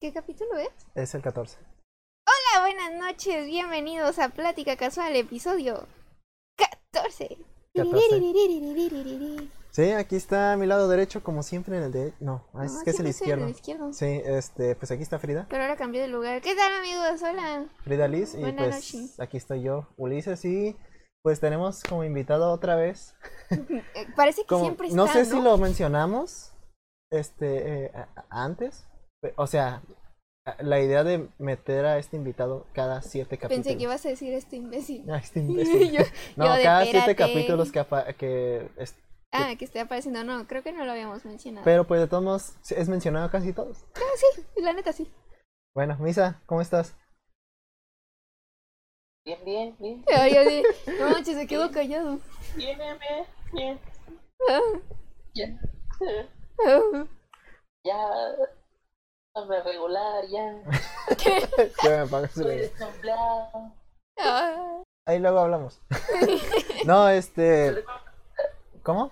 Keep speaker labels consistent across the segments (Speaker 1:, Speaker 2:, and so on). Speaker 1: ¿Qué capítulo es?
Speaker 2: Es el 14.
Speaker 1: Hola, buenas noches, bienvenidos a Plática Casual, episodio 14.
Speaker 2: 14. Sí, aquí está a mi lado derecho, como siempre en el de... No,
Speaker 1: No,
Speaker 2: Ah, es que es
Speaker 1: siempre soy
Speaker 2: el izquierdo.
Speaker 1: del izquierdo.
Speaker 2: Sí, este, pues aquí está Frida.
Speaker 1: Pero ahora cambié de lugar. ¿Qué tal, amigos? Hola.
Speaker 2: Frida Liz y
Speaker 1: Buenas
Speaker 2: pues
Speaker 1: noches.
Speaker 2: aquí estoy yo, Ulises y pues tenemos como invitado otra vez.
Speaker 1: Eh, Parece que
Speaker 2: Como,
Speaker 1: siempre está,
Speaker 2: no sé si lo mencionamos este eh, a- a- antes, pe- o sea, a- la idea de meter a este invitado cada siete capítulos.
Speaker 1: Pensé que ibas a decir esto, imbécil.
Speaker 2: A este imbécil.
Speaker 1: Yo-
Speaker 2: No,
Speaker 1: yo de
Speaker 2: cada siete
Speaker 1: espérate.
Speaker 2: capítulos que, apa- que es-
Speaker 1: ah, que esté apareciendo. No, creo que no lo habíamos mencionado.
Speaker 2: pero pues de todos modos es mencionado casi todos.
Speaker 1: La neta, sí.
Speaker 2: Bueno, Misa, ¿cómo estás?
Speaker 3: Bien, bien, bien.
Speaker 1: Ay, yo sí. No manches, se quedó callado.
Speaker 3: Bien, bien, bien, bien. Ya. Ya. Hazme regular, ya.
Speaker 2: Ya me apagas el
Speaker 3: Estoy
Speaker 2: aire.
Speaker 3: destemplado.
Speaker 1: Ah,
Speaker 2: Ahí luego hablamos. no, este, ¿cómo?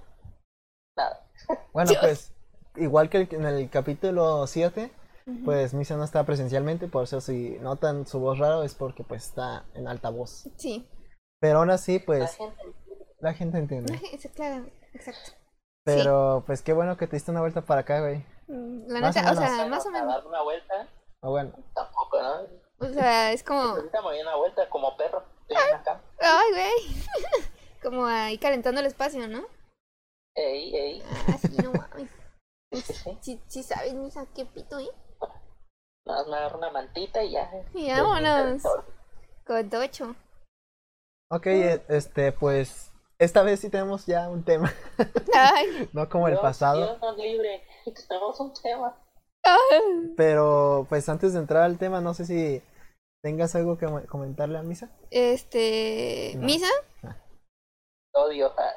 Speaker 3: Nada.
Speaker 2: Bueno,
Speaker 1: Dios.
Speaker 2: pues igual que el- en el capítulo 7,
Speaker 1: Ujú.
Speaker 2: pues Misa no está presencialmente, por eso si notan su voz raro es porque pues está en altavoz.
Speaker 1: sí,
Speaker 2: Pero aún así,
Speaker 3: La
Speaker 2: pues
Speaker 3: gente.
Speaker 2: la gente entiende.
Speaker 1: Sí, claro, exacto.
Speaker 2: Pero pues qué bueno que te diste una vuelta para acá, güey.
Speaker 1: Mm, La
Speaker 2: Más
Speaker 1: neta,
Speaker 2: o
Speaker 1: o sea,
Speaker 3: Bueno,
Speaker 1: más o
Speaker 3: a
Speaker 1: menos.
Speaker 3: dar una vuelta.
Speaker 2: O bueno,
Speaker 3: Tampoco, ¿no?
Speaker 1: O sea, es como.
Speaker 3: Ahorita me voy a dar una vuelta como perro. Estoy en acá.
Speaker 1: Ay, güey. Como ahí calentando el espacio, ¿no?
Speaker 3: Ey, ey.
Speaker 1: Así, no mames.
Speaker 3: Sí, sí.
Speaker 1: Si, si sabes, misa, qué pito, ¿eh?
Speaker 3: Nada más me agarro una mantita y ya.
Speaker 1: Y vámonos.
Speaker 3: Sol.
Speaker 1: Con tocho.
Speaker 2: ok, e- este, pues esta vez sí tenemos ya un tema,
Speaker 1: Ay,
Speaker 2: no como el
Speaker 3: Dios-
Speaker 2: pasado.
Speaker 3: Dios nos libre. Tenemos un tema.
Speaker 1: ay.
Speaker 2: Pero pues antes de entrar al tema, no sé si tengas algo que mo- comentarle a Misa.
Speaker 1: Este.
Speaker 2: No.
Speaker 1: ¿Misa?
Speaker 3: Odio. Ah,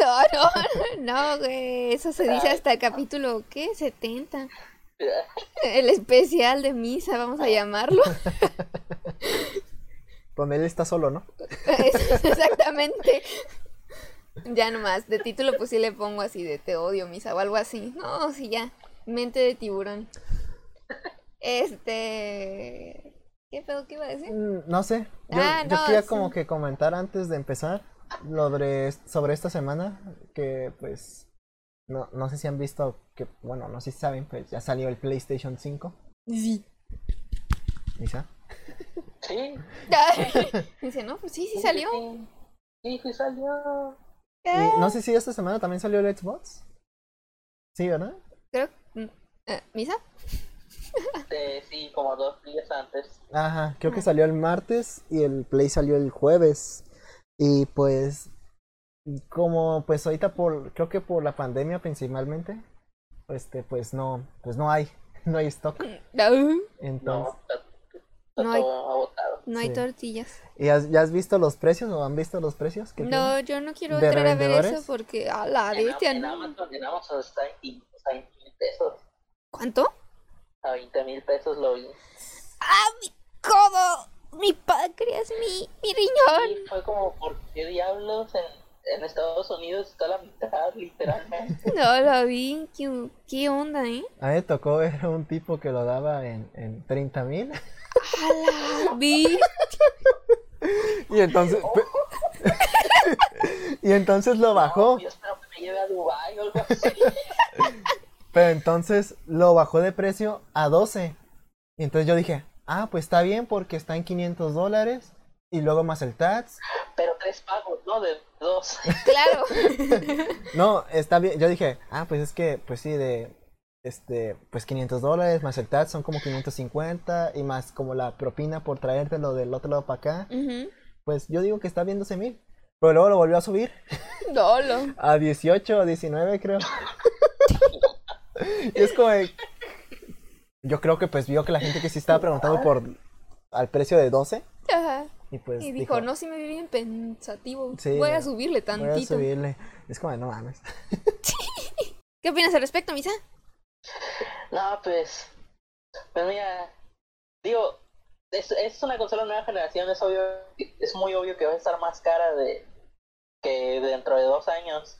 Speaker 1: No, no, no, güey. Eso se dice hasta el capítulo, ¿qué? 70. El especial de misa, vamos a llamarlo.
Speaker 2: Donde él está solo, ¿no?
Speaker 1: Es- Exactamente. Ya nomás, de título pues sí le pongo así de te odio, misa o algo así. No, sí ya. Mente de tiburón. Este... ¿Qué pedo que iba a decir?
Speaker 2: Mm, No sé, yo,
Speaker 1: Ah,
Speaker 2: yo
Speaker 1: no,
Speaker 2: quería
Speaker 1: sí.
Speaker 2: como que comentar antes de empezar lo de, sobre esta semana, que pues no, no sé si han visto que, bueno, no sé si saben, pues ya salió el PlayStation 5,
Speaker 1: Sí.
Speaker 2: quizá.
Speaker 3: Sí.
Speaker 1: Dice, no, pues sí, sí salió.
Speaker 3: Sí, sí, sí salió.
Speaker 2: Y no sé si esta semana también salió el Xbox. Sí, ¿verdad?
Speaker 1: Creo... mm, eh, ¿Misa?
Speaker 3: Este, sí, como dos días antes.
Speaker 2: Ajá, creo que
Speaker 1: Ah.
Speaker 2: salió el martes y el Play salió el jueves. Y pues, como pues ahorita por, creo que por la pandemia principalmente, este, pues no, pues no hay, no hay stock.
Speaker 1: No,
Speaker 2: Entonces,
Speaker 3: No, está, está
Speaker 1: No hay-
Speaker 3: todo agotado.
Speaker 1: no hay
Speaker 2: Sí.
Speaker 1: tortillas.
Speaker 2: ¿Y has, ya has visto los precios o han visto los precios? que tienen?
Speaker 1: No, yo no quiero
Speaker 2: ¿De
Speaker 1: entrar a ver eso
Speaker 2: revendedores?
Speaker 1: porque... A la
Speaker 3: En,
Speaker 1: bestia,
Speaker 3: en
Speaker 1: ¿no?
Speaker 3: Amazon, en Amazon está en 15 está en 15 pesos.
Speaker 1: ¿Cuánto?
Speaker 3: A 20 mil pesos lo vi.
Speaker 1: ¡Ah, mi codo! Mi páncreas, mi, mi riñón.
Speaker 3: Y fue como, ¿por qué diablos en, en Estados Unidos está la mitad, literalmente?
Speaker 1: No lo vi. ¿Qué, qué onda, eh?
Speaker 2: A mí me tocó ver a un tipo que lo daba en, en 30 mil.
Speaker 1: Vi.
Speaker 2: Y entonces... y entonces lo bajó.
Speaker 3: Yo espero que me lleve a Dubái o algo así.
Speaker 2: Pero entonces lo bajó de precio a 12. Y entonces yo dije, ah, pues está bien porque está en 500 dólares. Y luego más el tax.
Speaker 3: Pero tres pagos, no de dos.
Speaker 1: Claro.
Speaker 2: No, está bien. Yo dije, ah, pues es que, pues sí, de... Este, pues 500 dólares más el tax son como 550 y más como la propina por traértelo del otro lado para acá.
Speaker 1: Ujú.
Speaker 2: pues yo digo que está bien 12 mil. Pero luego lo volvió a subir
Speaker 1: No lo.
Speaker 2: a 18 o 19, creo. y es como. de- Yo creo que pues vio que la gente que sí estaba preguntando por. al precio de 12.
Speaker 1: Ajá.
Speaker 2: Y pues.
Speaker 1: Y dijo, no, si me vi bien pensativo.
Speaker 2: Sí,
Speaker 1: Voy a
Speaker 2: no.
Speaker 1: subirle
Speaker 2: voy a
Speaker 1: tantito.
Speaker 2: subirle. Es como, de, no mames.
Speaker 1: ¿Qué opinas al respecto, Misa?
Speaker 3: No, pues. Pues mira, digo, es, es una consola nueva generación, es obvio, es muy obvio que va a estar más cara de que dentro de dos años.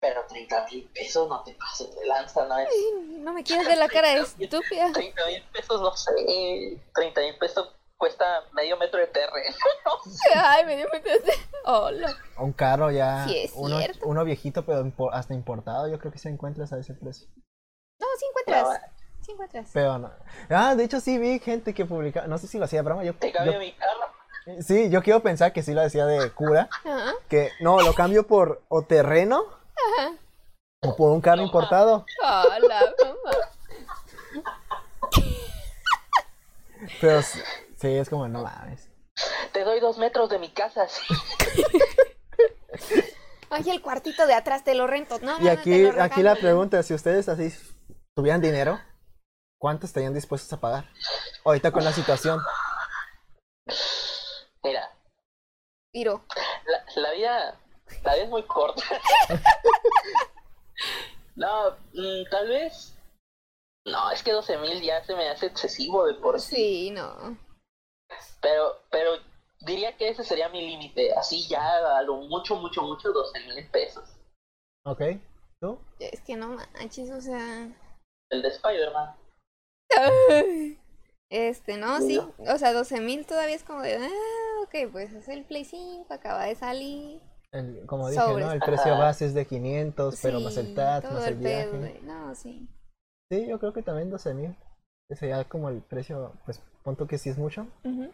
Speaker 3: Pero 30 mil pesos no te pases de lanza, ¿no?
Speaker 1: Ay, no me quieres ver la cara de estúpida.
Speaker 3: 30 mil pesos, no sé. 30 mil pesos cuesta medio metro de terreno.
Speaker 1: Ay, me dio cuenta de... Hola.
Speaker 2: Un carro ya.
Speaker 1: Sí, es
Speaker 2: uno,
Speaker 1: cierto.
Speaker 2: uno viejito, pero impo- hasta importado. Yo creo que se encuentras a ese precio.
Speaker 1: No, sí encuentras. Sí encuentras.
Speaker 2: Pero no. Ah, de hecho, sí vi gente que publicaba. No sé si lo hacía de broma. Yo,
Speaker 3: Te
Speaker 2: yo-
Speaker 3: cambio mi carro.
Speaker 2: sí, yo quiero pensar que sí lo hacía de cura.
Speaker 1: Ajá.
Speaker 2: Que no, lo cambio por o terreno
Speaker 1: Ajá.
Speaker 2: o por un carro importado.
Speaker 1: Hola, mamá.
Speaker 2: Pero s- sí, es como, no mames.
Speaker 3: Te doy dos metros de mi casa. sí.
Speaker 1: Oye, el cuartito de atrás te lo rento. No, no,
Speaker 2: Y
Speaker 1: no, te
Speaker 2: aquí,
Speaker 1: lo
Speaker 2: aquí la
Speaker 1: regalo.
Speaker 2: pregunta, si ustedes así tuvieran dinero, ¿cuánto estarían dispuestos a pagar? Ahorita con la situación.
Speaker 3: Mira,
Speaker 1: Tiro.
Speaker 3: la, la vida, la vida es muy corta. no, mm, tal vez. No, es que 12 mil ya se me hace excesivo de por sí.
Speaker 1: Sí, no.
Speaker 3: Pero, pero diría que ese sería mi límite. Así ya a lo mucho, mucho, mucho 12 mil pesos.
Speaker 2: ¿Ok? ¿Tú?
Speaker 1: Es que no manches, o sea.
Speaker 3: El de Spider-Man.
Speaker 1: Ay. Este, no, sí.
Speaker 3: Mira.
Speaker 1: O sea, 12 mil todavía es como de. Ah, ok, pues es el Play 5, acaba de salir.
Speaker 2: El- como dije, ¿no? El
Speaker 1: Sobres.
Speaker 2: precio
Speaker 3: Ajá.
Speaker 2: base es de 500, pero más el
Speaker 1: Sí,
Speaker 2: TAT,
Speaker 1: todo
Speaker 2: más el
Speaker 1: el pedo,
Speaker 2: viaje.
Speaker 1: güey. No, sí.
Speaker 2: Sí, yo creo que también 12 mil. Sería como el precio, pues, punto que sí es mucho,
Speaker 1: Ujú.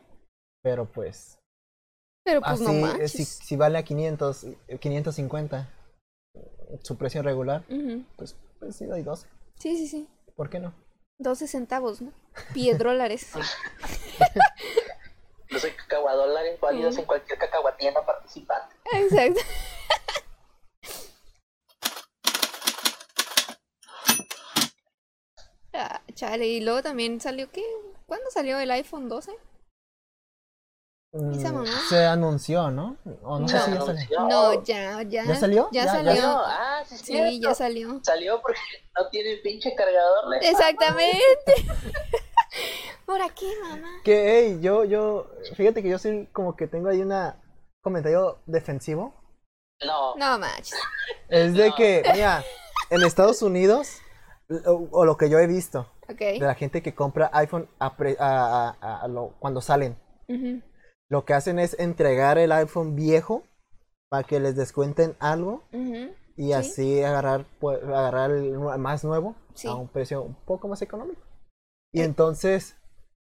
Speaker 2: pero pues,
Speaker 1: Pero pues no
Speaker 2: así, eh,
Speaker 1: manches.
Speaker 2: si, si vale a 500, eh, 550, eh, su precio regular,
Speaker 1: Ujú.
Speaker 2: pues, pues sí doy 12.
Speaker 1: Sí, sí, sí.
Speaker 2: ¿Por qué no?
Speaker 1: 12 centavos, ¿no? Piedrólares.
Speaker 3: Los cacahuadólares válidos en cualquier cacahuatienda participante.
Speaker 1: Exacto. Ah, chale, y luego también salió, ¿qué? ¿Cuándo salió el iPhone 12? Esa
Speaker 2: Mm,
Speaker 1: mamá.
Speaker 2: Se anunció, ¿no? O no, sé si ya
Speaker 3: No,
Speaker 2: salió.
Speaker 3: no.
Speaker 1: No, ya, ya.
Speaker 2: ¿Ya salió?
Speaker 1: Ya,
Speaker 2: Ya- ya
Speaker 1: salió.
Speaker 3: No, ah, sí,
Speaker 1: Sí,
Speaker 3: cierto.
Speaker 1: ya salió.
Speaker 3: Salió porque no tiene pinche cargador. ¿no?
Speaker 1: Exactamente. ¿Por aquí, mamá?
Speaker 2: Que, hey, yo, yo, fíjate que yo soy como que tengo ahí una comentario defensivo.
Speaker 3: No,
Speaker 1: No, manches.
Speaker 2: Es de
Speaker 3: No.
Speaker 2: que, mira, en Estados Unidos, o, o lo que yo he visto, de
Speaker 1: Ok.
Speaker 2: la gente que compra iPhone a pre- a- a- a- a lo- cuando salen,
Speaker 1: Ujú.
Speaker 2: lo que hacen es entregar el iPhone viejo para que les descuenten algo
Speaker 1: Ujú.
Speaker 2: y
Speaker 1: Sí.
Speaker 2: así agarrar, pues, agarrar el nue- más nuevo
Speaker 1: Sí. Eh.
Speaker 2: a un precio un poco más económico. Y entonces,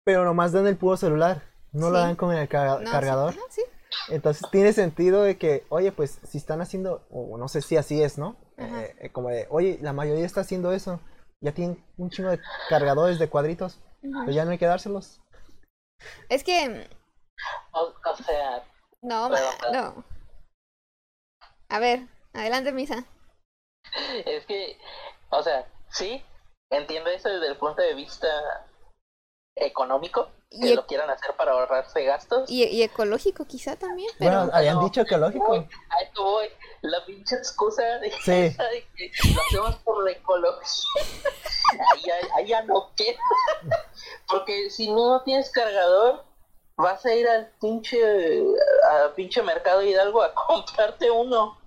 Speaker 2: pero nomás dan el puro celular, no lo
Speaker 1: Sí.
Speaker 2: dan con el carga-
Speaker 1: No, sí.
Speaker 2: Ah, cargador.
Speaker 1: Ajá, sí.
Speaker 2: Entonces tiene sentido de que, oye, pues si están haciendo, o no sé si así es, ¿no?
Speaker 1: Ajá.
Speaker 2: Eh, eh, como de, oye, la mayoría está haciendo eso. Ya tienen un chingo de cargadores de cuadritos,
Speaker 1: Ujú.
Speaker 2: pero ya no hay que dárselos.
Speaker 1: Es que, mm,
Speaker 3: o, o sea,
Speaker 1: no, ma, no. A ver, adelante, misa.
Speaker 3: es que, o sea, sí, entiendo eso desde el punto de vista económico, que
Speaker 1: Y e-
Speaker 3: lo quieran hacer para ahorrarse gastos.
Speaker 1: Y, e, y ecológico quizá también, pero...
Speaker 2: bueno, habían
Speaker 3: no.
Speaker 2: dicho que lógico.
Speaker 3: Voy, a esto voy, la pinche excusa de,
Speaker 2: Sí.
Speaker 3: esa de que lo hacemos por la ecología. Ahí ya- ahí ya no queda. Porque si no tienes cargador, vas a ir al pinche, a pinche mercado Hidalgo a comprarte uno.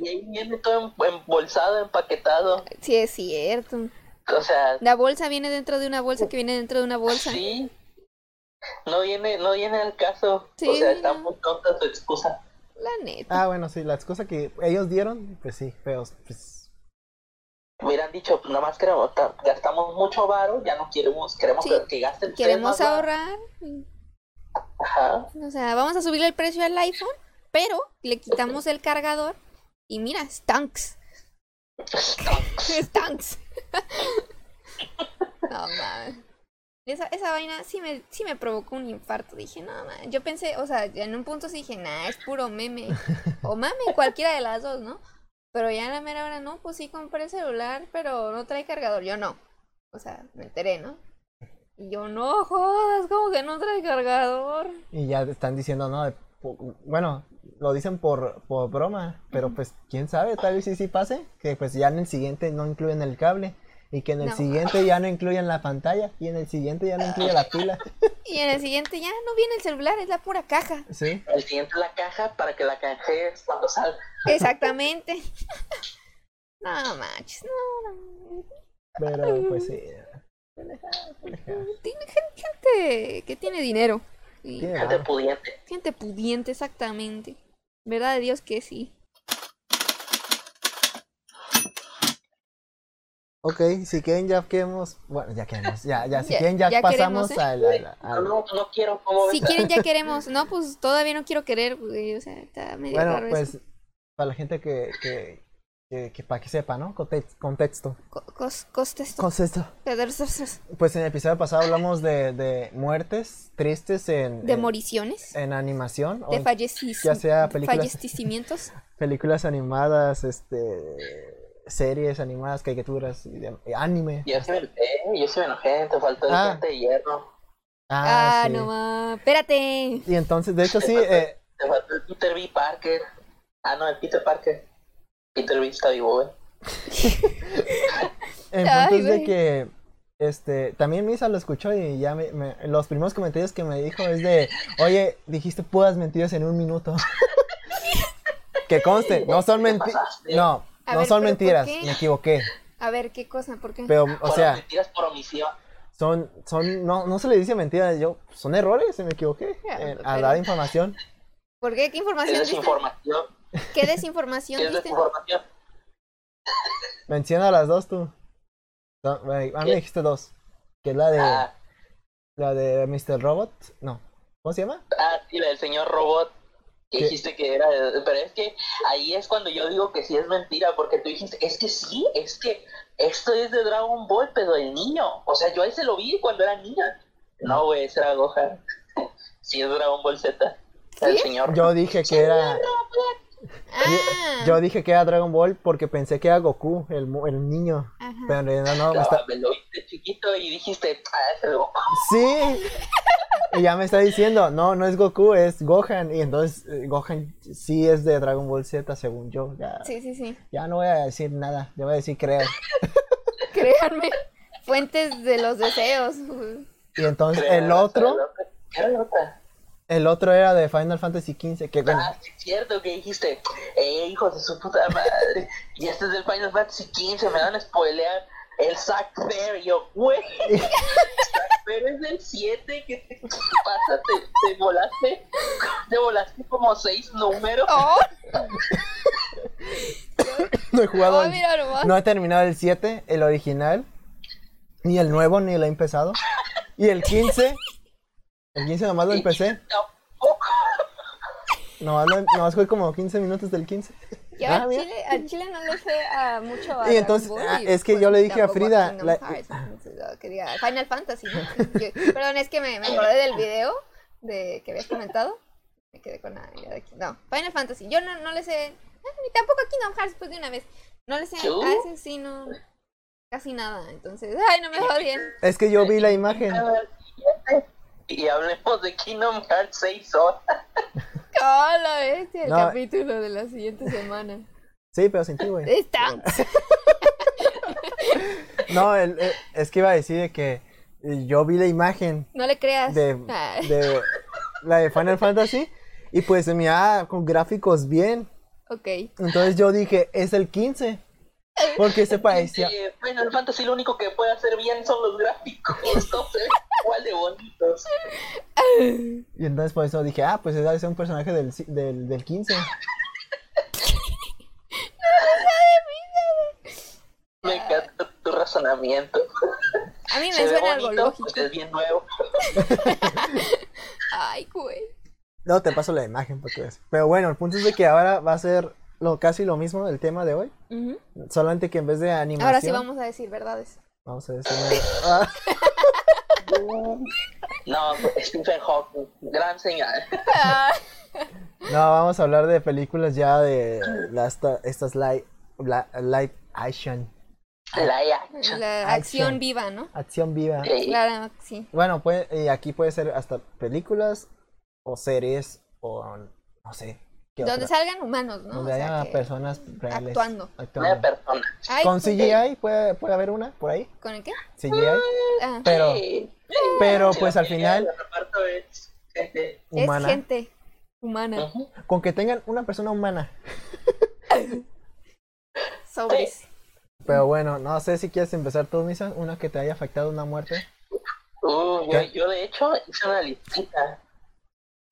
Speaker 3: Y ahí viene todo em- embolsado, empaquetado.
Speaker 1: Sí, es cierto.
Speaker 3: O sea,
Speaker 1: La bolsa viene dentro de una bolsa que viene dentro de una bolsa.
Speaker 3: sí. No viene, no viene al caso.
Speaker 1: Sí,
Speaker 3: o sea, está
Speaker 1: no.
Speaker 3: muy tonta tu excusa.
Speaker 1: La neta.
Speaker 2: Ah, bueno, sí, la excusa que ellos dieron, pues sí, pero pues,
Speaker 3: hubieran dicho, pues nada más queremos, ta- gastamos mucho varo, ya no queremos, queremos
Speaker 1: Sí.
Speaker 3: que, que
Speaker 2: Ah,
Speaker 3: gasten. ustedes
Speaker 1: Queremos
Speaker 3: más varo".
Speaker 1: ahorrar.
Speaker 3: Ajá.
Speaker 1: O sea, vamos a subirle el precio al iPhone, pero le quitamos el cargador. Y mira, stunks. Stunks. no mames. Esa, esa vaina sí me, sí me provocó un infarto. Dije, no mames. Yo pensé, o sea, en un punto sí dije, nah, es puro meme. O mame, cualquiera de las dos, ¿no? Pero ya a la mera hora, no, pues sí compré el celular, pero no trae cargador. Yo no. O sea, me enteré, ¿no? Y yo, no jodas, como que no trae cargador.
Speaker 2: y ya están diciendo, no, de- po- bueno, lo dicen por, por broma, pero pues quién sabe, tal vez sí, sí pase, que pues ya en el siguiente no incluyen el cable Y que en el
Speaker 1: No.
Speaker 2: siguiente ya no incluyan la pantalla. Y en el siguiente ya no incluya la pila.
Speaker 1: Y en el siguiente ya no viene el celular, es la pura caja.
Speaker 2: Sí.
Speaker 3: El siguiente la caja para que la canjees cuando salga.
Speaker 1: Exactamente. No manches, no, no.
Speaker 2: Pero pues sí.
Speaker 1: Tiene gen- gente que tiene dinero. Y
Speaker 2: Tiene
Speaker 3: Gente
Speaker 2: varo.
Speaker 3: pudiente.
Speaker 1: gente pudiente, exactamente. ¿Verdad de Dios que sí?
Speaker 2: Ok, si quieren ya queremos. Bueno, ya queremos. Ya, ya, si
Speaker 1: Ya-
Speaker 2: quieren ya,
Speaker 1: ya
Speaker 2: pasamos
Speaker 1: queremos, ¿eh?
Speaker 2: al- al- al-
Speaker 3: No, no quiero como
Speaker 1: Si quieren, ya queremos. No, pues todavía no quiero querer, güey. O sea, está medio
Speaker 2: Bueno,
Speaker 1: raro
Speaker 2: pues
Speaker 1: eso.
Speaker 2: para la gente que, que, que, que para que sepa, ¿no? Context- Contexto.
Speaker 1: Co- cos- costes-
Speaker 2: Contexto. Pues en el episodio pasado hablamos de, de muertes tristes en,
Speaker 1: de
Speaker 2: en-
Speaker 1: moriciones,
Speaker 2: en animación o
Speaker 1: de
Speaker 2: en
Speaker 1: fallecimientos.
Speaker 2: eh, ya sea películas.
Speaker 1: Fallecimientos.
Speaker 2: películas animadas, este series animadas, caricaturas, y de- y anime.
Speaker 3: Yo se me enojé, yo se me enojé, te faltó el
Speaker 2: Ah.
Speaker 3: diente de hierro.
Speaker 1: Ah,
Speaker 2: sí.
Speaker 1: no más. Espérate.
Speaker 2: Y entonces, de hecho sí, eh,
Speaker 3: Te faltó el Peter B. Parker. Ah, no, el Peter Parker. Peter B. está vivo, güey.
Speaker 2: el
Speaker 1: Ay,
Speaker 2: punto es de
Speaker 1: güey.
Speaker 2: que este también Misa lo escuchó y ya me- me- los primeros comentarios que me dijo es de, oye, dijiste puras mentiras en un minuto. que conste, no son
Speaker 3: Te
Speaker 2: mentiras.
Speaker 3: pasaste.
Speaker 2: No,
Speaker 1: A
Speaker 2: no
Speaker 1: ver, ¿pero por
Speaker 2: son mentiras,
Speaker 1: qué?
Speaker 2: me equivoqué.
Speaker 1: A ver, ¿qué cosa? ¿Por qué?
Speaker 2: Pero, o
Speaker 3: Fueron
Speaker 2: sea,
Speaker 3: mentiras por omisión.
Speaker 2: son, son, no, no se le dice mentira, yo, son errores, se me equivoqué
Speaker 3: Ah,
Speaker 1: Ya,
Speaker 2: en- al
Speaker 1: pero-
Speaker 2: dar información.
Speaker 1: ¿Por qué? ¿Qué información
Speaker 3: Es
Speaker 1: diste?
Speaker 3: desinformación.
Speaker 1: ¿Qué desinformación
Speaker 3: Es
Speaker 1: diste?
Speaker 3: desinformación.
Speaker 2: Menciona las dos tú. No, eh, a mí
Speaker 3: ¿Qué?
Speaker 2: me dijiste dos. Que es la de,
Speaker 3: Ah,
Speaker 2: la de Mr. Robot. No. ¿Cómo se llama?
Speaker 3: ah, sí, la del señor robot. Que
Speaker 2: ¿Qué?
Speaker 3: dijiste que era. Pero es que ahí es cuando yo digo que sí es mentira. Porque tú dijiste, es que sí, es que esto es de Dragon Ball, pero el niño. O sea, yo ahí se lo vi cuando era niña. No, güey, esa era Gohan. Sí, es Dragon Ball Z. El
Speaker 1: ¿Sí?
Speaker 3: señor
Speaker 2: Yo dije que era.
Speaker 1: Ah,
Speaker 2: Yo dije que era Dragon Ball porque pensé que era Goku, el, mu- el niño.
Speaker 1: Ajá.
Speaker 2: Pero en realidad no, me
Speaker 3: No,
Speaker 2: está.
Speaker 3: me lo viste chiquito y dijiste, ah, es el Goku.
Speaker 2: ¡Sí! Y ya me está diciendo, no, no es Goku, es Gohan. Y entonces eh, Gohan sí es de Dragon Ball Z, según yo. Ya,
Speaker 1: sí, sí, sí.
Speaker 2: ya no voy a decir nada, yo voy a decir creo.
Speaker 1: Créanme. Fuentes de los deseos.
Speaker 2: Y entonces
Speaker 3: Creo,
Speaker 2: el otro,
Speaker 3: Era la otra.
Speaker 2: el otro era de Final Fantasy XV, que bueno,
Speaker 3: Ah, sí, es cierto que dijiste, eh, hijos de su puta madre. y este es del Final Fantasy XV, me van a spoilear el Zack Fair. Y yo, güey, Zack Fair es del 7, ¿qué te pasa? Te, te volaste, te volaste como 6 números.
Speaker 1: ¡Oh!
Speaker 2: no he jugado
Speaker 1: ¡Oh,
Speaker 2: el-
Speaker 1: mira nomás!
Speaker 2: No he terminado el 7, el original, ni el nuevo, ni lo he empezado. Y el 15, el 15 nomás lo empecé.
Speaker 3: Tampoco.
Speaker 2: Nomás, lo, em, nomás jugué como 15 minutos del 15.
Speaker 1: Yo
Speaker 2: Ah,
Speaker 1: al
Speaker 2: mira.
Speaker 1: Chile, al Chile no le sé ah, mucho a
Speaker 2: Y
Speaker 1: Dragon
Speaker 2: entonces,
Speaker 1: Ball
Speaker 2: ah,
Speaker 1: y,
Speaker 2: es que
Speaker 1: pues,
Speaker 2: yo le dije a
Speaker 1: tampoco
Speaker 2: Frida,
Speaker 1: Kingdom
Speaker 2: la-
Speaker 1: Hearts, entonces, lo que diga, Final Fantasy. ¿no? Yo- perdón, es que me, me acordé del video de que habías comentado. Me quedé con la idea de aquí. No, Final Fantasy. Yo no, no le sé. ah, Ni tampoco a Kingdom Hearts, pues de una vez. No le sé
Speaker 3: ¿Tú?
Speaker 1: a ese sí, no. Casi nada. Entonces, ay, no me jodien.
Speaker 2: Es que yo vi la imagen.
Speaker 3: Y hablemos de Kingdom Hearts 6 horas.
Speaker 1: ¡Oh, la bestia! El
Speaker 2: No.
Speaker 1: capítulo de la siguiente semana.
Speaker 2: Sí, pero sin ti, güey.
Speaker 1: Está.
Speaker 2: No, el- eh, es que iba a decir de que eh, yo vi la imagen
Speaker 1: No le creas.
Speaker 2: de,
Speaker 1: Ah.
Speaker 2: de la de Final Fantasy y pues se miraba con gráficos bien.
Speaker 1: Ok.
Speaker 2: Entonces yo dije, es el 15. Porque se parecía.
Speaker 3: Eh, Final Fantasy lo único que puede hacer bien son los gráficos. Entonces, igual de bonitos.
Speaker 2: Y entonces por eso dije, ah, pues es es un personaje del, ci- del, del 15.
Speaker 3: Me encanta tu razonamiento.
Speaker 1: A mí me
Speaker 3: Se ve
Speaker 1: suena algo
Speaker 3: bonito,
Speaker 1: lógico.
Speaker 3: pues es bien nuevo.
Speaker 1: Ay, güey.
Speaker 2: No, te paso la imagen porque ves. Pero bueno, el punto es de que ahora va a ser lo, casi lo mismo del tema de hoy.
Speaker 1: Ujú.
Speaker 2: Solamente que en vez de animación.
Speaker 1: Ahora sí vamos a decir verdades.
Speaker 2: Vamos a decir. ah,
Speaker 3: No, Stephen Hawking, gran señal.
Speaker 2: no, vamos a hablar de películas ya de las, ta- estas live, la- live action.
Speaker 3: La action.
Speaker 1: La acción viva, ¿no?
Speaker 2: Acción viva.
Speaker 3: Eh,
Speaker 1: Claro, sí.
Speaker 2: Bueno, puede- eh, aquí puede ser hasta películas o series o no sé. que
Speaker 1: Donde
Speaker 2: otra,
Speaker 1: salgan humanos, ¿no?
Speaker 2: donde
Speaker 1: O sea,
Speaker 2: haya
Speaker 1: que-
Speaker 2: personas reales.
Speaker 1: actuando.
Speaker 2: actuando.
Speaker 3: Una persona.
Speaker 1: Ay,
Speaker 2: Con
Speaker 1: ¿con qué?
Speaker 2: CGI puede, puede haber una por ahí.
Speaker 1: ¿Con el qué?
Speaker 2: CGI.
Speaker 1: Ah,
Speaker 2: Pero,
Speaker 3: Sí.
Speaker 2: pero
Speaker 3: Sí,
Speaker 2: pues
Speaker 3: la
Speaker 2: al
Speaker 3: mayoría
Speaker 2: final,
Speaker 3: del reparto es este, gente.
Speaker 1: es
Speaker 2: humana.
Speaker 1: gente humana.
Speaker 3: Ujú.
Speaker 2: Con que tengan una persona humana.
Speaker 1: Ah, Sobres.
Speaker 2: Pero bueno, no sé si quieres empezar tú, Misa, una que te haya afectado una muerte.
Speaker 3: Uh, yo,
Speaker 2: ¿Qué?
Speaker 3: yo de hecho hice una listita.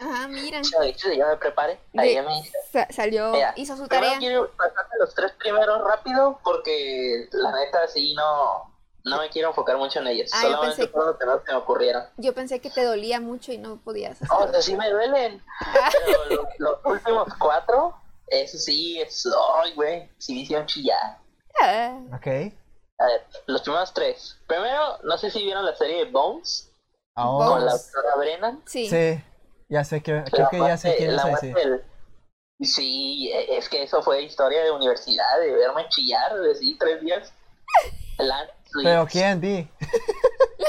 Speaker 1: Ajá, Ah, mira.
Speaker 3: Yo, de hecho, ya me preparé. Ahí
Speaker 1: De-
Speaker 3: ya me hice.
Speaker 1: sa- salió,
Speaker 3: Mira,
Speaker 1: hizo su
Speaker 3: Primero
Speaker 1: tarea.
Speaker 3: quiero pasarte los tres primeros rápido porque la neta sí no, no me quiero enfocar mucho en ellos.
Speaker 1: Ah, yo
Speaker 3: Solamente
Speaker 1: pensé-
Speaker 3: fueron los primeros que me ocurrieron.
Speaker 1: Yo pensé que te dolía mucho y no podías hacer.
Speaker 3: O sea, sí me duelen. Pero lo- los últimos cuatro, eso sí, es. Ay, güey, sí me hicieron chillar.
Speaker 1: Ah,
Speaker 2: Ok.
Speaker 3: A ver, los primeros tres. Primero, no sé si vieron la serie de Bones
Speaker 2: Ahora.
Speaker 3: con la doctora Brennan.
Speaker 1: sí.
Speaker 2: Sí. Ya sé que,
Speaker 3: La
Speaker 2: creo que ya sé
Speaker 3: muerte-
Speaker 2: quién
Speaker 3: la
Speaker 2: es
Speaker 3: muerte
Speaker 2: ese.
Speaker 3: del- Sí, e- es que eso fue historia de universidad, de verme chillar, así, tres días. Lance,
Speaker 2: Pero quién, di.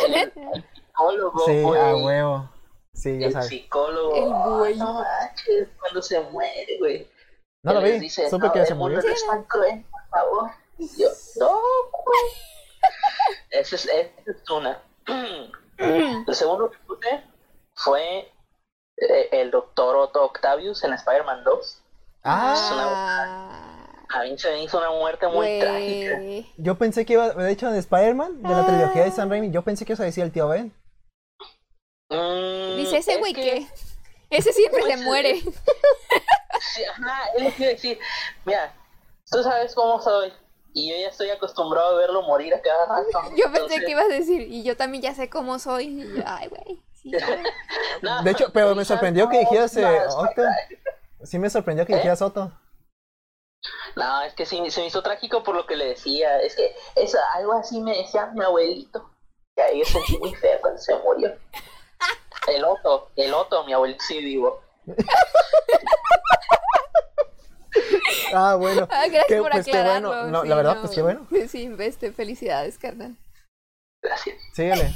Speaker 3: el psicólogo,
Speaker 2: Sí,
Speaker 3: güey.
Speaker 2: a huevo. Sí, ya
Speaker 3: El
Speaker 2: sabes.
Speaker 3: psicólogo.
Speaker 1: El güey.
Speaker 3: Ay, No manches, cuando se muere, güey.
Speaker 2: No lo
Speaker 3: Que les
Speaker 2: vi.
Speaker 3: dice,
Speaker 2: Supe
Speaker 3: "No,
Speaker 2: que se
Speaker 3: el mundo
Speaker 2: murió.
Speaker 3: No es tan cruel, por favor. Y yo, no, güey. Esa es, esa es una. El segundo que puse fue eh, el doctor Otto Octavius en Spider-Man 2.
Speaker 2: Ah,
Speaker 1: Ah,
Speaker 3: A mí se me hizo una muerte muy
Speaker 1: güey.
Speaker 3: trágica.
Speaker 2: yo pensé que iba. De hecho, de Spider-Man, de la
Speaker 1: Ah.
Speaker 2: trilogía de Sam Raimi, yo pensé que eso decía el tío Ben.
Speaker 3: Mm,
Speaker 1: Dice ese
Speaker 3: es
Speaker 1: güey que... Ese siempre se
Speaker 3: Pues,
Speaker 1: muere.
Speaker 3: Sí, ajá, es lo que iba a decir. Mira, tú sabes cómo soy. Y yo ya estoy acostumbrado a verlo morir a cada rato.
Speaker 1: Yo pensé
Speaker 3: Entonces,
Speaker 1: que ibas a decir, y yo también ya sé cómo soy. Y yo, Ay, güey. sí, güey.
Speaker 3: no,
Speaker 2: De hecho, pero me
Speaker 3: quizás
Speaker 2: sorprendió que dijeras eh,
Speaker 3: no,
Speaker 2: Otto. Sí, me sorprendió que
Speaker 3: ¿Eh?
Speaker 2: dijeras Otto.
Speaker 3: No, es que sí, se me hizo trágico por lo que le decía. Es que es algo así me decía mi abuelito. Y ahí yo sentí muy feo cuando se murió. El Otto, el Otto, mi abuelito sí vivo.
Speaker 2: Ah, bueno.
Speaker 1: Ah, gracias
Speaker 2: Qué-
Speaker 1: por
Speaker 2: pues qué bueno.
Speaker 1: aclararlo.
Speaker 2: No,
Speaker 1: sí,
Speaker 2: la verdad,
Speaker 1: no.
Speaker 2: pues qué bueno.
Speaker 1: Sí, veste, felicidades, carnal.
Speaker 3: Gracias.
Speaker 2: Síguele.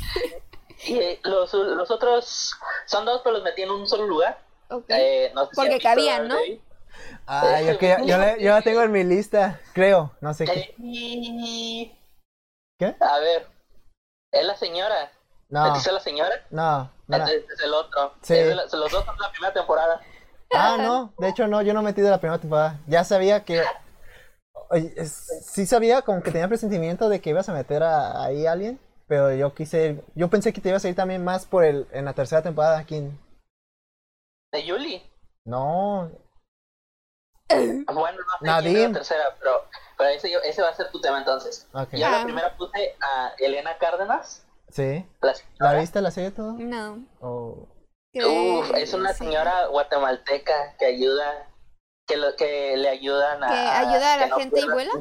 Speaker 3: Y eh, los, los otros son dos, pero los metí en un solo lugar.
Speaker 1: Ok.
Speaker 3: Eh, no sé si
Speaker 1: Porque
Speaker 3: han visto
Speaker 1: cabían, ¿no?
Speaker 3: Daredevil.
Speaker 2: Ah, yo, que, yo, la- yo la tengo en mi lista. Creo. No sé qué.
Speaker 3: Eh, y-
Speaker 2: ¿Qué?
Speaker 3: A ver, es la señora.
Speaker 2: No.
Speaker 3: ¿Metiste a la señora?
Speaker 2: No. Ah. no era.
Speaker 3: Entonces, es el otro.
Speaker 2: Sí.
Speaker 3: Es de la- los dos son de la primera temporada.
Speaker 2: Ah, no, de hecho no, yo no metí de la primera temporada. Ya sabía que... Oye, es- Sí sabía como que tenía presentimiento de que ibas a meter a, ahí a alguien, pero yo quise ir- Yo pensé que te ibas a ir también más por el... en la tercera temporada aquí. en-
Speaker 3: De Julie.
Speaker 2: No,
Speaker 3: Bueno, no sé quién
Speaker 2: Nadim.
Speaker 3: es la tercera, pero, pero ese, yo- ese va a ser tu tema entonces.
Speaker 2: ok.
Speaker 3: Yo
Speaker 1: Ah.
Speaker 3: la primera puse a Elena Cárdenas.
Speaker 2: Sí.
Speaker 3: La
Speaker 2: ¿La
Speaker 3: señora.
Speaker 2: viste la serie todo?
Speaker 1: No.
Speaker 2: O-
Speaker 3: Uf,
Speaker 1: creo-
Speaker 3: es una
Speaker 1: sí.
Speaker 3: señora guatemalteca que ayuda, que, lo, que le ayudan a...
Speaker 1: Que ayuda a la
Speaker 3: que no
Speaker 1: gente y
Speaker 3: pierdan-
Speaker 1: vuela.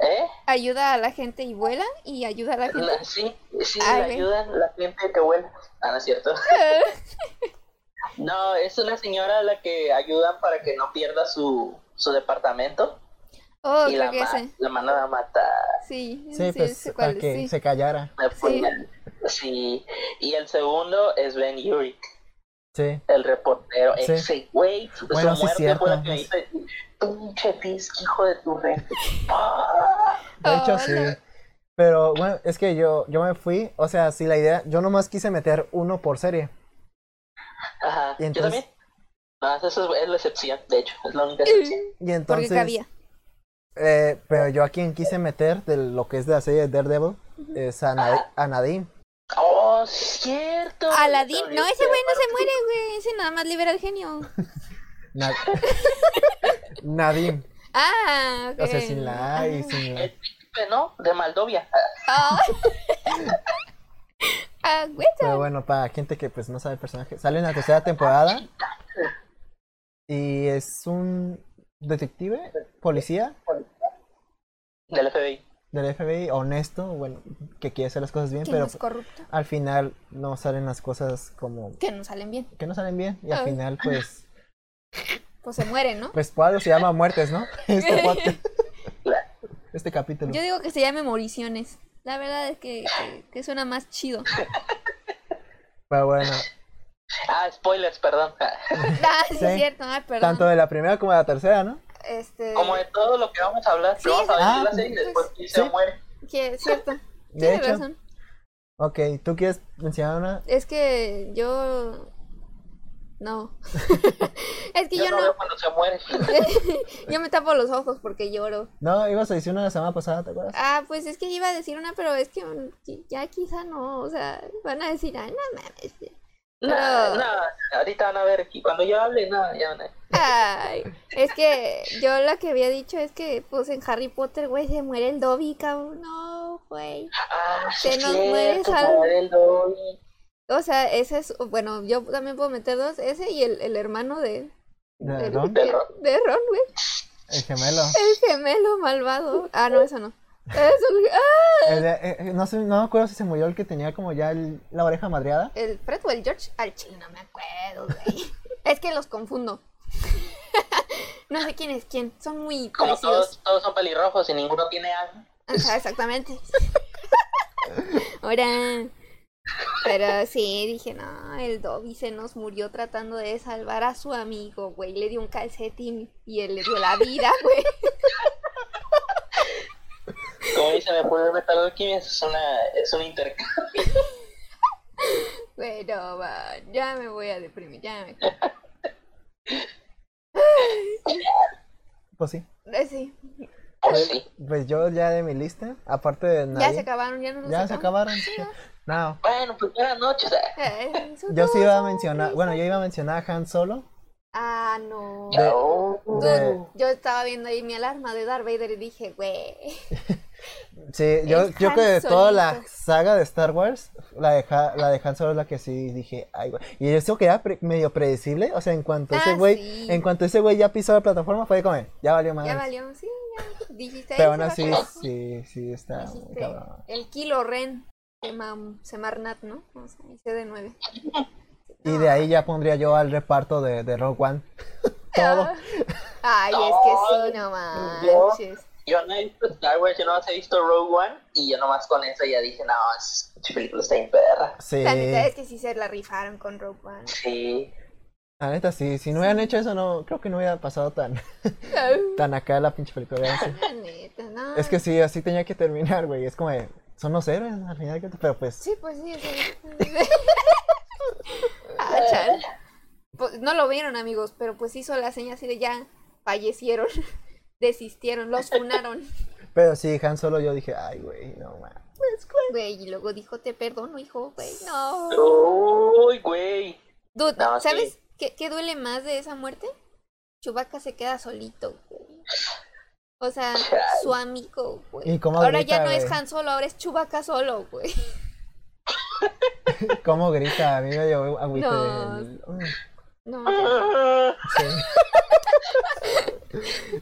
Speaker 3: ¿Eh?
Speaker 1: Ayuda a la gente y vuela y ayuda a la gente.
Speaker 3: La- sí, sí,
Speaker 1: Ay,
Speaker 3: le
Speaker 1: güey.
Speaker 3: ayudan la gente que vuela. Ah, no es cierto. No, es una señora a la que ayudan para que no pierda su, su departamento.
Speaker 1: Oh,
Speaker 3: y
Speaker 1: creo
Speaker 3: la,
Speaker 1: que
Speaker 3: ma-
Speaker 1: ese.
Speaker 3: la mandan a matar.
Speaker 1: Sí, sí,
Speaker 2: Sí, pues
Speaker 1: sé
Speaker 2: para
Speaker 1: cuál es,
Speaker 2: que
Speaker 1: sí.
Speaker 2: se callara.
Speaker 3: Me
Speaker 1: Sí.
Speaker 3: ponían- sí. Y el segundo es Ben Urich,
Speaker 2: Sí.
Speaker 3: el reportero.
Speaker 2: Sí.
Speaker 3: Ese güey, su
Speaker 2: Bueno, sí
Speaker 3: muerte
Speaker 2: es cierto.
Speaker 3: fue la que me hizo pinche Fisk, hijo de tu rey. Ah.
Speaker 2: De hecho,
Speaker 1: Hola.
Speaker 2: sí. Pero bueno, es que yo, yo me fui, o sea, sí, la idea, yo nomás quise meter uno por serie.
Speaker 3: Ajá.
Speaker 2: Y
Speaker 3: Yo
Speaker 2: entonces,
Speaker 3: también. No, eso es, es la excepción, de hecho, es la única excepción.
Speaker 2: y
Speaker 1: Porque
Speaker 2: entonces
Speaker 1: cabía.
Speaker 2: Eh, pero yo a quien quise meter de lo que es de la serie de Daredevil es a, Nad- a Nadine.
Speaker 3: ¡Oh, cierto!
Speaker 1: Aladín. No, ese güey no se muere, güey. Ese nada más libera al genio.
Speaker 2: Na- Nadine.
Speaker 1: Ah, ok.
Speaker 2: O sea, sin la A
Speaker 1: Eh,
Speaker 2: y sin la.
Speaker 3: muere. ¿No? De Maldovia.
Speaker 1: Ah, Ah, güey.
Speaker 2: Pero bueno, para gente que pues no sabe el personaje, sale en la tercera temporada. Y es un detective, policía
Speaker 3: Del FBI.
Speaker 2: del FBI, honesto, bueno, que quiere hacer las cosas bien,
Speaker 1: Que no
Speaker 2: pero pues,
Speaker 1: es corrupto.
Speaker 2: al final no salen las cosas como
Speaker 1: Que no salen bien.
Speaker 2: que no salen bien. Y al
Speaker 1: Ah.
Speaker 2: final pues,
Speaker 1: Pues se mueren, ¿no?
Speaker 2: pues por algo se llama muertes, ¿no? Este podcast,
Speaker 3: La-
Speaker 2: este capítulo.
Speaker 1: Yo digo que se llame Moriciones. La verdad es que, que, que suena más chido.
Speaker 2: Pero bueno,
Speaker 3: Ah, spoilers, perdón.
Speaker 1: Ah, sí, es
Speaker 2: Sí.
Speaker 1: cierto, ay, perdón.
Speaker 2: Tanto de la primera como de la tercera, ¿no?
Speaker 1: Este,
Speaker 3: Como de todo lo que vamos a hablar, que
Speaker 1: Sí,
Speaker 3: vamos a ver
Speaker 2: ah,
Speaker 3: la serie y después que se
Speaker 2: sí.
Speaker 3: muere.
Speaker 1: que es cierto.
Speaker 2: De
Speaker 1: Tienes
Speaker 2: hecho.
Speaker 1: razón.
Speaker 2: Ok, ¿tú quieres mencionar una?
Speaker 1: Es que yo. No. es que
Speaker 3: Yo,
Speaker 1: yo,
Speaker 3: no,
Speaker 1: no.
Speaker 3: veo cuando se muere.
Speaker 1: yo me tapo los ojos porque lloro.
Speaker 2: No, ibas a decir una la semana pasada, ¿te acuerdas?
Speaker 1: Ah, pues es que iba a decir una, pero es que mm, qui- ya quizá no. O sea, van a decir, ay, no mames.
Speaker 3: No,
Speaker 1: Pero-
Speaker 3: no, ahorita van a ver aquí. Cuando yo hable, nada, ya van a ver.
Speaker 1: Ay, es que yo lo que había dicho es que, pues en Harry Potter, güey, se muere el Dobby, cabrón. No, güey.
Speaker 3: Ah, sí,
Speaker 1: Te
Speaker 3: es
Speaker 1: nos
Speaker 3: cierto,
Speaker 1: mueres
Speaker 3: para
Speaker 1: al-
Speaker 3: ver el Dobby.
Speaker 1: O sea, ese es. Bueno, yo también puedo meter dos. Ese y el, el hermano de.
Speaker 2: ¿De
Speaker 1: del-
Speaker 2: Ron?
Speaker 1: de- de Ron, güey.
Speaker 2: El gemelo.
Speaker 1: El gemelo malvado. Ah, no, eso no. Es el, ah,
Speaker 2: El de- eh, eh, no, sé, no me acuerdo si se murió el que tenía como ya el- la oreja madreada.
Speaker 1: el Fred o el George. Al chile, no me acuerdo, güey. Es que los confundo. no sé quién es quién. Son muy
Speaker 3: Como
Speaker 1: parecidos.
Speaker 3: todos, todos son pelirrojos y ninguno tiene algo.
Speaker 1: Ajá, exactamente. Ahora. Pero sí, dije, no, el Dobby se nos murió tratando de salvar a su amigo, güey. Le dio un calcetín y él le dio la vida, güey.
Speaker 3: Como dice, me puede metal alquimia, es, una, es un intercambio.
Speaker 1: Pero va, ya me voy a deprimir, ya me
Speaker 2: Pues sí.
Speaker 1: Eh, Sí,
Speaker 3: Pues sí.
Speaker 2: Pues yo ya de mi lista, aparte de nadie.
Speaker 1: ya se acabaron, ya no nos
Speaker 2: Ya se
Speaker 1: acabamos.
Speaker 2: acabaron. No,
Speaker 3: Bueno, pues buenas noches.
Speaker 1: Eh, son
Speaker 2: yo sí
Speaker 1: todos
Speaker 2: iba a
Speaker 1: son
Speaker 2: mencionar,
Speaker 1: tristes.
Speaker 2: bueno, yo iba a mencionar a Han Solo.
Speaker 1: Ah, no.
Speaker 2: De-
Speaker 3: Chao.
Speaker 2: de-
Speaker 1: Yo estaba viendo ahí mi alarma de Darth Vader y dije, güey.
Speaker 2: Sí, yo,
Speaker 1: Es
Speaker 2: yo
Speaker 1: Han
Speaker 2: que de toda la
Speaker 1: Solito.
Speaker 2: saga de Star Wars, la de, Ha- la de Han Solo es la que sí dije, ay, güey. Y eso que era pre- medio predecible, o sea, en cuanto
Speaker 1: Ah,
Speaker 2: ese güey,
Speaker 1: sí.
Speaker 2: en cuanto ese güey ya pisó la plataforma, fue de comer, ya valió más.
Speaker 1: Ya valió, sí, ya. Dijiste
Speaker 2: Ah. Pero
Speaker 1: "Ay,
Speaker 2: aún
Speaker 1: se
Speaker 2: así,
Speaker 1: va a acabar".
Speaker 2: sí, sí, está muy
Speaker 1: Dijiste,
Speaker 2: cabrón.
Speaker 1: el Kilo Ren. Sema- Semarnat, ¿no? O sea, el CD9.
Speaker 2: Y de ahí ya pondría yo al reparto de, de Rogue One. Todo.
Speaker 1: Ay, es que sí, no
Speaker 3: Yo-
Speaker 1: manches.
Speaker 3: Yo no he visto Star Wars, yo no he visto Rogue One y yo nomás con eso ya dije, no, es- esta película está bien perra.
Speaker 2: Sí.
Speaker 1: La neta es que sí se la rifaron con Rogue One.
Speaker 3: Sí.
Speaker 2: La neta, sí. Si no hubieran hecho eso, no, creo que no hubiera pasado tan, tan acá la pinche película. ¿verdad? Sí.
Speaker 1: La neta, no.
Speaker 2: Es que sí, así tenía que terminar, güey. Es como, de, son los héroes al final, que- pero pues...
Speaker 1: Sí, pues sí, sí. ah, chale. Pues, no lo vieron, amigos, pero pues hizo la señal así de ya fallecieron, desistieron, los funaron.
Speaker 2: Pero sí, Han Solo yo dije, ay, güey, no mames.
Speaker 1: Güey, y luego dijo, te perdono, hijo, güey, no.
Speaker 3: Uy, güey.
Speaker 1: Dude,
Speaker 3: No, sí.
Speaker 1: ¿sabes qué, qué duele más de esa muerte? Chubaca se queda solito, güey. O sea,
Speaker 3: Chale.
Speaker 1: su amigo, güey.
Speaker 2: ¿Y cómo
Speaker 1: Ahora
Speaker 2: grita,
Speaker 1: ya no es
Speaker 2: güey?
Speaker 1: Han solo, ahora es Chubaca solo, güey.
Speaker 2: ¿Cómo grita? A mí me dio agüite
Speaker 1: No.
Speaker 2: del- Uy,
Speaker 1: No,
Speaker 3: Ah.
Speaker 2: sí.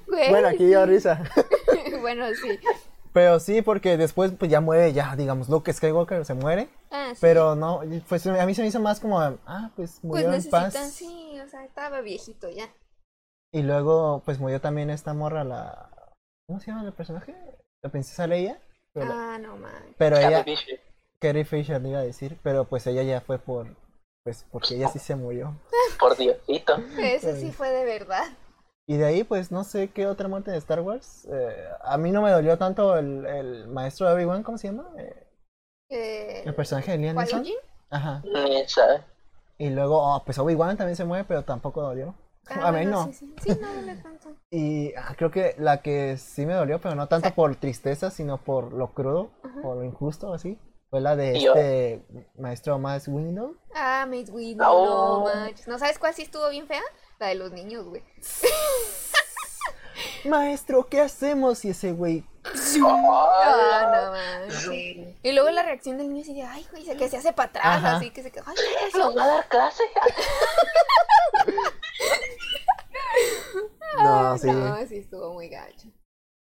Speaker 1: güey.
Speaker 2: Bueno, aquí dio risa.
Speaker 1: bueno, sí.
Speaker 2: Pero sí, porque después pues ya muere, ya, digamos, Luke Skywalker se muere.
Speaker 1: Ah, sí.
Speaker 2: Pero no, pues a mí se me hizo más como, ah, pues
Speaker 1: Pues
Speaker 2: murió en
Speaker 1: necesitan,
Speaker 2: paz.
Speaker 1: sí, o sea, estaba viejito ya.
Speaker 2: Y luego, pues murió también esta morra, la... ¿Cómo se llama el personaje? La princesa Leia. Pero,
Speaker 1: Ah, no man.
Speaker 2: pero
Speaker 3: Carrie
Speaker 2: ella,
Speaker 3: Fisher.
Speaker 2: Carrie Fisher le iba a decir, pero pues ella ya fue por... Pues porque ella sí se murió.
Speaker 3: Por Diosito.
Speaker 1: Ese
Speaker 2: pues.
Speaker 1: sí fue de verdad.
Speaker 2: Y de ahí, pues no sé qué otra muerte de Star Wars. Eh, a mí no me dolió tanto el, el maestro de Obi-Wan, ¿cómo se llama? Eh,
Speaker 1: Eh,
Speaker 2: el personaje de Liam Neeson.
Speaker 1: ¿Qui-Gon Jinn?
Speaker 2: Ajá.
Speaker 3: Ni sabe.
Speaker 2: Y luego, oh, pues Obi-Wan también se mueve, pero tampoco dolió.
Speaker 1: Ah,
Speaker 2: a mí
Speaker 1: bueno,
Speaker 2: no.
Speaker 1: Sí, sí. Sí, no, no le tanto.
Speaker 2: Y ah, creo que la que sí me dolió, pero no tanto por tristeza, sino por lo crudo, por lo injusto, así, fue la de
Speaker 3: Y yo-
Speaker 2: este maestro más Window.
Speaker 1: Ah, Mace Windu, no
Speaker 3: No.
Speaker 1: manches. ¿No sabes cuál sí estuvo bien fea? La de los niños, güey.
Speaker 2: Maestro, ¿qué hacemos? Y ese güey,
Speaker 1: Ah, no manches. Y luego la reacción del niño así de, ay, güey, se- que se hace para atrás,
Speaker 2: Ajá.
Speaker 1: así que se queda, ay, ¿qué pasó?
Speaker 3: ¿Nos va a dar clase?
Speaker 2: no, sí.
Speaker 1: No, sí estuvo muy gacho.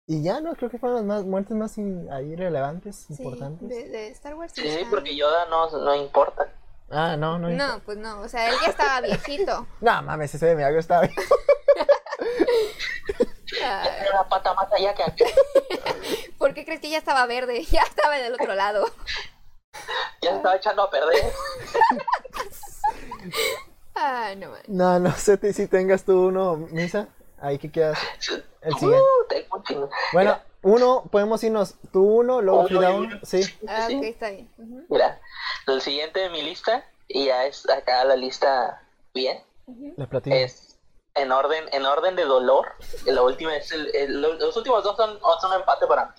Speaker 2: Y ya, no, creo que fueron las más, muertes más in- ahí relevantes,
Speaker 1: Sí,
Speaker 2: importantes.
Speaker 1: de, de Star Wars.
Speaker 3: Sí,
Speaker 1: está-
Speaker 3: porque Yoda no, no importa.
Speaker 2: Ah, no, no. No,
Speaker 1: No, pues no, o sea, él ya estaba viejito.
Speaker 2: mames, ese de milagro estaba bien.
Speaker 1: Ay.
Speaker 3: Tiene la pata más allá que acá.
Speaker 1: ¿Por qué crees que ya estaba verde? Ya estaba del otro lado.
Speaker 3: Ya se estaba echando a perder.
Speaker 1: Ah, no man.
Speaker 2: No, no sé te- si tengas tú uno, Misa. Ahí que quedas. El siguiente.
Speaker 3: Uh, tengo un chingo.
Speaker 2: Bueno, uno, podemos irnos. Tú uno, luego
Speaker 3: Uno
Speaker 2: Frida
Speaker 3: y
Speaker 2: uno.
Speaker 3: uno.
Speaker 2: Sí.
Speaker 1: Ah,
Speaker 3: Sí.
Speaker 1: ok, está bien. Ujú,
Speaker 3: Mira, el siguiente de mi lista, y ya es acá la lista bien,
Speaker 1: ujú.
Speaker 2: La platina.
Speaker 3: es en orden, en orden de dolor. La última es el, el- lo- los últimos dos son, son un empate para mí.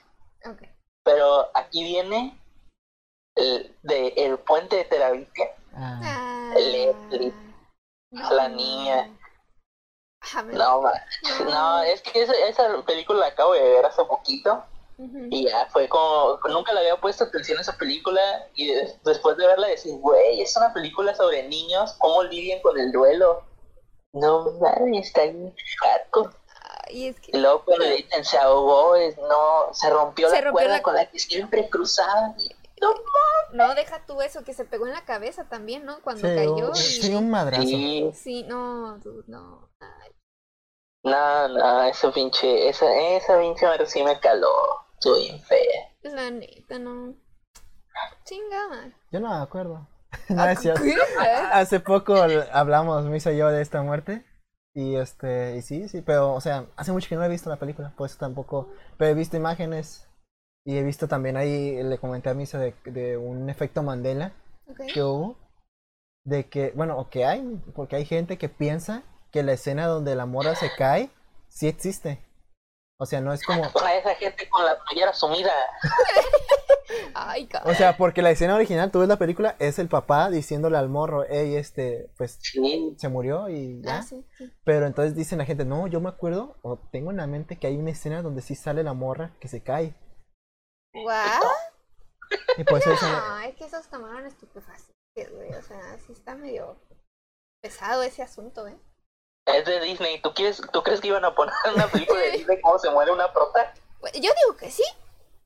Speaker 1: Ok.
Speaker 3: Pero aquí viene el, de el puente de Terabitia.
Speaker 2: Ah,
Speaker 1: Ah,
Speaker 3: Leslie.
Speaker 1: no.
Speaker 3: La niña.
Speaker 1: Ah, me-
Speaker 3: No, ma- no, es que esa, esa película la acabo de ver hace poquito.
Speaker 1: Ujú.
Speaker 3: Y ya fue como, nunca le había puesto atención a esa película y de- después de verla decir, güey, es una película sobre niños, cómo lidian con el duelo. No mames, está bien hardcore.
Speaker 1: Ay, es que
Speaker 3: Y luego cuando le dicen se ahogó, es, no, se rompió
Speaker 1: Se
Speaker 3: la
Speaker 1: rompió
Speaker 3: cuerda
Speaker 1: la
Speaker 3: con la que siempre cruzaba. Y, no,
Speaker 1: no deja tú eso que se pegó en la cabeza también, ¿no? Cuando
Speaker 2: sí,
Speaker 1: cayó.
Speaker 2: un-
Speaker 1: y-
Speaker 2: sí, un madrazo.
Speaker 3: sí,
Speaker 1: Sí, no, dude, no. Ay,
Speaker 3: no, no, esa pinche, esa, esa pinche madre sí me caló. Estuvo bien fea.
Speaker 1: la neta, no. Chingada.
Speaker 2: Yo no me acuerdo. No,
Speaker 1: Ah,
Speaker 2: es cierto.
Speaker 1: ¿Qué?
Speaker 2: Hace poco l- hablamos, Misa y yo, de esta muerte. Y este, y sí, sí, pero, o sea, hace mucho que no he visto la película, por eso tampoco. Pero he visto imágenes y he visto también ahí, le comenté a Misa de, de un efecto Mandela
Speaker 1: Ok.
Speaker 2: que hubo. De que, bueno, o que hay, porque hay gente que piensa que la escena donde la mora se cae sí existe. O sea, no es como.
Speaker 3: A esa gente con la playera sumida.
Speaker 1: Ay,
Speaker 2: O
Speaker 1: cabrón.
Speaker 2: sea, porque la escena original, tú ves la película, es el papá diciéndole al morro, hey, este, pues
Speaker 3: Sí,
Speaker 2: se murió y ya.
Speaker 1: Ah, sí, sí.
Speaker 2: Pero entonces dicen la gente, no, yo me acuerdo, o tengo en la mente que hay una escena donde sí sale la morra que se cae.
Speaker 1: ¿What?
Speaker 2: Y por eso dicen,
Speaker 1: No, es que esos tomaron estupefacientes, güey. O sea, sí está medio pesado ese asunto, ¿eh?
Speaker 3: Es de Disney. ¿Tú, quieres, ¿Tú crees que iban a poner una película de Disney cómo se muere una prota?
Speaker 1: Pues, Yo digo que sí.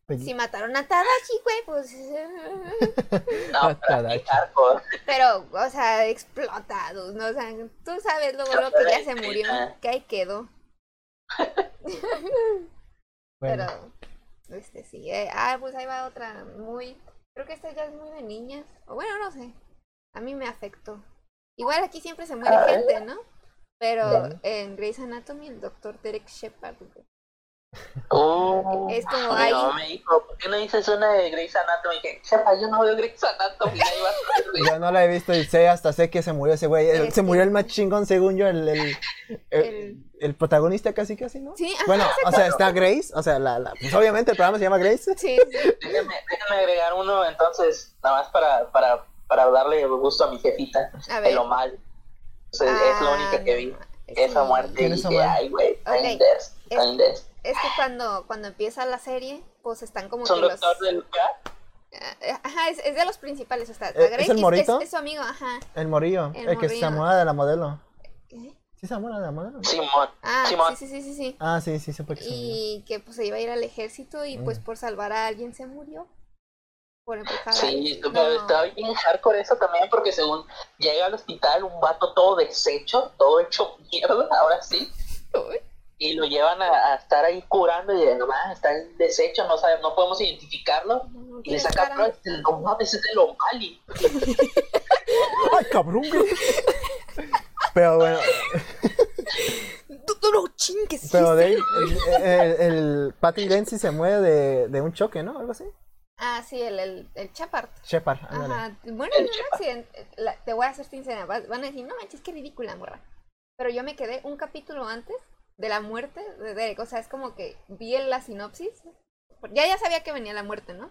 Speaker 2: "Pues,
Speaker 1: Si mataron a Tadashi, güey, pues. eh,
Speaker 2: ah,
Speaker 3: No, pero aquí hardcore.
Speaker 1: Pero, o sea, explotados, ¿no? O sea, tú sabes luego, luego que ya se murió, que ahí quedó.
Speaker 2: bueno,
Speaker 1: Pero, este sí. eh, ah, pues ahí va otra muy. Creo que esta ya es muy de niñas. O bueno, no sé. A mí me afectó. Igual aquí siempre se
Speaker 2: Ah,
Speaker 1: muere
Speaker 3: A
Speaker 2: ¿eh?
Speaker 3: ver.
Speaker 1: gente, ¿no? Pero
Speaker 2: Vale.
Speaker 1: en Grey's Anatomy, el doctor Derek Shepard. güey.
Speaker 3: Uh,
Speaker 1: Es como
Speaker 3: mi
Speaker 1: ahí.
Speaker 3: mamá me dijo, ¿por qué no dices una de Grey's Anatomy? Y dije, "Chepa, yo no veo Grey's Anatomy. Ahí va a ser, güey.
Speaker 2: yo no la he visto y sé, hasta sé que se murió ese güey. El-
Speaker 1: Es
Speaker 2: Se murió
Speaker 1: que-
Speaker 2: el más chingón, según yo, el, el, el-
Speaker 1: El-
Speaker 2: el protagonista casi casi, ¿no?
Speaker 1: Sí, ah, ajá,
Speaker 2: Bueno, o sea, está Grace, o sea, la, la- pues obviamente el programa se llama Grace.
Speaker 1: Sí, sí.
Speaker 3: Déjame, déjame agregar uno entonces, nada más para, para, para darle gusto a mi jefita.
Speaker 1: A ver.
Speaker 3: El Omal. Es, es la
Speaker 1: Ah,
Speaker 3: única que vi.
Speaker 1: no,
Speaker 3: Esa
Speaker 1: sí.
Speaker 3: muerte.
Speaker 2: ¿Quién
Speaker 3: Y
Speaker 2: es
Speaker 3: dije,
Speaker 2: Omar?
Speaker 3: ay, güey, está
Speaker 1: Ok.
Speaker 3: intenso, está
Speaker 1: Es-
Speaker 3: intenso".
Speaker 1: Es que cuando, cuando empieza la serie, pues están como
Speaker 3: Es un
Speaker 1: que los...
Speaker 3: doctor del lugar.
Speaker 1: Ah, Ajá, es, es de los principales, o sea,
Speaker 2: ¿E-, ¿Es- es
Speaker 1: Grace
Speaker 2: el morrito?
Speaker 1: Es, es su amigo, ajá.
Speaker 2: El morillo, el,
Speaker 1: El
Speaker 2: que se
Speaker 1: morrillo.
Speaker 2: enamora de la modelo.
Speaker 1: ¿Qué?
Speaker 2: ¿Sí se enamora de la modelo?
Speaker 3: Simón.
Speaker 1: Ah,
Speaker 3: Simón.
Speaker 1: sí, sí, sí, sí, sí.
Speaker 2: Ah, sí, sí, supe que se murió.
Speaker 1: Y que pues se iba a ir al ejército y pues por salvar a alguien se murió. Por empujar a
Speaker 3: Sí,
Speaker 1: alguien.
Speaker 3: pero
Speaker 1: Ah, No.
Speaker 3: estaba bien hardcore eso también, porque según llega al hospital un vato todo deshecho, todo hecho mierda, ahora sí,
Speaker 1: Uy,
Speaker 3: y lo llevan a, a estar ahí curando y de nomás está en deshecho, no sabemos, no podemos identificarlo.
Speaker 1: no, no
Speaker 3: Y le
Speaker 1: tiene
Speaker 3: saca
Speaker 1: cara.
Speaker 3: pruebas y dice, no mames, es de lo mali.
Speaker 2: ¡Ay, cabrón, güey! Pero bueno,
Speaker 1: No, no, no, chin, que sí,
Speaker 2: Pero
Speaker 1: sí.
Speaker 2: Dave, el, el, el Patrick Dempsey se muere de, de un choque, ¿no? Algo así.
Speaker 1: Ah, sí, el, el, el Chapard.
Speaker 2: Shepard, ándale.
Speaker 1: Ajá, bueno,
Speaker 3: El
Speaker 1: en un accidente, la- te voy a ser sincera, vas- van a decir, no manches, qué ridícula, morra. Pero yo me quedé un capítulo antes de la muerte de Derek, o sea, es como que vi en la sinopsis, ya ya sabía que venía la muerte, ¿no?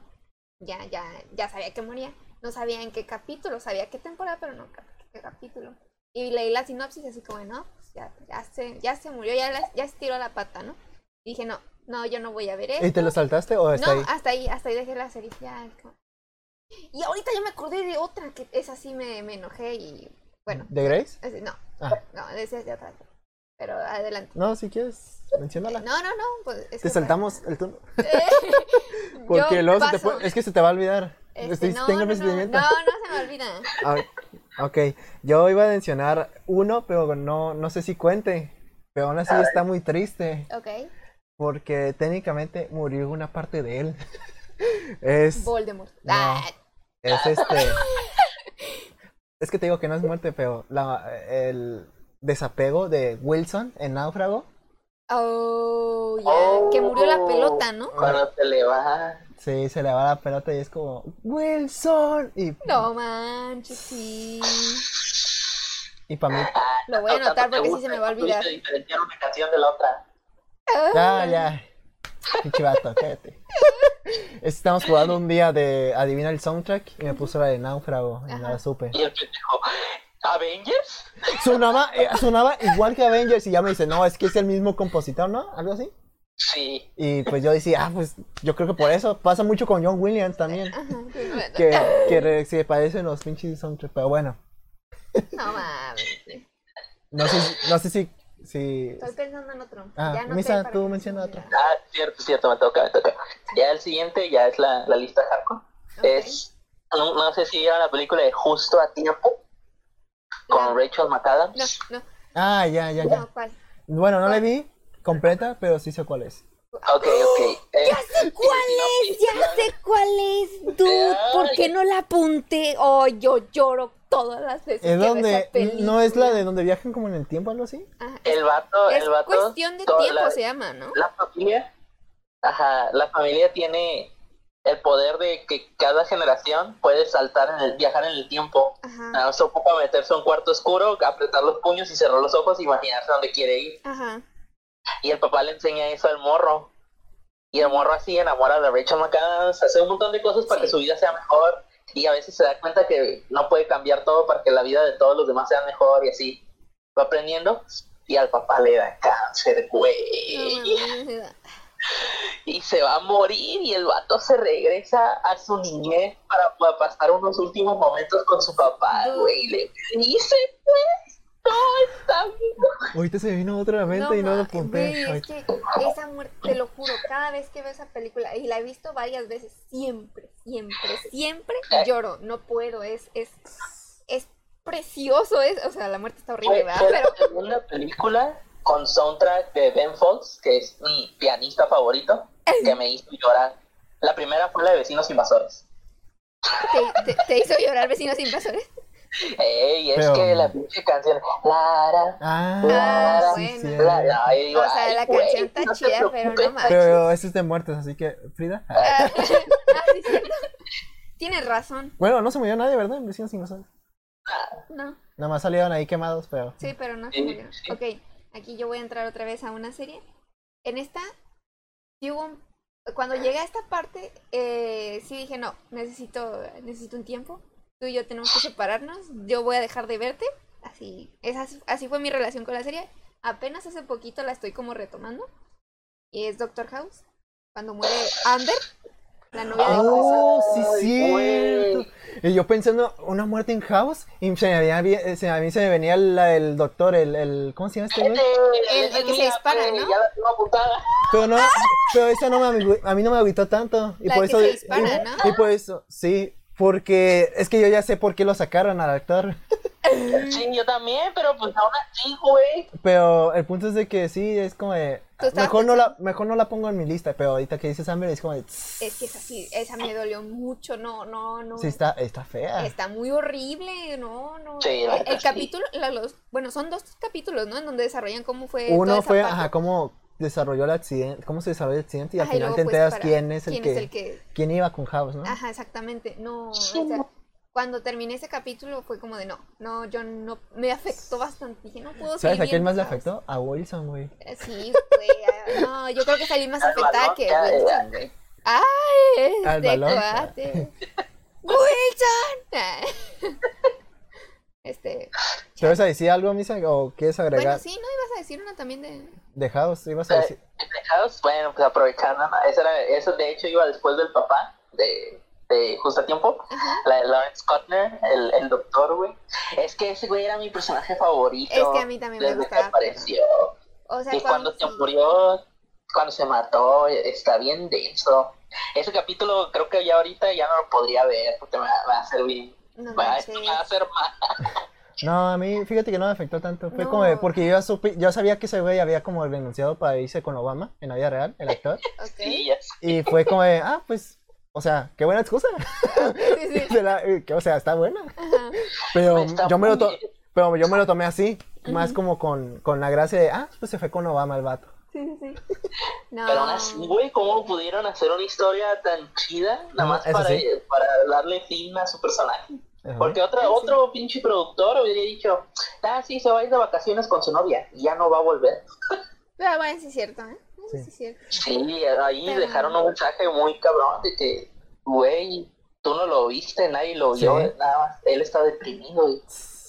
Speaker 1: Ya, ya, ya sabía que moría, no sabía en qué capítulo, sabía qué temporada, pero no cap- qué capítulo. Y leí la sinopsis así como, no, pues ya, ya, se, ya se murió, ya, la- ya estiró la pata, ¿no? Y dije, no, no, yo no voy a ver eso.
Speaker 2: ¿Y te lo saltaste o
Speaker 1: no,
Speaker 2: está
Speaker 1: ah,
Speaker 2: ahí?
Speaker 1: hasta ahí, hasta ahí dejé la serie. ya, como- Y ahorita ya me acordé de otra que esa sí me, me enojé y bueno,
Speaker 2: ¿De Grace?
Speaker 1: es- no,
Speaker 2: Ah.
Speaker 1: no, esa es de otra. Pero adelante.
Speaker 2: No, si quieres, menciónala.
Speaker 1: No, no, no, pues es
Speaker 2: Te
Speaker 1: que-
Speaker 2: saltamos el turno.
Speaker 1: Yo
Speaker 2: Porque luego se te
Speaker 1: paso.
Speaker 2: puede- es que se te va a olvidar.
Speaker 1: Este,
Speaker 2: Estoy-
Speaker 1: no,
Speaker 2: tengo
Speaker 1: no, no,
Speaker 2: presentimiento.
Speaker 1: no, no se me olvida.
Speaker 2: Ah, ok, yo iba a mencionar uno, pero no, no sé si cuente. Pero aún así está muy triste.
Speaker 1: Ok,
Speaker 2: Porque técnicamente murió una parte de él. es.
Speaker 1: Voldemort.
Speaker 2: No.
Speaker 1: Ah,
Speaker 2: Es este. Es que te digo que no es muerte, pero la, el desapego de Wilson en Náufrago.
Speaker 1: Oh, ya.
Speaker 3: Oh,
Speaker 1: que murió la pelota, ¿no?
Speaker 3: Cuando se le va.
Speaker 2: Sí, se le va la pelota y es como, Wilson. Y,
Speaker 1: No manches, sí.
Speaker 2: y para mí,
Speaker 1: Lo
Speaker 3: Ah,
Speaker 1: voy a anotar porque sí se me va a olvidar.
Speaker 3: Tuviste diferenciar una canción de la otra.
Speaker 2: ya, ya. Pinche vato, cállate. Estamos jugando un día de Adivina el soundtrack y me puso la de Náufrago y no la supe.
Speaker 3: Y el pendejo, ¿Avengers?
Speaker 2: Sonaba, eh, sonaba igual que Avengers y ya me dice, no, es que es el mismo compositor, ¿no? Algo así.
Speaker 3: Sí.
Speaker 2: Y pues yo decía, ah, pues yo creo que por eso pasa mucho con John Williams también.
Speaker 1: Ajá, sí, bueno.
Speaker 2: Que, que re- se parecen los pinches soundtracks, pero bueno.
Speaker 1: No mames.
Speaker 2: No sé, si- no sé si, si...
Speaker 1: Estoy pensando en otro.
Speaker 2: Ah,
Speaker 1: ya no
Speaker 2: Misa,
Speaker 1: sé para
Speaker 2: tú
Speaker 1: qué
Speaker 2: menciona
Speaker 1: se me
Speaker 2: otro.
Speaker 1: olvida.
Speaker 3: Ah, cierto, cierto, me toca, me toca. Ya el siguiente, ya es la, la lista hardcore.
Speaker 1: Ok.
Speaker 3: Es, no, no sé si vieron la película de Justo a Tiempo con
Speaker 1: La-
Speaker 3: Rachel McAdams.
Speaker 1: No, no,
Speaker 2: Ah, ya, ya, ya.
Speaker 1: no, ¿cuál?
Speaker 2: Bueno, no la vi completa, pero sí sé cuál es.
Speaker 3: Ok, ok. eh,
Speaker 1: Ya sé cuál es, ya sé cuál es, dude. ¿Por qué no la apunté? Oh, yo lloro todas las veces.
Speaker 2: Es
Speaker 1: que veo
Speaker 2: donde...
Speaker 1: esa película.
Speaker 2: ¿No es la de donde viajan como en el tiempo algo así?
Speaker 1: Ajá, es,
Speaker 3: El vato,
Speaker 1: es
Speaker 3: el vato.
Speaker 1: cuestión de
Speaker 3: to-
Speaker 1: tiempo,
Speaker 3: la-
Speaker 1: se llama, ¿no?
Speaker 3: la familia, ajá, la familia tiene el poder de que cada generación puede saltar en el, viajar en el tiempo.
Speaker 1: Ajá.
Speaker 3: Nada más ocupa meterse a un cuarto oscuro, apretar los puños y cerrar los ojos e imaginarse dónde quiere ir.
Speaker 1: Ajá.
Speaker 3: Y el papá le enseña eso al morro. Y el morro así enamora de Rachel McAdams, hace un montón de cosas para
Speaker 1: Sí.
Speaker 3: que su vida sea mejor. Y a veces se da cuenta que no puede cambiar todo para que la vida de todos los demás sea mejor y así. Va aprendiendo. Y al papá le da cáncer, güey.
Speaker 1: No, mames.
Speaker 3: y se va a morir y el vato se regresa a su niñez para, pa- pasar unos últimos momentos con su papá, güey. Y le dice, güey, no, está vivo.
Speaker 2: Ahorita se me vino otra a la mente y no la
Speaker 1: mames,
Speaker 2: apunté.
Speaker 1: güey,
Speaker 2: Ay,
Speaker 1: es que esa muerte, te lo juro, cada vez que veo esa película, y la he visto varias veces, siempre, siempre, siempre lloro, no puedo, es, es, es precioso, es, o sea, la muerte está horrible,
Speaker 3: Fue,
Speaker 1: ¿verdad?
Speaker 3: fue
Speaker 1: Pero,
Speaker 3: la segunda película con soundtrack de Ben Folds, que es mi pianista favorito, que me hizo llorar. La primera fue la de Vecinos Invasores.
Speaker 1: ¿te, te- te hizo llorar vecinos invasores?
Speaker 3: Ey, es
Speaker 2: Pero-
Speaker 3: que la pinche canción, Lara,
Speaker 2: Ah,
Speaker 1: Ah,
Speaker 2: sí,
Speaker 1: bueno.
Speaker 2: sí.
Speaker 3: Lara, y digo,
Speaker 1: O sea,
Speaker 3: "Ay,
Speaker 1: la
Speaker 3: güey,
Speaker 1: canción está
Speaker 3: no te
Speaker 1: chida, pero no
Speaker 3: preocupes".
Speaker 1: mames.
Speaker 2: Pero eso es de muertos, así que... Frida.
Speaker 1: Ah,
Speaker 2: ah.
Speaker 1: sí, cierto. Tienes razón,
Speaker 2: Bueno, no se murió nadie, ¿verdad? En Vecinos Invasores.
Speaker 1: no,
Speaker 2: Nada más salieron ahí quemados, pero...
Speaker 1: sí, pero no se
Speaker 3: Sí,
Speaker 1: murió.
Speaker 3: Eh, sí.
Speaker 1: Ok, aquí yo voy a entrar otra vez a una serie. En esta, sí hubo un- cuando llegué a esta parte, eh, sí dije, no, necesito, necesito un tiempo. Tú y yo tenemos que separarnos, yo voy a dejar de verte. Así, es así, así fue mi relación con la serie. Apenas hace poquito la estoy como retomando. Y es Doctor House. Cuando muere Amber, la novia de House.
Speaker 2: Oh,
Speaker 3: Ay,
Speaker 2: sí, cierto. Y yo pensando, una muerte en House. Y se me había- eh, se- a mí se me venía la- el doctor, el, el. ¿Cómo se llama este güey?
Speaker 1: el
Speaker 3: Esa es
Speaker 1: que se
Speaker 3: mía,
Speaker 1: dispara,
Speaker 3: güey,
Speaker 1: ¿no?
Speaker 3: Ya la tengo apuntada.
Speaker 2: Pero no, pero esa no me, agu- a mí no me agüitó tanto. Y
Speaker 1: Ah. La
Speaker 2: por
Speaker 1: que
Speaker 2: eso.
Speaker 1: se dispara,
Speaker 2: y-
Speaker 1: ¿no?
Speaker 2: y por eso, sí. Porque es que yo ya sé por qué lo sacaron al actor.
Speaker 3: Sí, yo también, pero pues aún así, güey.
Speaker 2: Pero el punto es de que sí, es como de.
Speaker 1: Tú estabas
Speaker 2: Mejor no, la, mejor no la pongo en mi lista, pero ahorita que dices Amber es como de. tss,
Speaker 1: Es que es así, esa me dolió mucho, no, no, no.
Speaker 2: Sí, está, está fea.
Speaker 1: Está muy horrible, no, no.
Speaker 3: Sí, la
Speaker 1: el, el
Speaker 3: neta, sí.
Speaker 1: capítulo, la- los, bueno, son dos capítulos, ¿no? En donde desarrollan cómo fue. toda
Speaker 2: Uno
Speaker 1: esa
Speaker 2: fue,
Speaker 1: parte.
Speaker 2: ajá, cómo desarrolló el accidente, cómo se desarrolló el accidente y al
Speaker 1: Ajá,
Speaker 2: final
Speaker 1: luego,
Speaker 2: te
Speaker 1: pues,
Speaker 2: enteras
Speaker 1: para-
Speaker 2: quién es el
Speaker 1: quién
Speaker 2: que.
Speaker 1: es el que
Speaker 2: quién iba con House, ¿no?
Speaker 1: Ajá, exactamente. No, o sea, cuando terminé ese capítulo fue como de no, no, yo no, me afectó bastante. Dije, no puedo
Speaker 2: ¿Sabes a
Speaker 1: seguir
Speaker 2: quién
Speaker 1: viendo
Speaker 2: más le
Speaker 1: House.
Speaker 2: afectó? A Wilson, güey.
Speaker 1: Eh, Sí, güey. ah, No, yo creo que salí más
Speaker 3: Al
Speaker 1: afectada
Speaker 3: balón,
Speaker 1: que
Speaker 3: ya,
Speaker 1: Wilson,
Speaker 3: ya.
Speaker 1: güey. ¡Ay!
Speaker 2: Al
Speaker 1: Este
Speaker 2: balón.
Speaker 1: cuate. ¡Wilson! Ah. Este.
Speaker 2: ¿Te vas a decir algo, Misa? ¿O quieres agregar
Speaker 1: Bueno, sí, Ah, ¿no ibas a decir una también de.?
Speaker 2: de House? ¿Ibas a decir?
Speaker 3: Eh, dejados, bueno, pues aprovechando, ¿no? esa era, eso de hecho iba después del papá, de, de justo a tiempo, la de Lawrence Cutner, el, el doctor, güey. Es que ese güey era mi personaje favorito.
Speaker 1: Es que a mí también me
Speaker 3: desde que
Speaker 1: gustaba.
Speaker 3: apareció.
Speaker 1: O sea,
Speaker 3: Y cuando se
Speaker 1: sí.
Speaker 3: murió, cuando se mató, está bien denso. Ese capítulo creo que ya ahorita ya no lo podría ver porque me, va a hacer bien.
Speaker 1: No
Speaker 3: me va-
Speaker 1: manches.
Speaker 3: me va a hacer mal.
Speaker 2: No, a mí, fíjate que no me afectó tanto. Fue
Speaker 1: No.
Speaker 2: como de- porque yo ya supe, yo sabía que ese güey había como renunciado para irse con Obama en la vida real, el actor.
Speaker 1: Ok.
Speaker 3: Sí, ya sé.
Speaker 2: Y fue como de, ah, pues O sea, qué buena excusa.
Speaker 1: Sí, sí.
Speaker 2: Se la- eh, que, o sea, está buena.
Speaker 1: Ajá.
Speaker 2: Pero
Speaker 3: Pues, Está
Speaker 2: yo, me lo
Speaker 3: muy
Speaker 2: to-
Speaker 3: bien.
Speaker 2: pero yo me lo tomé así, más como con, con la gracia de, ah, pues se fue con Obama el vato.
Speaker 1: Sí, sí, sí. No.
Speaker 3: Pero aún así, güey, ¿cómo pudieron hacer una historia tan chida? Nada
Speaker 2: No,
Speaker 3: más
Speaker 2: Ah, eso
Speaker 3: para,
Speaker 2: sí.
Speaker 3: para darle fin a su personaje.
Speaker 2: Ajá.
Speaker 3: Porque otra, otro pinche productor hubiera dicho, ah, sí, se va a ir de vacaciones con su novia y ya no va a volver.
Speaker 1: Pero bueno, sí es cierto, ¿eh? Eso
Speaker 2: Sí.
Speaker 1: sí es cierto.
Speaker 3: Sí, ahí
Speaker 1: Pero-
Speaker 3: dejaron un mensaje muy cabrón de que, güey, tú no lo viste, nadie lo
Speaker 2: Sí.
Speaker 3: vio, nada más, él está deprimido y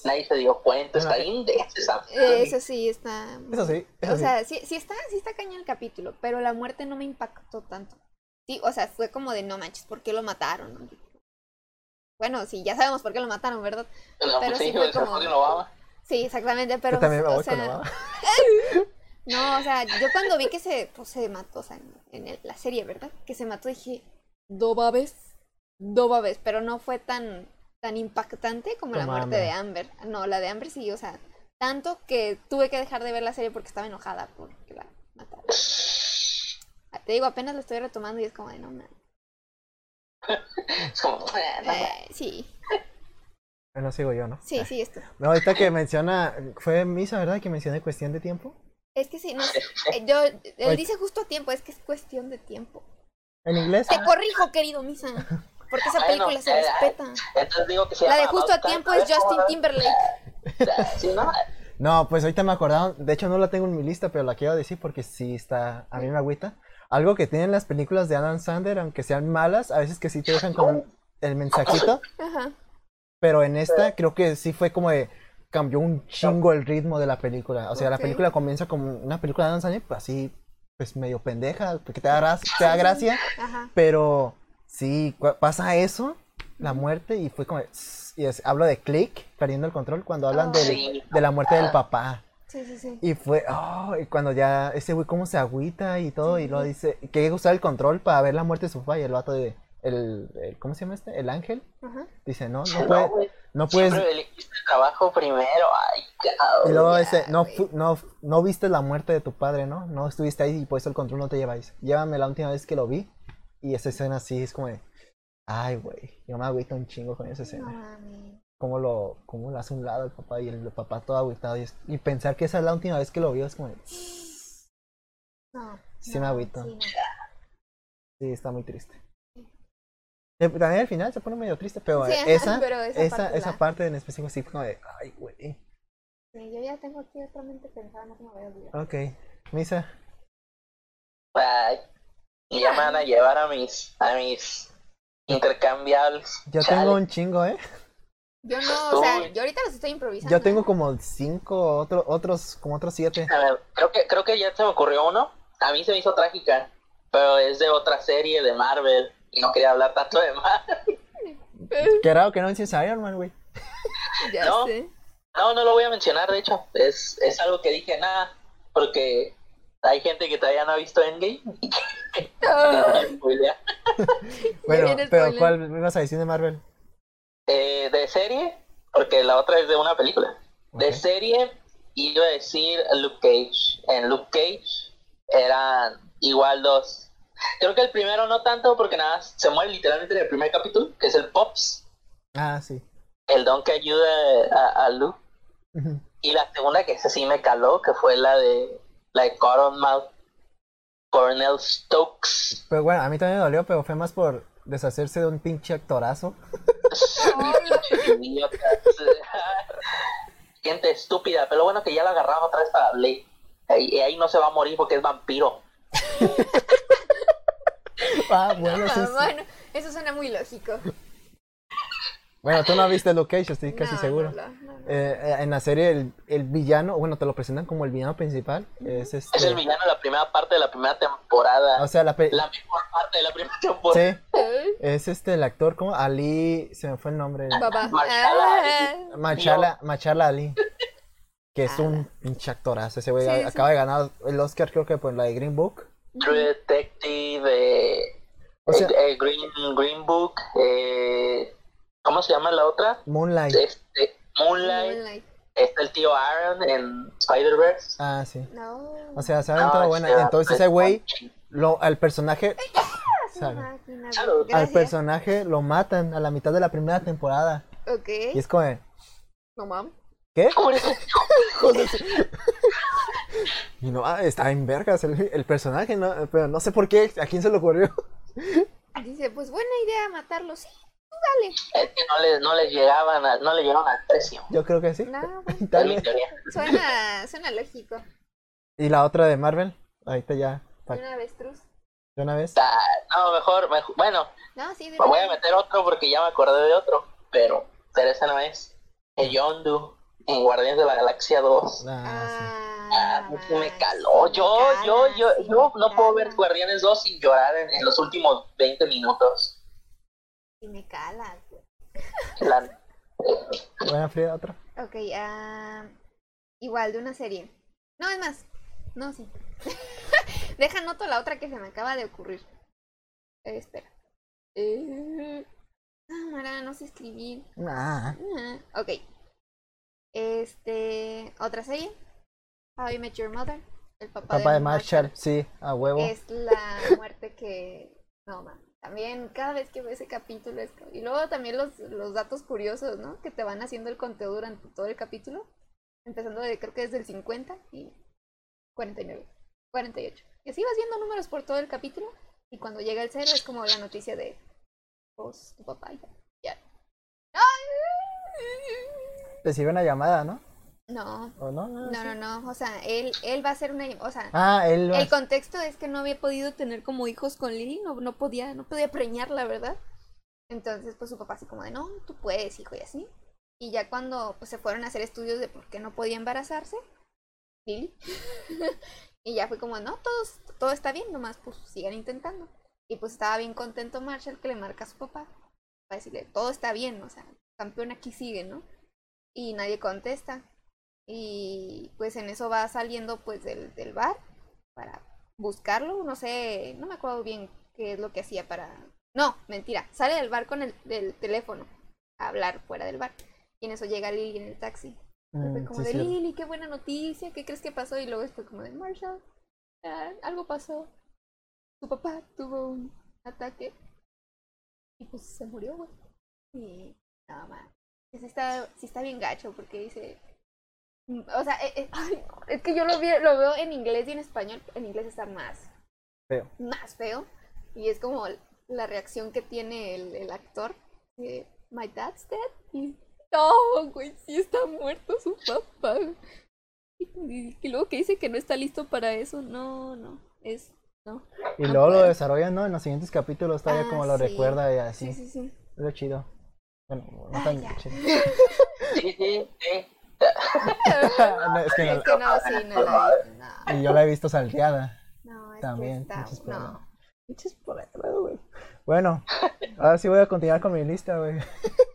Speaker 3: nadie se dio cuenta,
Speaker 2: Bueno,
Speaker 3: está indecente.
Speaker 1: Eh, eso sí está.
Speaker 2: Eso sí, eso
Speaker 1: O
Speaker 2: sí.
Speaker 1: sea, sí, sí está, sí está cañón el capítulo, pero la muerte no me impactó tanto. Sí, o sea, fue como de no manches, ¿por qué lo mataron? Bueno, sí, ya sabemos por qué lo mataron, ¿verdad? pero
Speaker 3: No, pues
Speaker 1: sí
Speaker 3: sí,
Speaker 1: fue
Speaker 3: se fue
Speaker 1: como-
Speaker 3: con Obama.
Speaker 1: Sí, exactamente, pero
Speaker 2: Yo también me
Speaker 1: o
Speaker 2: voy
Speaker 1: sea,
Speaker 2: con Obama.
Speaker 1: No, o sea, yo cuando vi que se, pues, se mató, o sea, en, en el- la serie, ¿verdad? Que se mató, dije, ¿doba vez? ¿Doba vez? Pero no fue tan, tan impactante como la
Speaker 2: Como
Speaker 1: muerte de Amber. No, la de Amber sí, o sea, tanto que tuve que dejar de ver la serie porque estaba enojada porque la mataron. Ah, Te digo, apenas la estoy retomando y es como de no man.
Speaker 3: Es como, "Ah, no,
Speaker 1: Eh, sí,
Speaker 2: Bueno, sigo yo, ¿no?
Speaker 1: sí, sí, esto.
Speaker 2: No, ahorita que menciona, fue Misa, ¿verdad? Que mencioné cuestión de tiempo.
Speaker 1: Es que sí, no sé. eh, Yo, él
Speaker 2: Ay.
Speaker 1: dice justo a tiempo, es que es cuestión de tiempo.
Speaker 2: En inglés.
Speaker 1: Te corrijo, querido Misa, porque esa
Speaker 3: Ah. Bueno,
Speaker 1: película se
Speaker 3: eh,
Speaker 1: respeta.
Speaker 3: Entonces digo que se
Speaker 1: La de
Speaker 3: llama
Speaker 1: justo a
Speaker 3: About Time,
Speaker 1: tiempo
Speaker 3: ver
Speaker 1: es
Speaker 3: cómo
Speaker 1: Justin
Speaker 3: la-
Speaker 1: Timberlake.
Speaker 3: Sí, no,
Speaker 2: No, pues ahorita me acordaron, de hecho no la tengo en mi lista, pero la quiero decir porque sí está, a mí me agüita. Algo que tienen las películas de Alan Sander, aunque sean malas, a veces que sí te dejan con el mensajito,
Speaker 1: Ajá.
Speaker 2: pero en esta creo que sí fue como de, cambió un chingo el ritmo de la película. O sea, la
Speaker 1: Ok.
Speaker 2: película comienza como una película de Alan Sander, pues así, pues medio pendeja, que te da, gra- te da gracia,
Speaker 1: Ajá.
Speaker 2: pero sí, cu- pasa eso, la muerte, y fue como, de, "Tss", y es- hablo de Click, perdiendo el control, cuando hablan
Speaker 1: Oh.
Speaker 2: del-
Speaker 3: Sí.
Speaker 2: de la muerte del papá.
Speaker 1: Sí, sí, sí.
Speaker 2: Y fue, oh, y cuando ya ese güey cómo se agüita y todo, y lo dice, y quería usar el control para ver la muerte de su papá, y el vato de, el, el- ¿cómo se llama este? El ángel,
Speaker 1: Ajá.
Speaker 2: dice, no,
Speaker 3: No,
Speaker 2: no, puede-
Speaker 3: güey.
Speaker 2: no puedes,
Speaker 3: Siempre elegiste el trabajo primero. Ay,
Speaker 2: y
Speaker 3: cabrón.
Speaker 2: luego
Speaker 1: Ya,
Speaker 2: dice, no,
Speaker 1: güey.
Speaker 2: fu- no, no viste la muerte de tu padre, ¿no? No estuviste ahí y por eso el control no te lleváis. Llévame la última vez que lo vi, y esa escena así es como de, ay, güey, yo me agüito un chingo con
Speaker 1: No
Speaker 2: esa escena.
Speaker 1: mames.
Speaker 2: Cómo lo, cómo lo hace un lado el papá, y el, papá todo agüitado, y, es- y pensar que esa es la última vez que lo vio es como de,
Speaker 1: No.
Speaker 2: Sí
Speaker 1: no,
Speaker 2: me agüito.
Speaker 1: sí, no.
Speaker 2: Sí, está muy triste. Eh, También al final se pone medio triste, pero
Speaker 1: Sí,
Speaker 2: eh,
Speaker 1: ajá,
Speaker 2: esa,
Speaker 1: pero esa
Speaker 2: esa, esa,
Speaker 1: parte
Speaker 2: parte,
Speaker 1: la-
Speaker 2: en específico sí fue como de, ay, güey.
Speaker 1: Sí, yo ya tengo aquí otra mente pensada, no se me voy a olvidar.
Speaker 2: Ok, Misa.
Speaker 3: Ay, y ya me van a llevar a mis, a mis intercambiables.
Speaker 2: Yo
Speaker 3: Chale.
Speaker 2: tengo un chingo, ¿eh?
Speaker 1: Yo no, o sea,
Speaker 3: Uy.
Speaker 1: yo ahorita los estoy improvisando.
Speaker 2: Yo tengo como cinco, otro, otros, como otros siete.
Speaker 3: A ver, creo que, creo que ya se me ocurrió uno. A mí se me hizo trágica, pero es de otra serie de Marvel. Y no quería hablar tanto de Marvel.
Speaker 2: Qué raro que no dices Iron Man, güey.
Speaker 1: Ya
Speaker 3: No.
Speaker 1: sé.
Speaker 3: No, no lo voy a mencionar, de hecho. Es, es algo que dije nada, porque hay gente que todavía no ha visto Endgame.
Speaker 1: Ah,
Speaker 2: Bueno,
Speaker 1: viene el
Speaker 2: pero
Speaker 1: spoiler.
Speaker 2: ¿cuál me ibas a decir de Marvel?
Speaker 3: Eh, de serie, porque la otra es de una película. De
Speaker 2: Ok.
Speaker 3: serie, iba a decir Luke Cage. En Luke Cage eran igual dos. Creo que el primero no tanto, porque nada, más se muere literalmente en el primer capítulo, que es el Pops,
Speaker 2: Ah, sí.
Speaker 3: el don que ayuda a, a Luke.
Speaker 2: Ujú.
Speaker 3: Y la segunda, que esa sí me caló, que fue la de, la de Coronel- Coronel Stokes.
Speaker 2: Pero bueno, a mí también me dolió, pero fue más por deshacerse de un pinche actorazo.
Speaker 3: Idiotas. Gente estúpida, pero bueno que ya la agarraron otra vez para Blade. Y ahí no se va a morir porque es vampiro.
Speaker 2: Ah, bueno, sí, sí.
Speaker 1: bueno, eso suena muy lógico.
Speaker 2: Bueno, tú no viste Luke Cage, estoy casi
Speaker 1: No,
Speaker 2: seguro.
Speaker 1: no, no, no.
Speaker 2: Eh, eh, en la serie el, el villano, bueno, te lo presentan como el villano principal, es este,
Speaker 3: Es el villano de la primera parte de la primera temporada.
Speaker 2: o sea, la, pe-
Speaker 3: la mejor parte de la primera temporada.
Speaker 2: sí, es este el actor como Ali, se me fue el nombre,
Speaker 1: Papá.
Speaker 3: Marchala.
Speaker 2: Machala, Machala Ali, que es un pinche actorazo, ese güey
Speaker 1: Ah. Sí,
Speaker 2: a-
Speaker 1: sí.
Speaker 2: acaba de ganar el Oscar creo que por la de Green Book,
Speaker 1: Ah.
Speaker 3: True Detective, eh,
Speaker 2: o sea,
Speaker 3: eh, eh, Green, Green Book, eh, ¿cómo se llama la otra?
Speaker 2: Moonlight,
Speaker 3: Este,
Speaker 1: Ah,
Speaker 3: Moonlight,
Speaker 1: Moonlight.
Speaker 3: está el tío Aaron en Spider-Verse.
Speaker 2: ah sí,
Speaker 1: No.
Speaker 2: o sea, se
Speaker 3: No,
Speaker 2: aventado
Speaker 3: este,
Speaker 2: buena, entonces ese güey,
Speaker 3: Punching.
Speaker 2: lo, al personaje, Sale.
Speaker 1: máquina.
Speaker 3: Salud.
Speaker 2: Al
Speaker 1: Gracias.
Speaker 2: personaje lo matan a la mitad de la primera temporada. Y
Speaker 1: Ok.
Speaker 2: pues, es como, de,
Speaker 1: No mames.
Speaker 2: ¿qué?
Speaker 3: Por eso,
Speaker 2: Hijos de su- y no, ah, está en vergas el, el personaje, ¿no? pero no sé por qué, ¿a quién se le ocurrió?
Speaker 1: Dice, pues buena idea matarlo, sí.
Speaker 3: es que no les, no les llegaban a- no le llegaban al precio.
Speaker 2: Yo creo que sí.
Speaker 1: No, güey.
Speaker 2: Tal
Speaker 3: Es mi
Speaker 2: vez.
Speaker 3: teoría.
Speaker 1: Suena, suena lógico.
Speaker 2: Y la otra de Marvel, ahorita ya, pa- de
Speaker 1: Una avestruz.
Speaker 2: una vez. Ah,
Speaker 3: Ta- No, mejor, mejor- bueno,
Speaker 1: No, sí, de
Speaker 3: me voy a
Speaker 1: verdad.
Speaker 3: meter otro porque ya me acordé de otro, pero, pero esa no es. El Yondu en Guardianes de la Galaxia 2.
Speaker 2: Ah,
Speaker 1: Ah,
Speaker 3: Ah, me
Speaker 1: va,
Speaker 3: caló.
Speaker 1: sí, me
Speaker 3: Yo, yo,
Speaker 1: cala,
Speaker 3: yo,
Speaker 1: sí,
Speaker 3: yo
Speaker 1: me
Speaker 3: no puedo
Speaker 1: cala,
Speaker 3: ver Guardianes 2 sin llorar en, en los últimos 20 minutos.
Speaker 1: Sí, me cala. güey.
Speaker 3: La-
Speaker 2: sí. Buena Frida, otra.
Speaker 1: Ok, ah, igual, de una serie. No, es más. No, sí. Deja noto la otra que se me acaba de ocurrir. Eh, espera. Eh, cámara, no sé escribir.
Speaker 2: Ah,
Speaker 1: Ah, Ok. Este. Otra serie. How I Met Your Mother. El papá,
Speaker 2: papá de Marshall, sí, a huevo.
Speaker 1: Es la muerte que. No, man. También cada vez que veo ese capítulo. es como- Y luego también los, los datos curiosos, ¿no? Que te van haciendo el conteo durante todo el capítulo. Empezando de, creo que desde el 50 y 49, 48. Y así vas viendo números por todo el capítulo. Y cuando llega el cero es como la noticia de. Vos, tu papá, ya. ya.
Speaker 2: Recibe una llamada, ¿no?
Speaker 1: No,
Speaker 2: ¿O no? Ah, sí.
Speaker 1: No, no, no, o sea, él, él va a ser una, o sea,
Speaker 2: Ah, él va-
Speaker 1: el contexto es que no había podido tener como hijos con Lily, no, no podía, no podía preñarla, ¿verdad? Entonces, pues su papá así como de, no, tú puedes, hijo, y así. Y ya cuando pues, se fueron a hacer estudios de por qué no podía embarazarse, Lily, y ya fue como, no, todos, todo está bien, nomás pues sigan intentando. Y pues estaba bien contento Marshall que le marca a su papá para decirle, todo está bien, o sea, campeón aquí sigue, ¿no? Y nadie contesta. Y pues en eso va saliendo pues del, del bar para buscarlo, no sé, no me acuerdo bien qué es lo que hacía para... No, mentira, sale del bar con el del teléfono a hablar fuera del bar. Y en eso llega Lily en el taxi. Y fue
Speaker 2: Mm,
Speaker 1: como
Speaker 2: sí,
Speaker 1: de
Speaker 2: cierto.
Speaker 1: Lily, qué buena noticia, ¿qué crees que pasó? Y luego fue como de Marshall, ah, algo pasó. Tu papá tuvo un ataque y pues se murió, güey. Y nada más. Sí está, sí está bien gacho porque dice... mm, O sea, eh, eh, ay, no, es que yo lo, vi- lo veo en inglés y en español. En inglés está más
Speaker 2: Feo.
Speaker 1: más feo. Y es como la reacción que tiene el, el actor. de, My dad's dead. Y no, güey, sí está muerto su papá. Y, y- y luego que dice que no está listo para eso. No, no. Es.
Speaker 2: Y
Speaker 1: Ah,
Speaker 2: luego lo
Speaker 1: pues.
Speaker 2: desarrollan, ¿no? En los siguientes capítulos todavía
Speaker 1: Ah,
Speaker 2: como lo
Speaker 1: sí.
Speaker 2: recuerda y así.
Speaker 1: Sí, sí, sí.
Speaker 2: Es lo chido. Bueno, no
Speaker 1: Ah,
Speaker 2: tan
Speaker 1: ya.
Speaker 2: chido.
Speaker 3: sí, sí, sí.
Speaker 2: No, es que
Speaker 1: Es que no, sí, no la he visto, No,
Speaker 2: no. Y yo la he visto salteada
Speaker 1: no, es
Speaker 2: también.
Speaker 1: que
Speaker 2: pinches
Speaker 1: está.
Speaker 2: problemas.
Speaker 1: No.
Speaker 2: Pinches problemas, güey. Bueno, ahora sí voy a continuar con mi lista, güey.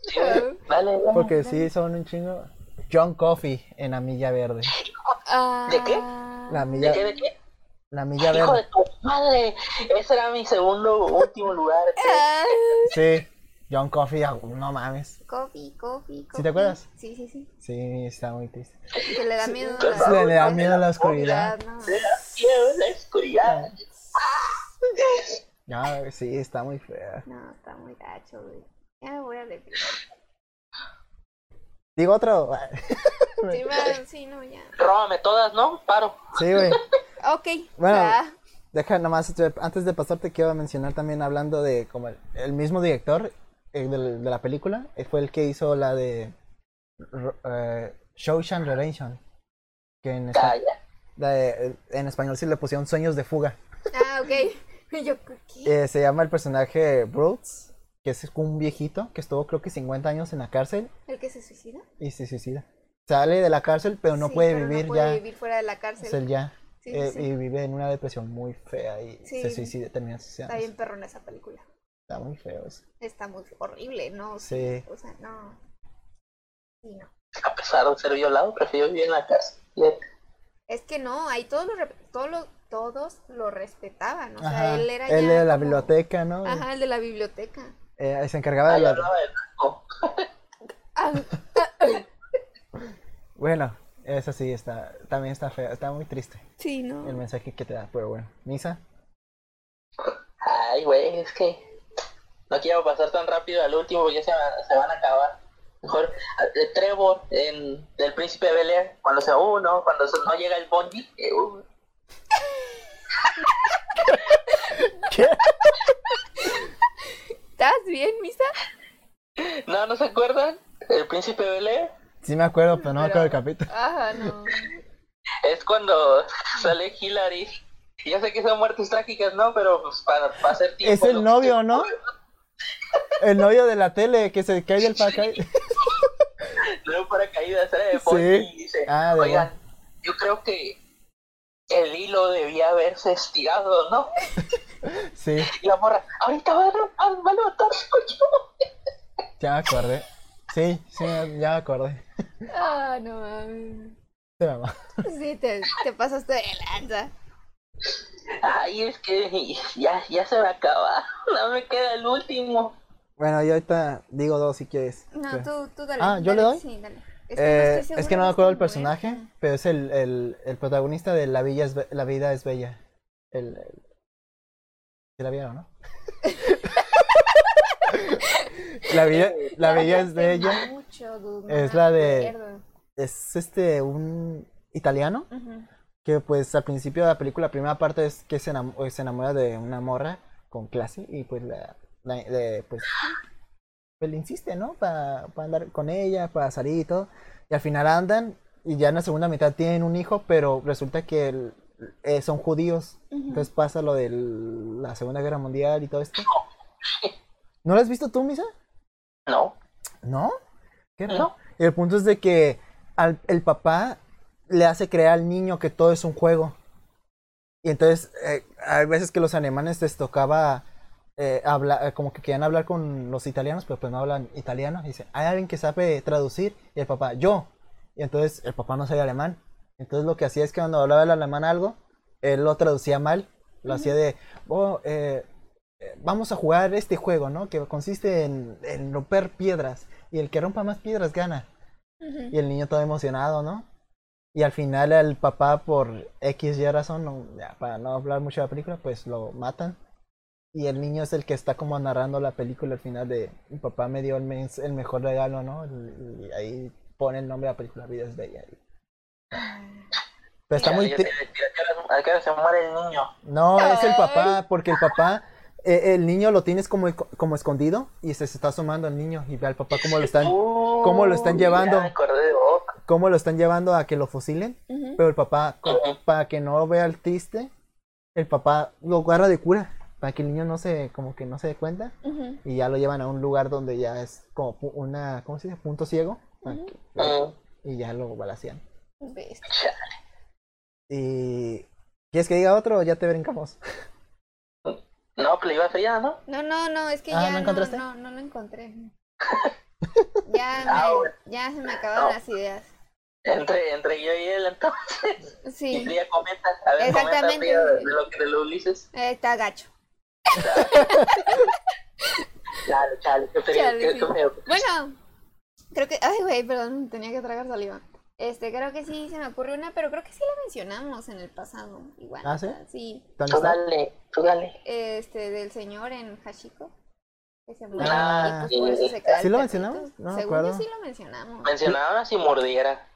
Speaker 3: Sí, Dale, dale.
Speaker 2: Porque sí, son un chingo. John Coffey en la milla verde.
Speaker 1: Ah.
Speaker 3: ¿De qué?
Speaker 2: La
Speaker 3: ¿De
Speaker 2: milla,
Speaker 3: qué, de qué?
Speaker 2: la milla
Speaker 3: Hijo de
Speaker 2: verde.
Speaker 3: tu madre. Ese era mi segundo último lugar.
Speaker 1: Ah,
Speaker 2: Sí, John Coffey, ah, no mames.
Speaker 1: coffee, coffee, coffee.
Speaker 2: te acuerdas?
Speaker 1: Sí, sí, sí.
Speaker 2: Sí, está muy triste.
Speaker 1: Que le da miedo.
Speaker 3: Pues,
Speaker 1: a la-
Speaker 2: Le da miedo a la
Speaker 1: Ah,
Speaker 2: oscuridad.
Speaker 1: no.
Speaker 3: Miedo en la oscuridad.
Speaker 2: No, güey, sí, está muy fea.
Speaker 1: No, está muy gacho, güey. Ya me voy a decir.
Speaker 2: Digo otro.
Speaker 1: Sí, va, sí, no, ya.
Speaker 3: Róbame todas, ¿no? Paro.
Speaker 2: Sí, güey.
Speaker 1: Ok.
Speaker 2: Bueno,
Speaker 1: va.
Speaker 2: Deja nomás, este, antes de pasar te quiero mencionar también hablando de como el, el mismo director eh, del- de, la película, eh, fue el que hizo la de Ro- eh, Shawshank Redemption, que en, espa-
Speaker 3: Calla.
Speaker 2: la de- en español sí le pusieron Sueños de Fuga.
Speaker 1: Ah, ok. Y Yo, ¿qué?
Speaker 2: Eh, se llama el personaje Brooks, que es un viejito que estuvo creo que 50 años en la cárcel
Speaker 1: ¿El que se suicida?
Speaker 2: y se suicida. Sale de la cárcel pero no
Speaker 1: Sí,
Speaker 2: puede
Speaker 1: pero
Speaker 2: vivir
Speaker 1: no puede
Speaker 2: ya,
Speaker 1: vivir fuera de la cárcel.
Speaker 2: es el ya.
Speaker 1: Sí,
Speaker 2: eh,
Speaker 1: sí, sí.
Speaker 2: Y vive en una depresión muy fea y
Speaker 1: Sí.
Speaker 2: se suicida, termina
Speaker 1: Está
Speaker 2: suicidándose.
Speaker 1: bien perrona esa película.
Speaker 2: Está muy feo eso.
Speaker 1: Está muy horrible, ¿no?
Speaker 2: Sí.
Speaker 1: O sea, no. Sí, no.
Speaker 3: A pesar de ser violado, prefiero vivir en la casa.
Speaker 1: Es que no, ahí todos lo, re- todos lo, todos lo respetaban. O sea,
Speaker 2: Ajá.
Speaker 1: él era
Speaker 2: Él
Speaker 1: ya
Speaker 2: de la
Speaker 1: como-
Speaker 2: biblioteca, ¿no?
Speaker 1: Ajá, el de la biblioteca.
Speaker 2: Eh, se encargaba
Speaker 3: Ah,
Speaker 2: de
Speaker 3: yo
Speaker 2: la...
Speaker 3: hablaba de narco.
Speaker 1: Ah,
Speaker 2: Bueno, esa sí está... También está fea. Está muy triste
Speaker 1: sí, no.
Speaker 2: el mensaje que te da, pero bueno. ¿Misa?
Speaker 3: Ah, Ay, güey, es que no quiero pasar tan rápido al último porque ya se, va- se van a acabar. Mejor eh, Trevor en El Príncipe de Bel Air, cuando se uno, cuando se- no llega el uh, Bonji.
Speaker 2: ¿Qué?
Speaker 1: ¿Estás bien, Misa?
Speaker 3: no, ¿no se acuerdan? El Príncipe de Bel Air
Speaker 2: Sí me acuerdo, pero no me acuerdo del
Speaker 1: Pero-
Speaker 2: capítulo.
Speaker 1: Ajá, no.
Speaker 3: es cuando sale Hillary. Yo sé que son muertes trágicas, ¿no? Pero pues para, para hacer tiempo.
Speaker 2: Es el
Speaker 3: lo que-
Speaker 2: novio, ¿no? El novio de la tele que se cae del paracaídas.
Speaker 3: Luego paracaídas, sale de
Speaker 2: Sí.
Speaker 3: Bonnie y dice,
Speaker 2: Ah, de
Speaker 3: oigan, yo creo que el hilo debía haberse estirado, ¿no?
Speaker 2: Sí,
Speaker 3: Y la morra, ahorita va a, va- va a levantar su cuello".
Speaker 2: ya me acordé. Sí, sí, ya me acordé.
Speaker 1: Ah, no mames.
Speaker 2: Se mamó.
Speaker 1: Sí, te, te pasaste de lanza.
Speaker 3: Ay, es que ya, ya se me acaba. No me queda el último.
Speaker 2: Bueno, yo ahorita digo dos si quieres.
Speaker 1: No,
Speaker 2: Pero-
Speaker 1: tú, tú dale.
Speaker 2: Ah, ¿yo le
Speaker 1: dale,
Speaker 2: doy?
Speaker 1: Sí, dale.
Speaker 2: Eh,
Speaker 1: estoy
Speaker 2: es que
Speaker 1: segura
Speaker 2: no me
Speaker 1: de
Speaker 2: acuerdo el
Speaker 1: esta mujer.
Speaker 2: personaje, pero es el, el, el protagonista de La, Villa es Be- La vida es bella. El, el- ¿Sí la vieron, no? la, vida, la
Speaker 1: Ya
Speaker 2: bella
Speaker 1: hace
Speaker 2: es bella.
Speaker 1: mucho, dude, no
Speaker 2: Es
Speaker 1: me
Speaker 2: la de-
Speaker 1: acuerdo.
Speaker 2: Es este un italiano
Speaker 1: Ujú.
Speaker 2: que pues al principio de la película, la primera parte es que se enam- eh, se enamora, de una morra con clase y pues la, la- le- pues, pues, le insiste, ¿no? Para andar con ella, para salir y todo. Y al final andan y ya en la segunda mitad tienen un hijo, pero resulta que el- eh, son judíos. Entonces pasa lo de la Segunda Guerra Mundial y todo esto. ¿No lo has visto tú, Misa?
Speaker 3: No,
Speaker 2: ¿No? ¿Qué raro.
Speaker 3: No.
Speaker 2: Y el punto es de que al- el papá le hace creer al niño que todo es un juego. Y entonces eh, hay veces que los alemanes les tocaba eh, habla- eh, como que querían hablar con los italianos, pero pues no hablan italiano. Y dice, hay alguien que sabe traducir. Y el papá, yo. Y entonces el papá no sabía alemán. Entonces lo que hacía es que cuando hablaba el alemán algo, él lo traducía mal. Lo hacía de, oh, eh, eh, vamos a jugar este juego, ¿no? Que consiste en, en romper piedras. Y el que rompa más piedras gana.
Speaker 1: Ujú.
Speaker 2: Y el niño todo emocionado, ¿no? Y al final el papá por X y razón, no- ya, para no hablar mucho de la película, pues lo matan. Y el niño es el que está como narrando la película al final de mi papá me dio el, mens- el mejor regalo, ¿no? Y, y ahí pone el nombre de la película, Vida es Bella. Y- Pero está
Speaker 3: Ya,
Speaker 2: muy
Speaker 3: ya
Speaker 2: tri-
Speaker 3: sé, ¿a qué hora- ¿A qué hora se muere el niño?
Speaker 2: no, es el
Speaker 1: Ay.
Speaker 2: papá, porque el papá, eh, el niño lo tienes como, como escondido y se, se está asomando al niño y ve al papá cómo lo están, cómo lo están
Speaker 3: Uy,
Speaker 2: llevando?
Speaker 3: ya me acordé de otra.
Speaker 2: cómo lo están llevando a que lo fusilen,
Speaker 1: Ujú.
Speaker 2: pero el papá, co- para que no vea el triste, el papá lo agarra de cura, para que el niño no se, como que no se dé cuenta
Speaker 1: Ujú.
Speaker 2: y ya lo llevan a un lugar donde ya es como pu- una, ¿cómo se dice? Punto ciego para que-
Speaker 3: Mm,
Speaker 2: y ya lo balacean.
Speaker 1: Bestia.
Speaker 3: chale.
Speaker 2: Y ¿quieres que diga otro o ya te brincamos?
Speaker 3: No, pues le iba a hacer ya, ¿no?
Speaker 1: No, no, no, es que
Speaker 2: Ah,
Speaker 1: ya
Speaker 2: ¿no
Speaker 1: no,
Speaker 2: encontraste?
Speaker 1: no, no lo encontré. ya, me, ya se me acabaron las ideas.
Speaker 3: Entre, entre yo y él, entonces. Y
Speaker 1: Sí,
Speaker 3: Frida comenta. A ver, comenta
Speaker 1: Exactamente.
Speaker 3: Frida de, de lo que de lo Ulises.
Speaker 1: eh, está gacho.
Speaker 3: Chale, chale, qué feo,
Speaker 1: Chale,
Speaker 3: qué-
Speaker 1: sí.
Speaker 3: qué feo.
Speaker 1: Bueno, creo que. Ay, güey, perdón, tenía que tragar saliva. Este, creo que sí se me ocurre una, pero creo que sí la mencionamos en el pasado. Igual.
Speaker 2: ¿Ah,
Speaker 1: o
Speaker 2: sí?
Speaker 1: sea, Sí.
Speaker 2: ¿Dónde
Speaker 3: Tú
Speaker 2: está?
Speaker 3: dale, tú dale.
Speaker 1: Este, del señor en Hashiko. Que se murió.
Speaker 2: Ah,
Speaker 1: y pues por eso se cae
Speaker 2: ¿sí
Speaker 1: el perrito.
Speaker 2: lo mencionamos? No me
Speaker 1: Según yo
Speaker 2: acuerdo.
Speaker 1: sí lo mencionamos.
Speaker 3: Mencionaban si mordiera.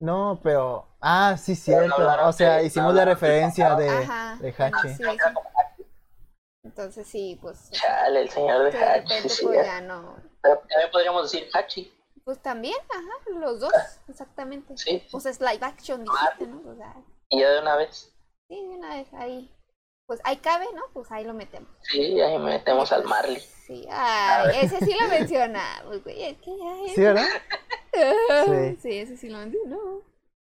Speaker 2: No, pero ah, sí
Speaker 3: Pero
Speaker 2: cierto,
Speaker 3: hablaron
Speaker 2: o sea,
Speaker 3: de-
Speaker 2: hicimos la
Speaker 3: hablaron de-
Speaker 2: referencia de
Speaker 1: Ajá.
Speaker 2: de Hachi.
Speaker 1: Sí, sí. Entonces sí, pues.
Speaker 3: Chale, el señor
Speaker 1: que
Speaker 3: de
Speaker 1: de
Speaker 3: Hachi.
Speaker 1: repente,
Speaker 3: sí,
Speaker 1: pues
Speaker 3: ya.
Speaker 1: ya no.
Speaker 3: Pero También podríamos decir Hachi.
Speaker 1: Pues también, ajá, los dos, exactamente.
Speaker 3: Sí.
Speaker 1: Pues es live action, dijiste, ¿no? Pues ah,
Speaker 3: Y ya de una vez.
Speaker 1: sí, de una vez ahí. Pues ahí cabe, ¿no? Pues ahí lo metemos.
Speaker 3: Sí, ahí metemos al Marley.
Speaker 1: Sí, ay, ese sí lo mencionamos, güey. Es que ya
Speaker 2: Sí, ¿verdad?
Speaker 1: es.
Speaker 2: Sí.
Speaker 1: Sí. ese sí lo mencionamos.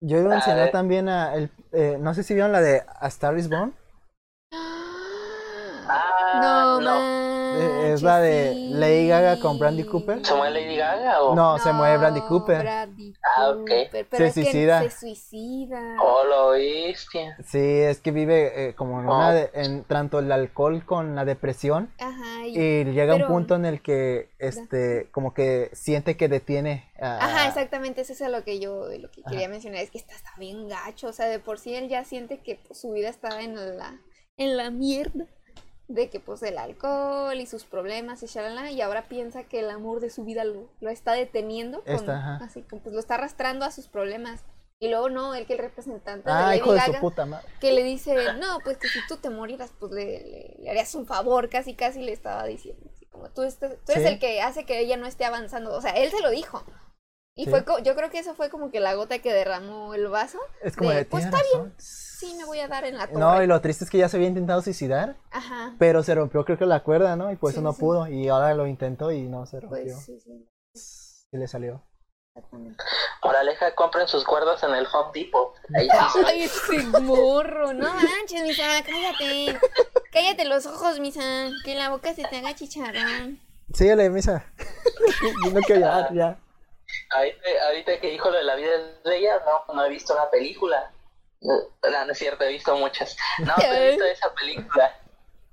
Speaker 2: Yo iba a
Speaker 3: A
Speaker 2: mencionar
Speaker 3: ver.
Speaker 2: también a el, eh, no sé si vieron la de A Star is Born.
Speaker 3: Ah,
Speaker 1: No, manches,
Speaker 2: Eh, es la de
Speaker 1: sí.
Speaker 2: Lady Gaga con Brandy Cooper.
Speaker 3: ¿Se muere Lady Gaga o?
Speaker 2: No, se mueve Brandy Cooper.
Speaker 1: Brandy
Speaker 3: Ah, ok.
Speaker 1: Cooper, pero
Speaker 2: Se
Speaker 1: es que
Speaker 2: suicida.
Speaker 1: se suicida.
Speaker 3: Oh, lo viste.
Speaker 2: Sí, es que vive eh, como en una
Speaker 3: Oh.
Speaker 2: de- en tanto el alcohol con la depresión
Speaker 1: Ajá, y-
Speaker 2: y llega un
Speaker 1: pero-
Speaker 2: punto en el que este como que siente que detiene a,
Speaker 1: Ajá, exactamente, eso es a lo que yo lo que
Speaker 2: Ah. Ajá.
Speaker 1: quería mencionar, es que está, está bien gacho, o sea, de por sí él ya siente que pues, su vida está en la en la mierda de que pues el alcohol y sus problemas y shalala, y ahora piensa que el amor de su vida lo, lo está deteniendo, con-
Speaker 2: Está, ajá.
Speaker 1: así como, pues lo está arrastrando a sus problemas. Y luego no, el que el representante
Speaker 2: Ah,
Speaker 1: de
Speaker 2: hijo
Speaker 1: Lady
Speaker 2: de su
Speaker 1: Gaga,
Speaker 2: puta madre.
Speaker 1: que le dice, no, pues que si tú te morieras, pues le, le- le harías un favor, casi casi le estaba diciendo, así como tú, estás- tú eres
Speaker 2: Sí.
Speaker 1: el que hace que ella no esté avanzando, o sea, él se lo dijo. Y
Speaker 2: Sí.
Speaker 1: fue, co- yo creo que eso fue como que la gota que derramó el vaso.
Speaker 2: Es como
Speaker 1: de,
Speaker 2: de,
Speaker 1: pues,
Speaker 2: "Tienes
Speaker 1: está
Speaker 2: razón".
Speaker 1: Sí, me voy a dar en la torre.
Speaker 2: No, y lo triste es que ya se había intentado suicidar,
Speaker 1: Ajá.
Speaker 2: pero se rompió creo que la cuerda, ¿no? Y por eso
Speaker 1: Sí,
Speaker 2: no
Speaker 1: sí.
Speaker 2: pudo, y ahora lo intentó y no, se rompió.
Speaker 1: Pues sí, sí,
Speaker 2: Y le salió.
Speaker 1: exactamente.
Speaker 3: Moraleja, compren sus cuerdas en el Home Depot. Ahí sí.
Speaker 1: Ay, ese morro. No manches, misa, cállate. Cállate los ojos, misa. Que la boca se te haga chicharrón.
Speaker 2: Síguele, misa. no quiero llorar, ya.
Speaker 3: ahorita, ahorita que dijo lo de la vida de ella, no, no he visto la película. No, no no es cierto, he visto muchas. No, no he visto esa película.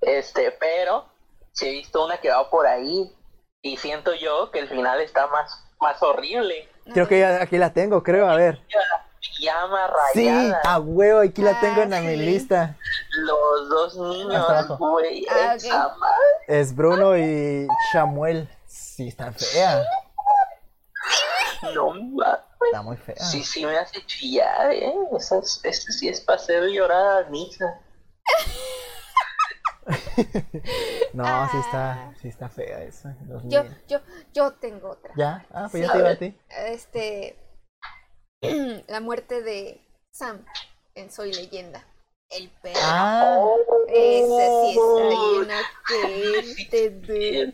Speaker 3: Este, pero sí he visto una que va por ahí. Y siento yo que el final está más, más horrible.
Speaker 1: No,
Speaker 2: Creo que ya- aquí la tengo, creo, a ver.
Speaker 3: Llama
Speaker 2: Sí,
Speaker 3: rayada.
Speaker 2: a huevo, aquí la
Speaker 1: Ah,
Speaker 2: tengo en la mi
Speaker 1: sí.
Speaker 2: lista.
Speaker 3: Los dos niños,
Speaker 2: Hasta abajo.
Speaker 3: güey.
Speaker 1: Ah, ok.
Speaker 3: esa madre.
Speaker 2: Es Bruno y Samuel. Sí, está fea.
Speaker 3: No mames.
Speaker 2: Está muy
Speaker 1: Ah.
Speaker 2: fea.
Speaker 3: Sí, sí, me hace chillar, ¿eh? Eso es- eso sí es para hacer llorar a misa.
Speaker 2: No, sí está, sí está fea esa. Dios
Speaker 1: Yo,
Speaker 2: mío.
Speaker 1: yo, yo tengo otra.
Speaker 2: ¿Ya? Ah, pues
Speaker 1: Sí.
Speaker 2: yo te iba a ti.
Speaker 1: Este. la muerte de Sam en Soy Leyenda. El perro.
Speaker 2: Ah,
Speaker 1: Esa sí
Speaker 3: Oh.
Speaker 1: está bien ojete, dude.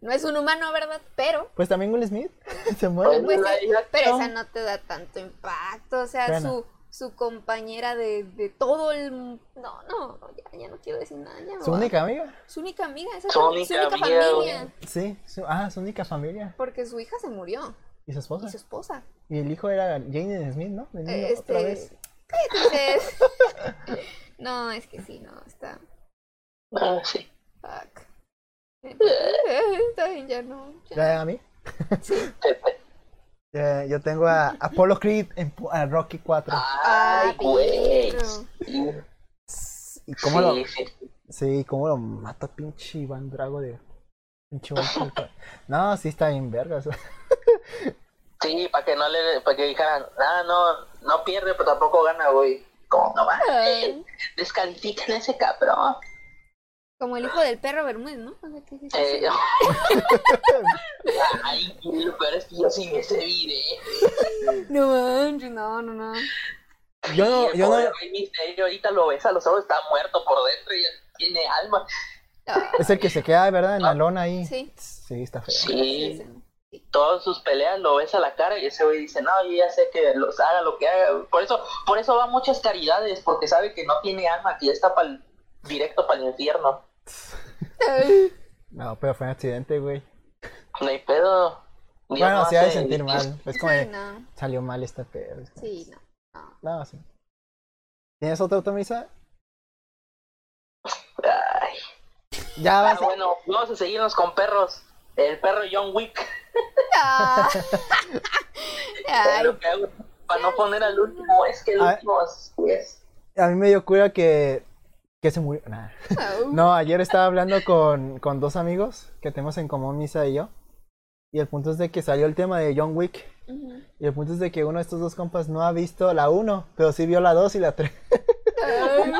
Speaker 1: No es un humano, ¿verdad? Pero.
Speaker 2: pues también Will Smith se muere. ¿no?
Speaker 1: Pues
Speaker 3: Una
Speaker 1: sí,
Speaker 3: isla
Speaker 1: pero
Speaker 3: que-
Speaker 1: esa no te da tanto impacto. O sea,
Speaker 2: Bueno.
Speaker 1: su, su compañera de, de todo el. mu- No, no, no, ya, ya no quiero decir nada. ya me
Speaker 2: ¿Su
Speaker 1: voy.
Speaker 2: única amiga?
Speaker 1: Su única amiga, esa es
Speaker 3: Su
Speaker 1: su
Speaker 3: única
Speaker 1: su única
Speaker 3: amiga,
Speaker 1: familia.
Speaker 3: güey.
Speaker 2: Sí, su, ah, su única familia.
Speaker 1: Porque su hija se murió
Speaker 2: ¿Y su esposa?
Speaker 1: y su esposa.
Speaker 2: Y el hijo era Jane Smith, ¿no? De niño,
Speaker 1: Eh,
Speaker 2: otra
Speaker 1: este,
Speaker 2: vez.
Speaker 1: cállate, Seth. no, es que sí, no, está.
Speaker 3: Ah, sí.
Speaker 1: Fuck. Está bien, ya no. ya.
Speaker 2: ¿Ya a mí?
Speaker 3: Te- te-
Speaker 2: Eh, yo tengo a Apollo Creed en Pu- a Rocky 4.
Speaker 3: Ay,
Speaker 1: Ah,
Speaker 3: güey.
Speaker 1: perro.
Speaker 3: Sí,
Speaker 2: ¿Y cómo lo,
Speaker 3: sí, sí.
Speaker 2: sí, cómo lo mata pinche Iván Drago de... Pinche Iván Drago. No, sí está bien vergas.
Speaker 3: Sí, para que no le, para que dijeran, ah, no, no pierde, pero tampoco gana, güey. Como no va,
Speaker 1: Ay,
Speaker 3: descalifican a ese cabrón.
Speaker 1: Como el hijo del perro Bermúdez, ¿no? O sea, que-
Speaker 3: Eh, ay, y lo peor es que yo sí vi ese video.
Speaker 1: No, manches, no, no, no.
Speaker 2: Yo no,
Speaker 3: Y el
Speaker 2: yo
Speaker 3: pobre
Speaker 2: no...
Speaker 3: Rey Misterio ahorita lo ves a los ojos, está muerto por dentro y ya tiene alma.
Speaker 1: Ah,
Speaker 2: Es el que se queda, ¿verdad? En la lona ahí.
Speaker 1: Sí.
Speaker 2: Sí, está feo.
Speaker 1: sí,
Speaker 3: Sí,
Speaker 1: sí.
Speaker 3: todas sus peleas lo ves a la cara y ese güey dice, no, yo ya sé que los haga lo que haga. Por eso, por eso va a muchas caridades, porque sabe que no tiene alma, que ya está pa'l- directo para el infierno.
Speaker 1: Ay,
Speaker 2: No, pero fue un accidente, güey.
Speaker 3: No hay pedo. Dios
Speaker 2: bueno,
Speaker 3: no
Speaker 2: se ha de
Speaker 3: hace-
Speaker 2: sentir mal. Es como
Speaker 1: sí,
Speaker 2: de,
Speaker 1: no,
Speaker 2: salió mal esta pedo.
Speaker 1: sí, no.
Speaker 2: No, sí. ¿Tienes otra automisa?
Speaker 3: Ay.
Speaker 2: Ya
Speaker 3: Ah,
Speaker 2: vas. a-
Speaker 3: bueno, vamos a seguirnos con perros. El perro John Wick.
Speaker 1: Ah.
Speaker 3: Es
Speaker 1: Ay,
Speaker 3: lo que hago. Para no poner al último, es que el
Speaker 2: Ah.
Speaker 3: último es... es-
Speaker 2: A mí me dio cura que, que se murió. Nah.
Speaker 1: au.
Speaker 2: No, ayer estaba hablando con, con dos amigos que tenemos en común, Misa y yo. Y el punto es de que salió el tema de John Wick.
Speaker 1: Ujú.
Speaker 2: Y el punto es de que uno de estos dos compas no ha visto la 1, pero sí vio la 2 y la 3.
Speaker 1: Ay.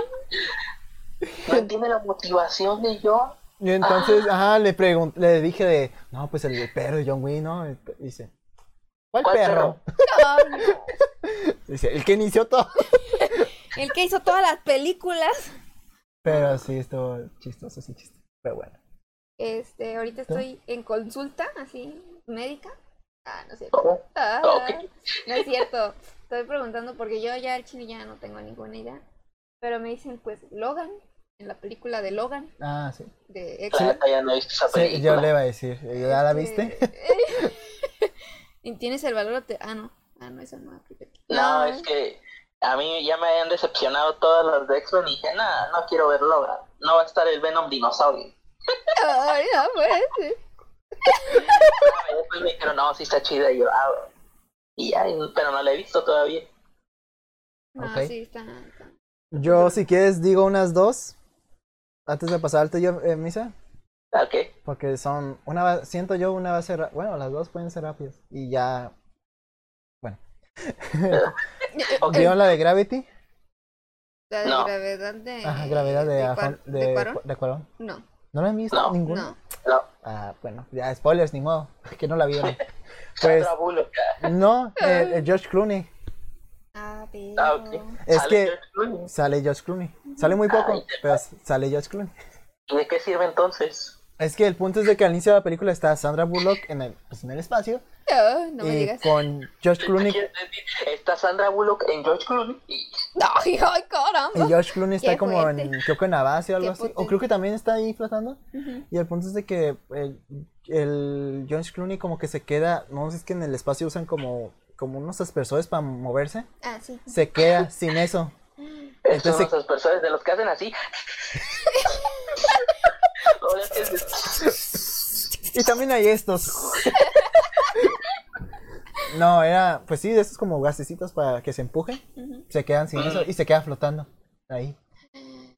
Speaker 3: No entiende la motivación de John.
Speaker 2: Y entonces, ajá, le pregun- le dije de, no, pues el perro de John Wick, ¿no? Y Dice, ¿cuál,
Speaker 3: ¿Cuál
Speaker 2: perro?
Speaker 1: Ay, no.
Speaker 2: Dice, el que inició todo.
Speaker 1: El que hizo todas las películas.
Speaker 2: Pero sí, estuvo chistoso, sí, chistoso. Pero bueno.
Speaker 1: Este, ahorita
Speaker 2: ¿Tú?
Speaker 1: estoy en consulta, así, médica. Ah, no es cierto.
Speaker 3: ¿no?
Speaker 1: Ah,
Speaker 3: Ok.
Speaker 1: No es cierto. Estoy preguntando porque yo ya al chile ya no tengo ninguna idea. Pero me dicen, pues, Logan, en la película de Logan,
Speaker 2: Ah, sí.
Speaker 1: de
Speaker 3: La neta, Ah, ya no he visto esa
Speaker 2: Sí, yo
Speaker 3: película.
Speaker 2: le iba a decir, ¿ya la
Speaker 1: Este, eh,
Speaker 2: viste?
Speaker 1: ¿Y tienes el valor? o Te... Ah, no. Ah, no, esa no aplica aquí.
Speaker 3: No, es que a mí ya me habían decepcionado todas las de X-Men y dije, nada, no quiero ver Logan. No va a estar el Venom dinosaurio.
Speaker 1: Ay, no, pues.
Speaker 3: Y después me dijeron, no, sí está chida. Y yo, ah, bueno. Y ya, y- pero no la he visto todavía.
Speaker 1: No,
Speaker 2: Ok.
Speaker 1: sí, está. está-
Speaker 2: Yo, si quieres, digo unas dos. antes de pasar al tuyo, eh, Misa,
Speaker 3: Ah, Ok.
Speaker 2: porque son una va- siento yo una va a ser, ra- bueno, las dos pueden ser rápidas y ya bueno.
Speaker 3: Ok.
Speaker 2: ¿Vieron la de Gravity?
Speaker 1: La de
Speaker 3: No.
Speaker 1: gravedad de.
Speaker 2: Ajá, gravedad de
Speaker 1: Cuar-
Speaker 2: Ajón- de,
Speaker 1: de Cuarón.
Speaker 2: Cu- de Cuarón.
Speaker 1: No,
Speaker 2: ¿No la han visto
Speaker 3: No.
Speaker 2: ninguna?
Speaker 1: no.
Speaker 3: No,
Speaker 2: Ah, bueno, ya spoilers ni modo, que no la vieron. Pues
Speaker 3: Sandra Bullock.
Speaker 2: no, eh, eh, George Clooney,
Speaker 1: Ah, pero.
Speaker 3: Ah, ok.
Speaker 2: Es
Speaker 3: Sale
Speaker 2: que-
Speaker 3: George Clooney.
Speaker 2: sale George Clooney. Sale muy poco,
Speaker 3: Ay,
Speaker 2: pero sale George Clooney.
Speaker 3: ¿Y de qué sirve entonces?
Speaker 2: Es que el punto es de que al inicio de la película está Sandra Bullock en el, pues, en el espacio
Speaker 1: No, no me
Speaker 2: y
Speaker 1: digas.
Speaker 2: con George Clooney
Speaker 3: Quiero decir, Está Sandra Bullock en George Clooney y
Speaker 1: Ay, ay, caramba.
Speaker 2: Y George Clooney está
Speaker 1: Qué
Speaker 2: como en,
Speaker 1: fuerte.
Speaker 2: creo que en la base o algo
Speaker 1: Qué
Speaker 2: así. O
Speaker 1: potente.
Speaker 2: creo que también está ahí flotando.
Speaker 1: Ujú.
Speaker 2: Y el punto es de que el, el George Clooney como que se queda, no sé, es que en el espacio usan como, como unos aspersores para moverse.
Speaker 1: Ah, sí.
Speaker 2: Se queda sin eso.
Speaker 3: estos
Speaker 2: Entonces-
Speaker 3: son esas personas de los que hacen así. Ahora que se-
Speaker 2: Y también hay estos. No, era, pues sí, de esos como gasecitos para que se empuje.
Speaker 1: Ujú.
Speaker 2: Se quedan sin eso y se queda flotando ahí.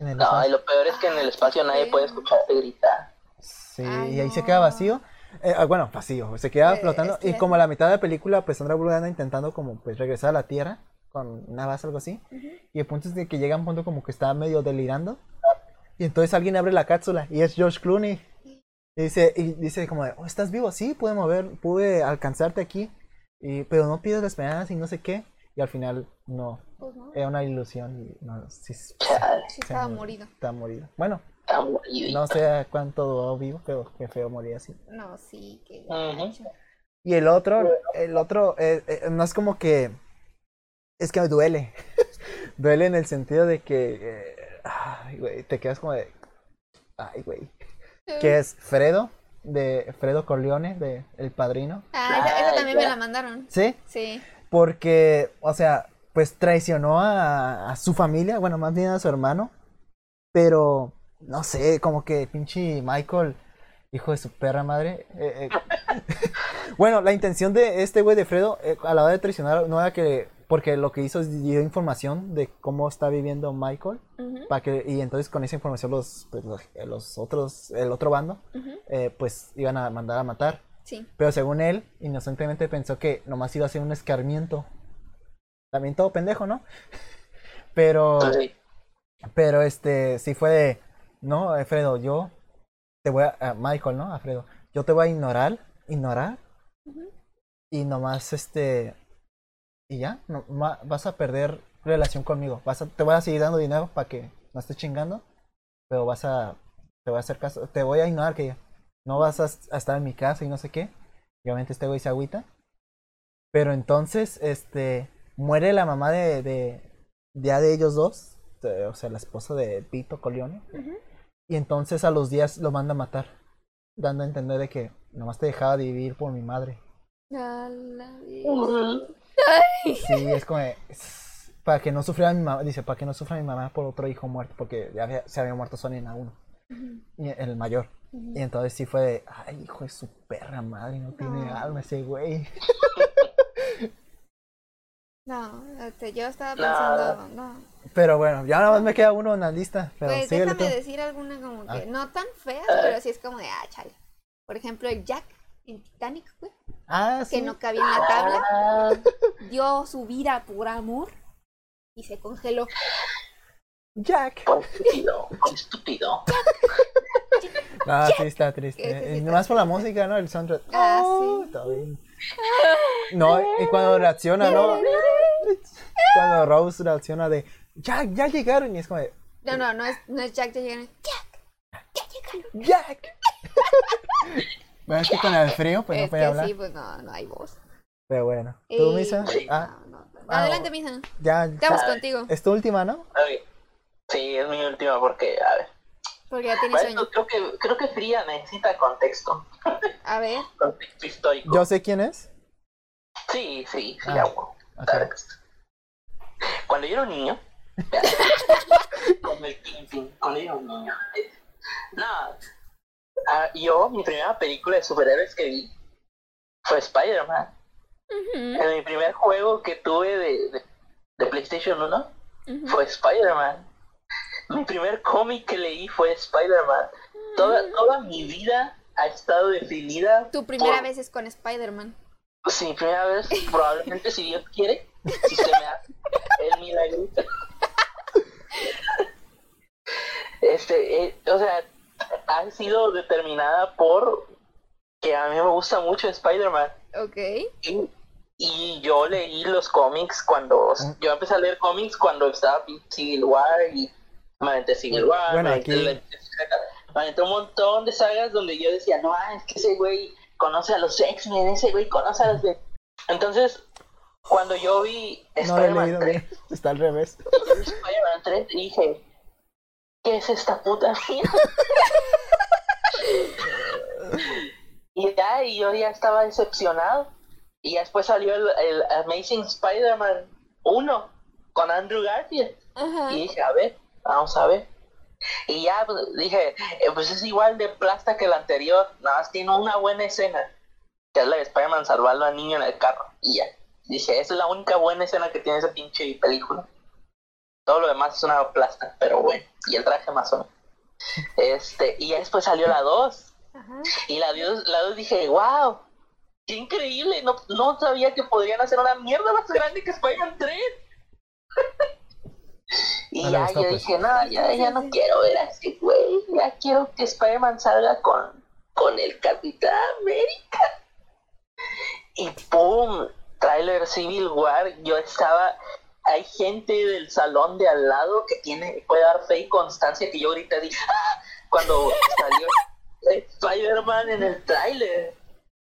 Speaker 2: En el
Speaker 3: No,
Speaker 2: espacio.
Speaker 3: y lo peor es que en el espacio nadie puede escucharte gritar.
Speaker 2: Sí,
Speaker 1: Ay,
Speaker 2: y ahí se
Speaker 1: no.
Speaker 2: queda vacío. Eh, ah, bueno, vacío, se queda
Speaker 1: Eh,
Speaker 2: flotando.
Speaker 1: este-
Speaker 2: Y como a la mitad de la película, pues Sandra Bullock anda intentando como pues regresar a la Tierra con una base o algo así. Y el punto es de que llega un punto como que está medio delirando. Y entonces alguien abre la cápsula y es George Clooney. Y dice, y dice como, de, "Oh, ¿estás vivo? Sí, pude mover, pude alcanzarte aquí. Y, pero no pierdas la esperanza y no sé qué. Y al final, no,
Speaker 1: Pues no,
Speaker 2: era una ilusión. Y no, sí, sí,
Speaker 3: Chale,
Speaker 1: sí estaba
Speaker 2: murió.
Speaker 1: morido.
Speaker 2: está morido. Bueno,
Speaker 3: está morido.
Speaker 2: no sé cuánto duró vivo, pero qué feo morir así.
Speaker 1: No, sí, que
Speaker 3: Ujú.
Speaker 1: gacho.
Speaker 2: Y el otro, el otro, eh, eh, no es como que, es que duele. duele en el sentido de que, eh, ay, güey, te quedas como de, ay, güey. Que es Fredo, de Fredo Corleone, de El Padrino.
Speaker 1: Ah, esa, esa
Speaker 3: Ay,
Speaker 1: también me
Speaker 3: ya.
Speaker 1: la mandaron.
Speaker 2: Sí,
Speaker 1: Sí.
Speaker 2: porque, o sea, pues traicionó a, a su familia, bueno, más bien a su hermano. Pero, no sé, como que pinche Michael, hijo de su perra madre. eh, eh, bueno, la intención de este güey de Fredo eh, a la hora de traicionar no era que, porque lo que hizo es dio información de cómo está viviendo Michael.
Speaker 1: Ujú,
Speaker 2: Para que, y entonces con esa información los, pues, los, los otros, el otro bando,
Speaker 1: ujú.
Speaker 2: eh, pues iban a mandar a matar.
Speaker 1: Sí.
Speaker 2: Pero según él, inocentemente pensó que nomás iba a ser un escarmiento. También todo pendejo, ¿no? Pero,
Speaker 3: Sí.
Speaker 2: pero este, sí fue de, no, Alfredo, yo te voy a, a Michael, ¿no? Alfredo, yo te voy a ignorar, ignorar,
Speaker 1: Ujú.
Speaker 2: y nomás este, y ya, no, ma- vas a perder relación conmigo. Vas a- te voy a seguir dando dinero para que no estés chingando, pero vas a, te voy a hacer caso, te voy a ignorar que ya. No vas a, a estar en mi casa y no sé qué. Y obviamente este güey se agüita. Pero entonces, este, muere la mamá de, de, ya de ellos dos, de- o sea, la esposa de Vito Corleone.
Speaker 1: Ujú.
Speaker 2: Y entonces a los días lo manda a matar, dando a entender de que nomás te dejaba de vivir por mi madre.
Speaker 1: A la vida.
Speaker 3: Ujú.
Speaker 2: Sí, es como de, "Sss", para que no sufriera mi mamá, dice, para que no sufra mi mamá por otro hijo muerto, porque ya había- se había muerto Sonia en la uno, y el mayor. Y entonces sí fue de, ay, hijo de su perra madre, no tiene
Speaker 1: No.
Speaker 2: alma ese güey.
Speaker 1: No, este, yo estaba
Speaker 3: Nada.
Speaker 1: pensando. No.
Speaker 2: Pero bueno, ya nada más me queda uno en la lista, pero
Speaker 1: Pues
Speaker 2: síguele
Speaker 1: déjame
Speaker 2: tú.
Speaker 1: decir alguna como
Speaker 2: Ah.
Speaker 1: que no tan feas, pero sí es como de, ah, chale. Por ejemplo, el Jack en Titanic, güey,
Speaker 2: Ah, sí.
Speaker 1: que no cabía en la tabla,
Speaker 3: Ah,
Speaker 1: dio su vida por amor y se congeló.
Speaker 2: Jack.
Speaker 3: por pues, estúpido, por estúpido.
Speaker 2: Ah, sí, está triste.
Speaker 1: Ese sí
Speaker 2: Y
Speaker 1: está
Speaker 2: nomás por la música, ¿no? El soundtrack.
Speaker 1: Ah,
Speaker 2: Oh,
Speaker 1: sí.
Speaker 2: está bien. No, y cuando reacciona, ¿no? Cuando Rose reacciona de, Jack, ya llegaron. Y es como de,
Speaker 1: No, no, no es, no es Jack, ya llegaron.
Speaker 2: Jack. bueno, es que con el frío, pues no
Speaker 1: es
Speaker 2: puede
Speaker 1: que
Speaker 2: hablar.
Speaker 1: sí, pues no, no hay voz.
Speaker 2: Pero bueno. ¿Tú,
Speaker 1: Y-
Speaker 2: Misa?
Speaker 1: no,
Speaker 2: Ah,
Speaker 1: no.
Speaker 2: ah,
Speaker 1: Adelante, Misa.
Speaker 2: ya.
Speaker 1: Estamos contigo,
Speaker 2: Es tu última, ¿no?
Speaker 3: A ver. Sí, es mi última porque, a ver.
Speaker 1: porque ya tienes
Speaker 3: para
Speaker 1: sueño.
Speaker 3: esto creo que, creo que Fría necesita contexto,
Speaker 1: A ver,
Speaker 3: contexto histórico.
Speaker 2: Yo sé quién es.
Speaker 3: Sí, sí, sí,
Speaker 2: Ah.
Speaker 3: a huevo.
Speaker 2: Ok.
Speaker 3: Claro que sí. Cuando yo era un niño, cuando, el Kingpin, cuando yo era un niño, no, ah, yo, mi primera película de superhéroes que vi fue Spider-Man.
Speaker 1: Ujú,
Speaker 3: En mi primer juego que tuve de, de- de PlayStation 1
Speaker 1: ujú.
Speaker 3: fue Spider-Man. Mi primer cómic que leí fue Spider-Man. Toda, toda mi vida ha estado definida.
Speaker 1: Tu primera
Speaker 3: por-
Speaker 1: vez es con Spider-Man.
Speaker 3: Pues Sí, mi primera vez, probablemente si Dios quiere, si se me hace el milagrito. Este, eh, o sea, ha sido determinada por que a mí me gusta mucho Spider-Man.
Speaker 1: Ok.
Speaker 3: Y, y yo leí los cómics cuando.
Speaker 2: Ah.
Speaker 3: Yo empecé a leer cómics cuando estaba Civil War y me aventé Civil War.
Speaker 2: Bueno,
Speaker 3: me aventé
Speaker 2: aquí-
Speaker 3: la- me aventé un montón de sagas donde yo decía, no, ah, es que ese güey conoce a los X-Men, ese güey conoce a los. de-". Entonces, cuando yo vi
Speaker 2: No lo he
Speaker 3: Spider-Man
Speaker 2: leído
Speaker 3: 3,
Speaker 2: bien. Está al revés.
Speaker 3: yo vi Spider-Man 3 y dije, ¿qué es esta puta mierda? y ya, y yo ya estaba decepcionado. Y ya después salió el, el Amazing Spider-Man 1 con Andrew Garfield.
Speaker 1: Ajá.
Speaker 3: Y dije, a ver, vamos a ver. Y ya pues, dije, eh, pues es igual de plasta que el anterior, nada más tiene una buena escena, que es la de Spider-Man salvando al niño en el carro. Y ya, dije, esa es la única buena escena que tiene esa pinche película. Todo lo demás es una plasta, pero bueno, y el traje más o menos. Este, y ya después salió la 2,
Speaker 1: Ajá.
Speaker 3: y la 2 la dos dije, wow, qué increíble, no, no sabía que podrían hacer una mierda más grande que Spider-Man 3. y
Speaker 2: No le
Speaker 3: ya
Speaker 2: gustó,
Speaker 3: yo
Speaker 2: pues.
Speaker 3: dije, no, ya, ya no quiero ver a ese güey, ya quiero que Spider-Man salga con, con el Capitán América. Y pum, trailer Civil War, yo estaba... Hay gente del salón de al lado que tiene puede dar fe y constancia que yo grité así, ¡Ah! cuando salió eh, Spider-Man en el tráiler.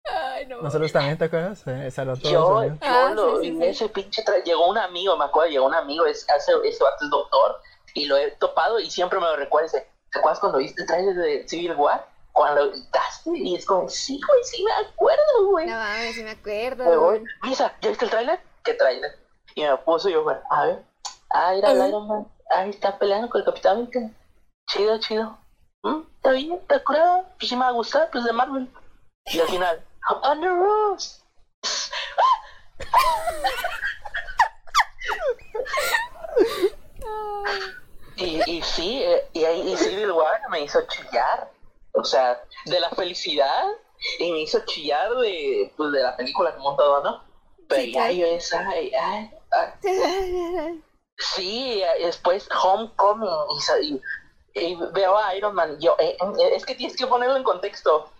Speaker 1: Ay, no.
Speaker 2: Nosotros también, ¿te acuerdas? Eh, salón todo
Speaker 3: Yo,
Speaker 2: salió.
Speaker 1: Ah,
Speaker 3: yo lo-
Speaker 1: sí, sí,
Speaker 3: en
Speaker 1: sí.
Speaker 3: ese pinche tráiler, llegó un amigo, me acuerdo, llegó un amigo, es, hace, ese vato es doctor, y lo he topado y siempre me lo recuerda. dice, ¿Te acuerdas cuando viste el tráiler de Civil War? Cuando lo gritaste, y es como, sí, güey, sí me acuerdo, güey.
Speaker 1: No mames, sí me acuerdo.
Speaker 3: Me voy, Misa, ¿ya viste el tráiler? ¿Qué tráiler? Y me puso y yo, bueno, a ver, ah, era
Speaker 1: A ver.
Speaker 3: el Iron Man, ahí está peleando con el Capitán América. Chido, chido. Mm, Está bien, está curada, pues sí me va a gustar, pues de Marvel. Y al final, Under Rose. Y, y sí, eh, y, ahí- y Civil War me hizo chillar. O sea, de la felicidad y me hizo chillar de, pues, de la película como todo, ¿no? Pero
Speaker 1: Sí,
Speaker 3: ya
Speaker 1: claro.
Speaker 3: yo es, ay, ay, ay.
Speaker 1: Ay,
Speaker 3: Sí, eh, después Homecoming y, sa- y- y veo a Iron Man. Yo, eh, eh, es que tienes que ponerlo en contexto.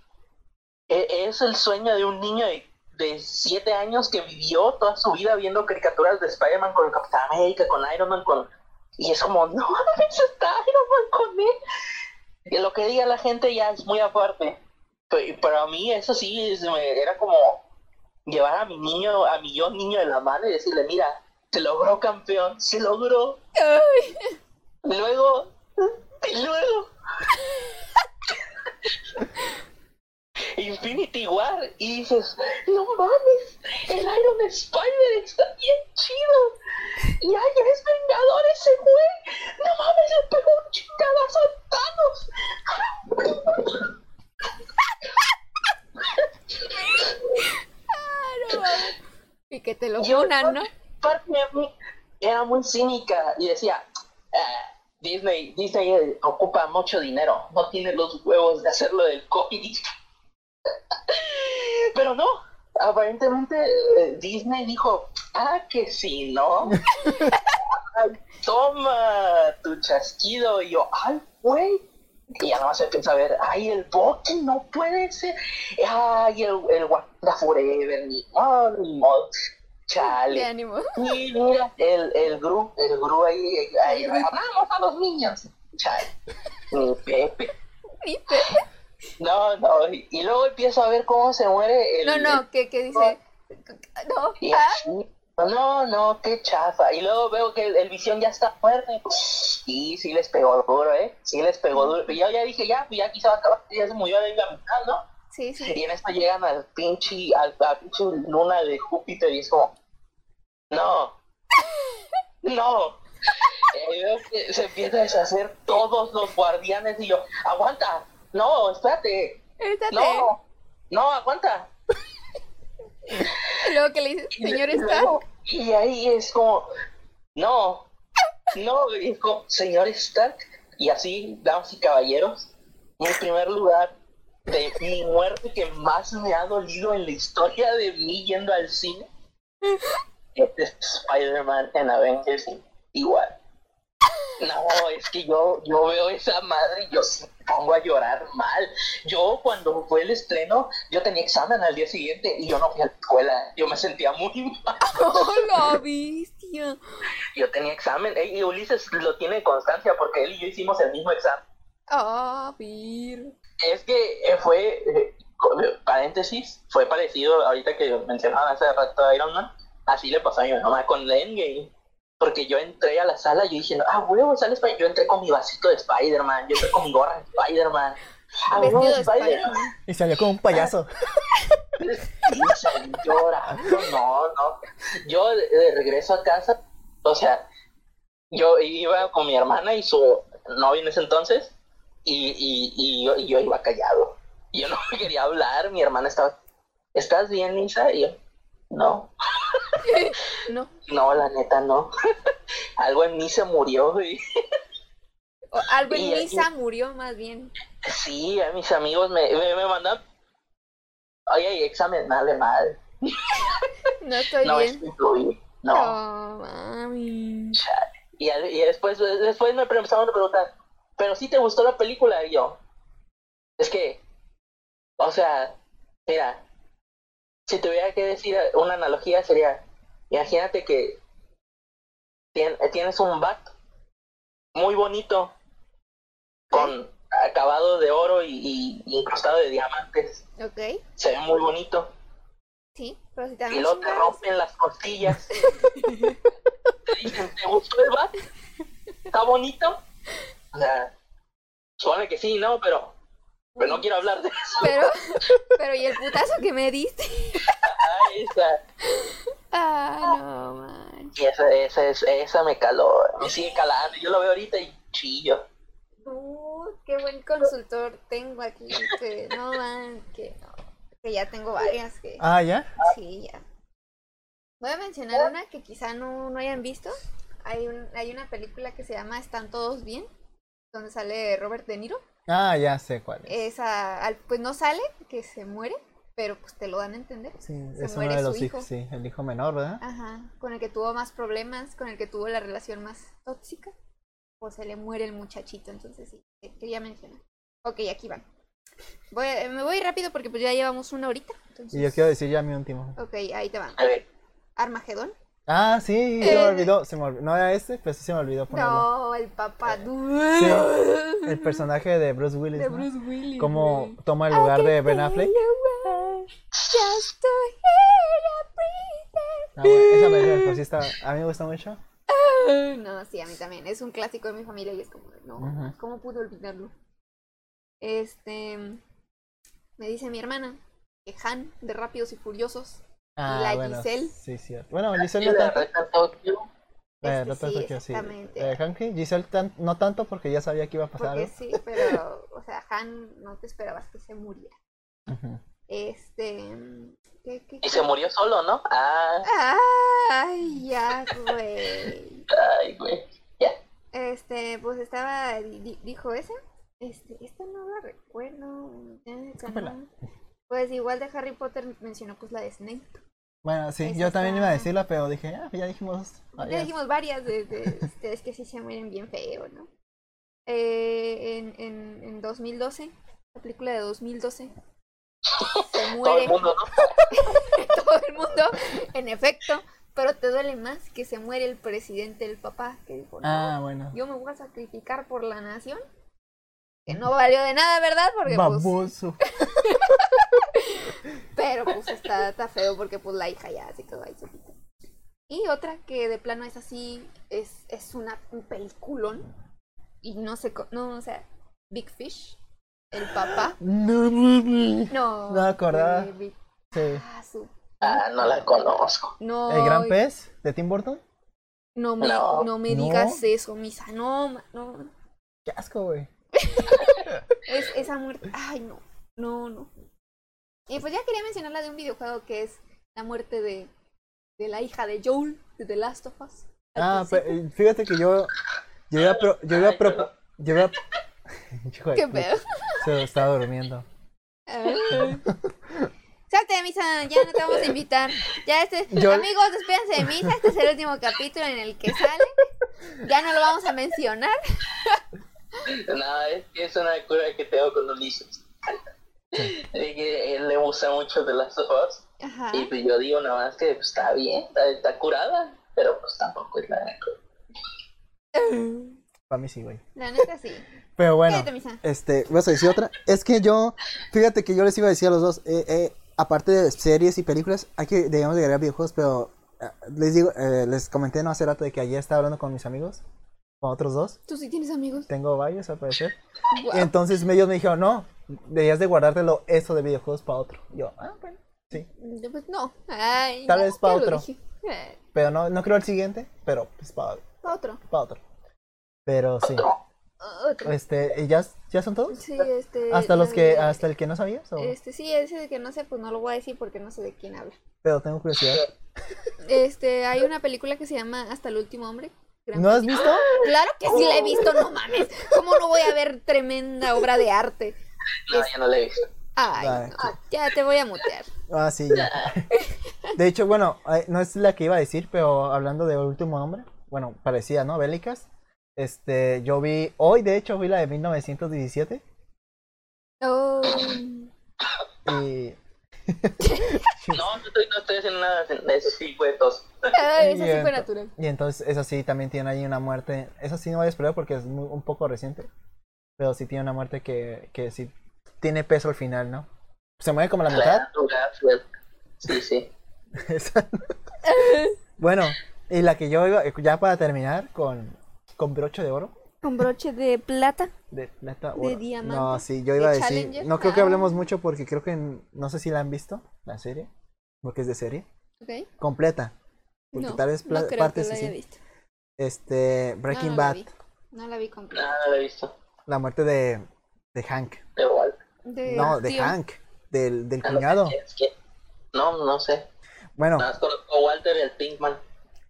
Speaker 3: Eh, es el sueño de un niño de, de siete años que vivió toda su vida viendo caricaturas de Spider-Man con el Capitán América, con Iron Man, con... Y es como, no, eso está Iron Man con él. Y lo que diga la gente ya es muy aparte. Pero, pero a mí eso sí es- me- era como llevar a mi niño, a mi yo niño de la mano y decirle, mira, se logró campeón, se logró. Luego, y luego. Infinity War y dices, no mames, el Iron Spider está bien chido. Y ay, es vengador ese güey. No mames, le pegó un chingadazo a Thanos.
Speaker 1: no mames. Y que te lo
Speaker 3: Yo,
Speaker 1: juran, ¿no?
Speaker 3: parte de mí era muy cínica y decía, "Ah, Disney, Disney eh, ocupa mucho dinero, no tiene los huevos de hacerlo del COVID. Pero no, aparentemente eh, Disney dijo, ah, que sí, ¿no? Ay, toma tu chasquido. Y yo, ay, güey. Y ya nomás empieza a ver, ay, el Bucky no puede ser. Ay, el, el Wakanda Forever, ni modo, ni modo.
Speaker 1: Te
Speaker 3: Chale.
Speaker 1: ánimo.
Speaker 3: Y mira, el, el Gru, el Gru ahí, ahí, vamos a los niños. Chale. Ni Pepe.
Speaker 1: Dice.
Speaker 3: No, no. Y, y luego empiezo a ver cómo se muere el.
Speaker 1: No, no, que, que dice. No,
Speaker 3: Y
Speaker 1: ah,
Speaker 3: así, No, no, qué chafa. Y luego veo que el, el visión ya está fuerte. Y sí les pegó duro, ¿eh? Sí les pegó duro. Y yo ya dije, ya, pues ya aquí se va a acabar. Ya se murió ahí la mitad, ¿no?
Speaker 1: sí, sí.
Speaker 3: Y en esto llegan al pinche, al, a la pinche luna de Júpiter y es como, no, no. Y ahí veo que se empieza a deshacer todos los guardianes y yo, aguanta, no, espérate,
Speaker 1: Ahorita
Speaker 3: no, no, aguanta.
Speaker 1: te- Luego que le dices, señor
Speaker 3: Y
Speaker 1: Stark.
Speaker 3: luego- Y ahí es como, no, No, dijo, señor Stark, y así, damas y caballeros, en primer lugar, de mi muerte que más me ha dolido en la historia de mí yendo al cine, este es Spider-Man en Avengers igual. No, es que yo, yo veo esa madre y yo sí me pongo a llorar mal. Yo cuando fue el estreno, yo tenía examen al día siguiente y yo no fui a la escuela. Yo me sentía muy mal.
Speaker 1: ¡Oh, la bestia!
Speaker 3: Yo tenía examen. Ey, y Ulises lo tiene en constancia porque él y yo hicimos el mismo examen.
Speaker 1: ¡Ah, Vir!
Speaker 3: Es que eh, fue, eh, co- eh, paréntesis, fue parecido ahorita que mencionaban hace rato a Iron Man. Así le pasó a mi mamá con The Endgame. Porque yo entré a la sala y yo dije, ah, huevo, sale Spider-Man. Yo entré con mi vasito de Spider-Man, yo entré con mi gorra de Spider-Man. Ah, huevo,
Speaker 1: Vestido de
Speaker 3: Spider-Man.
Speaker 1: Spider-Man.
Speaker 2: Y salió como un payaso.
Speaker 3: Y salí llorando, no, no. Yo de, de regreso a casa, o sea, yo iba con mi hermana y su novio en ese entonces, y, y, y yo, y yo iba callado. Yo no quería hablar, mi hermana estaba, ¿estás bien, Lisa? Y yo, no,
Speaker 1: No.
Speaker 3: no, la neta, no. Algo en mí se murió y...
Speaker 1: O Albert
Speaker 3: Y- y-
Speaker 1: Misa murió más bien.
Speaker 3: Sí, a mis amigos me, me, me mandan. Oye, examen, dale mal.
Speaker 1: No estoy
Speaker 3: No, es
Speaker 1: bien.
Speaker 3: que incluí. No.
Speaker 1: No, mami.
Speaker 3: Y, al- y después, después me empezaron a preguntar, ¿pero si te gustó la película? Y yo, es que, o sea, mira, si tuviera que decir una analogía sería, imagínate que tien- tienes un bat muy bonito, con acabado de oro y, y incrustado de diamantes,
Speaker 1: Ok,
Speaker 3: se ve muy bonito,
Speaker 1: sí. Pero si
Speaker 3: y
Speaker 1: también
Speaker 3: luego te rompen las costillas. te dicen, ¿te gustó el bat? ¿Está bonito? O sea, supone que sí, ¿no? Pero, pero no quiero hablar de eso.
Speaker 1: Pero, pero y el putazo que me diste.
Speaker 3: Ay, esa,
Speaker 1: Ah, no, man.
Speaker 3: y esa, esa, es- esa me caló, me sigue calando. Yo lo veo ahorita y chillo.
Speaker 1: Uh, qué buen consultor tengo aquí. Que no, man, que no. Que ya tengo varias que.
Speaker 2: Ah, ¿ya?
Speaker 1: Sí, ya. Voy a mencionar una que quizá no, no hayan visto. Hay, un, hay una película que se llama Están todos bien, donde sale Robert De Niro.
Speaker 2: Ah, ya sé cuál
Speaker 1: Eh,
Speaker 2: es.
Speaker 1: Esa, al- pues no sale, que se muere, pero pues te lo dan a entender.
Speaker 2: Sí,
Speaker 1: se
Speaker 2: es uno
Speaker 1: muere
Speaker 2: de
Speaker 1: su
Speaker 2: los
Speaker 1: hijo. Ah,
Speaker 2: hijos, sí, el hijo menor, ¿verdad?
Speaker 1: Ajá, con el que tuvo más problemas, con el que tuvo la relación más tóxica, pues se le muere el muchachito, entonces sí, que- quería mencionar. Ok, aquí van. Voy, a- me voy rápido porque pues ya llevamos una horita. Entonces...
Speaker 2: Y yo quiero decir ya mi último.
Speaker 1: Ok, ahí te van.
Speaker 3: A ver,
Speaker 1: Armagedón.
Speaker 2: Ah, sí, se
Speaker 1: Eh.
Speaker 2: me olvidó, se me olvidó. No era este, pero sí se me olvidó ponerlo.
Speaker 1: No, el papá
Speaker 2: Sí,
Speaker 1: duro.
Speaker 2: el personaje de Bruce Willis,
Speaker 1: de
Speaker 2: ¿no?
Speaker 1: Bruce Willis. Ah,
Speaker 2: Como
Speaker 1: güey.
Speaker 2: toma el lugar
Speaker 1: I
Speaker 2: de
Speaker 1: can
Speaker 2: Ben
Speaker 1: feel
Speaker 2: Affleck.
Speaker 1: your eyes, just to hear
Speaker 2: Ah, bueno, esa película de por sí está, a mí me gusta mucho.
Speaker 1: you breathe. No, sí, a mí también. Es un clásico de mi familia y es como, no,
Speaker 2: Ujú.
Speaker 1: ¿cómo pude olvidarlo? Este, me dice mi hermana que Han de Rápidos y Furiosos.
Speaker 2: Ah,
Speaker 1: la
Speaker 2: bueno,
Speaker 1: Giselle?
Speaker 2: Sí, cierto. Bueno, Giselle
Speaker 3: la
Speaker 2: no tanto.
Speaker 3: reta Tokio,
Speaker 2: Eh,
Speaker 1: Este,
Speaker 2: no tanto
Speaker 1: sí,
Speaker 2: que sí.
Speaker 1: exactamente.
Speaker 2: Eh, Hanky, Giselle tan- no tanto porque ya sabía que iba a pasar
Speaker 1: Porque
Speaker 2: algo.
Speaker 1: sí, pero, o sea, Han no te esperabas que se muriera.
Speaker 2: Ujú.
Speaker 1: Este, ¿qué, qué,
Speaker 3: y se murió solo, ¿no? Ah,
Speaker 1: Ay, ya, güey.
Speaker 3: ay, güey.
Speaker 1: Este, pues estaba, di- dijo esa. Este, esta no la recuerdo. eh, esta no.
Speaker 2: Escúpela.
Speaker 1: Pues igual de Harry Potter mencionó pues la de Snape.
Speaker 2: Bueno, sí,
Speaker 1: Esa
Speaker 2: yo también iba a
Speaker 1: está-
Speaker 2: decirla, pero dije, ah, ya dijimos. ah,
Speaker 1: Ya
Speaker 2: ya.
Speaker 1: dijimos varias de, de- este, es que sí se mueren bien feo, ¿no? Eh, en, en, en 2012, la película de 2012, se
Speaker 3: Todo
Speaker 1: muere
Speaker 3: el mundo, ¿no?
Speaker 1: todo el mundo, en efecto, pero te duele más que se muere el presidente, el papá, que dijo, no,
Speaker 2: Ah, bueno.
Speaker 1: yo me voy a sacrificar por la nación. Que no valió de nada, ¿verdad? Porque pues,
Speaker 2: Baboso.
Speaker 1: pero pues está, está feo porque pues la hija ya se quedó ahí solita. Y otra que de plano es así, es, es una, un peliculón. Y no sé, co- no, o sea, Big Fish, el papá.
Speaker 2: No, mami.
Speaker 1: No.
Speaker 2: No me acordaba.
Speaker 1: de Big-
Speaker 2: Sí.
Speaker 1: ah, su-
Speaker 3: Ah, no la conozco.
Speaker 1: No.
Speaker 2: ¿El gran pez de Tim Burton?
Speaker 1: No me, no.
Speaker 3: No.
Speaker 1: me
Speaker 2: No.
Speaker 1: digas eso, misa. No, ma- no.
Speaker 2: Qué asco, güey.
Speaker 1: Es, esa muerte. Ay, no. No, no. Y pues ya quería mencionar la de un videojuego que es la muerte de, de la hija de Joel, de The Last of Us. pues,
Speaker 2: Ah, pe- eh, fíjate que yo, yo iba a pro- yo iba a
Speaker 3: Ay,
Speaker 2: pro-
Speaker 3: perdón.
Speaker 2: yo iba a- Hijo de
Speaker 1: ¿Qué
Speaker 2: puta,
Speaker 1: pedo?
Speaker 2: Se estaba durmiendo.
Speaker 1: A ver. Salte, Misa, ya no te vamos a invitar. Ya este,
Speaker 2: Yo-
Speaker 1: amigos, despídanse de Misa, este es el último capítulo en el que sale. Ya no lo vamos a mencionar.
Speaker 3: Nada, es que es una cura que tengo con Ulises. De que él le gusta mucho de las dos.
Speaker 1: Ajá.
Speaker 3: Y pues yo digo nada más que pues, está bien, está, está curada, pero pues tampoco es la
Speaker 2: Para mí sí, güey.
Speaker 1: La neta sí.
Speaker 2: Pero bueno,
Speaker 1: Cállate, Misa.
Speaker 2: este, ¿vas a decir otra? Es que yo, fíjate que yo les iba a decir a los dos, eh, eh, aparte de series y películas, hay que, debemos de agregar videojuegos, pero eh, les digo, eh, les comenté no hace rato de que ayer estaba hablando con mis amigos, con otros dos,
Speaker 1: Tú sí tienes amigos.
Speaker 2: tengo varios al parecer, y
Speaker 1: Guau.
Speaker 2: entonces ellos me dijeron, no, debías de guardártelo eso de videojuegos para otro. Yo, ah, bueno, sí.
Speaker 1: Pues no. Ay,
Speaker 2: Tal
Speaker 1: no,
Speaker 2: vez pa'
Speaker 1: ya lo
Speaker 2: otro.
Speaker 1: dije. Eh,
Speaker 2: Pero no, no creo el siguiente, pero pues para
Speaker 1: pa' otro.
Speaker 2: otro. Pero sí.
Speaker 1: Otro.
Speaker 2: Este, ¿y ¿ya, ya son todos?
Speaker 1: Sí, este.
Speaker 2: ¿Hasta los
Speaker 1: la
Speaker 2: que,
Speaker 1: de-
Speaker 2: hasta el que no sabías? o?
Speaker 1: Este, sí, ese de que no sé, pues no lo voy a decir porque no sé de quién habla.
Speaker 2: Pero tengo curiosidad.
Speaker 1: Este, hay una película que se llama Hasta el último hombre. Gran
Speaker 2: ¿No has visto?
Speaker 1: Claro que sí la he visto,
Speaker 2: Oh.
Speaker 1: no mames. ¿Cómo no voy a ver tremenda obra de arte?
Speaker 3: No, ya no la he visto.
Speaker 1: Ay,
Speaker 2: Ay,
Speaker 1: no, ya te voy a mutear.
Speaker 2: Ah, sí, ya. De hecho, bueno, eh, no es la que iba a decir, pero hablando de Último Hombre, bueno, parecía, ¿no? Bélicas. Este, yo vi, hoy de hecho vi la de 1917
Speaker 1: Oh,
Speaker 2: y...
Speaker 3: No, no estoy, no estoy haciendo nada de ese tipo de tos.
Speaker 1: ay, eso
Speaker 2: y
Speaker 1: sí fue
Speaker 2: ento-
Speaker 1: natural.
Speaker 2: Y entonces, esa sí también tiene ahí una muerte. Esa sí no voy a esperar porque es muy- un poco reciente. Pero sí tiene una muerte que, que sí tiene peso al final, ¿no? Se mueve como la mitad.
Speaker 3: Claro, Garfield. pues, Sí, sí.
Speaker 2: Esa- bueno, y la que yo iba, ya para terminar, con, con broche de oro.
Speaker 1: Con broche de plata.
Speaker 2: De plata,
Speaker 1: De
Speaker 2: oro.
Speaker 1: diamante.
Speaker 2: No, sí, yo
Speaker 1: De
Speaker 2: iba a decir.
Speaker 1: Challenger.
Speaker 2: No creo que
Speaker 1: Ah.
Speaker 2: hablemos mucho porque creo que n- no sé si la han visto, la serie, porque es de serie.
Speaker 1: Ok.
Speaker 2: Completa. Porque
Speaker 1: No,
Speaker 2: tal vez pla-
Speaker 1: no creo
Speaker 2: partes
Speaker 1: que la
Speaker 2: sí,
Speaker 1: haya
Speaker 2: sí.
Speaker 1: visto.
Speaker 2: Este,
Speaker 1: No,
Speaker 2: Breaking
Speaker 1: no la
Speaker 2: Bad,
Speaker 1: vi. No la vi completa.
Speaker 3: Nada, no la he visto.
Speaker 2: la muerte de, de Hank.
Speaker 3: De igual.
Speaker 1: De-
Speaker 2: No, de
Speaker 1: tío.
Speaker 2: Hank, del, del cuñado.
Speaker 3: Es que- No, no sé.
Speaker 2: Bueno,
Speaker 3: Nada más conozco a Walter y al Pinkman.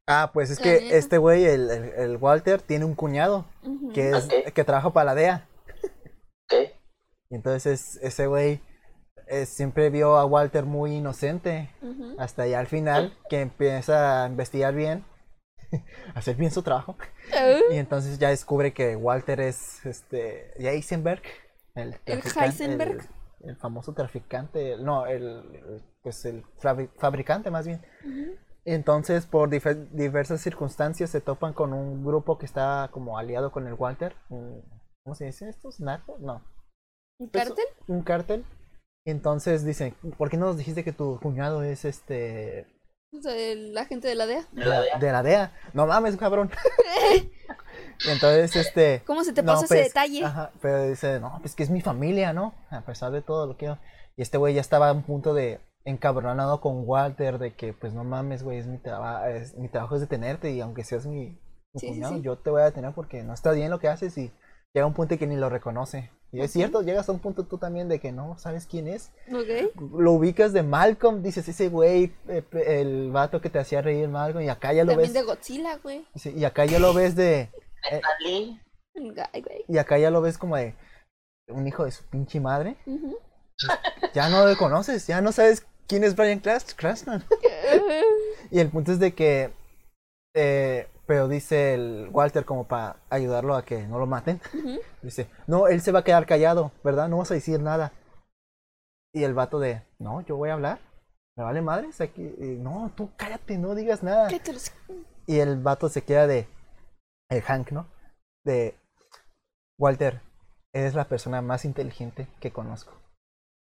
Speaker 2: ah, pues es
Speaker 1: La
Speaker 2: que
Speaker 1: neta.
Speaker 2: este güey, el, el, el Walter, tiene un cuñado
Speaker 1: Ujú.
Speaker 2: que es
Speaker 3: Ok.
Speaker 2: que trabaja para la DEA.
Speaker 3: Ok.
Speaker 2: Y entonces ese güey eh, siempre vio a Walter muy inocente.
Speaker 1: Ujú.
Speaker 2: Hasta ya al final, que empieza a investigar bien, a hacer bien su trabajo. Y entonces ya descubre que Walter es este Heisenberg, el traficante-
Speaker 1: Heisenberg?
Speaker 2: el- el famoso traficante, el- no, el, el- pues el fabri- fabricante más bien. Y entonces por dife- diversas circunstancias se topan con un grupo que está como aliado con el Walter. Mm, ¿Cómo se dice estos? ¿Narcos? No.
Speaker 1: ¿Un
Speaker 2: Pues,
Speaker 1: cartel?
Speaker 2: Un cartel. Y entonces dicen, ¿por qué no nos dijiste que tu cuñado es este
Speaker 1: O sea, el- la gente de la DEA.
Speaker 3: De la DEA.
Speaker 2: de la DEA. No mames, cabrón. y entonces, este.
Speaker 1: ¿Cómo se te
Speaker 2: no,
Speaker 1: pasó ese
Speaker 2: pues,
Speaker 1: detalle?
Speaker 2: Ajá, pero dice, no, pues que es mi familia, ¿no? A pesar de todo lo que. Y este güey ya estaba a un punto de encabronado con Walter, de que, pues no mames, güey, es mi, traba- es- mi trabajo es detenerte y aunque seas mi, mi
Speaker 1: Sí, sí,
Speaker 2: cuñado,
Speaker 1: sí.
Speaker 2: yo te voy a detener porque no está bien lo que haces y llega un punto que ni lo reconoce. Y es cierto, llegas a un punto tú también de que no sabes quién es
Speaker 1: Ok.
Speaker 2: lo ubicas de Malcolm, dices ese güey, eh, pe- el vato que te hacía reír en Malcolm, y acá ya lo
Speaker 1: También
Speaker 2: ves.
Speaker 1: de Godzilla, güey.
Speaker 2: sí, Y acá ya lo ves de.
Speaker 3: Ali.
Speaker 1: Ay, güey.
Speaker 2: Y acá ya lo ves como de. Un hijo de su pinche madre.
Speaker 1: Ujú.
Speaker 2: Ya no lo conoces, ya no sabes quién es Brian Clas- Cranston. Y el punto es de que. eh, pero dice el Walter como para ayudarlo a que no lo maten.
Speaker 1: Ujú.
Speaker 2: Dice, no, él se va a quedar callado, ¿verdad? No vas a decir nada. Y el vato de, no, yo voy a hablar. Me vale madres aquí. eh, no, tú cállate, no digas nada.
Speaker 1: Cállate los-
Speaker 2: Y el vato se queda de, el Hank, ¿no? De, Walter, eres la persona más inteligente que conozco.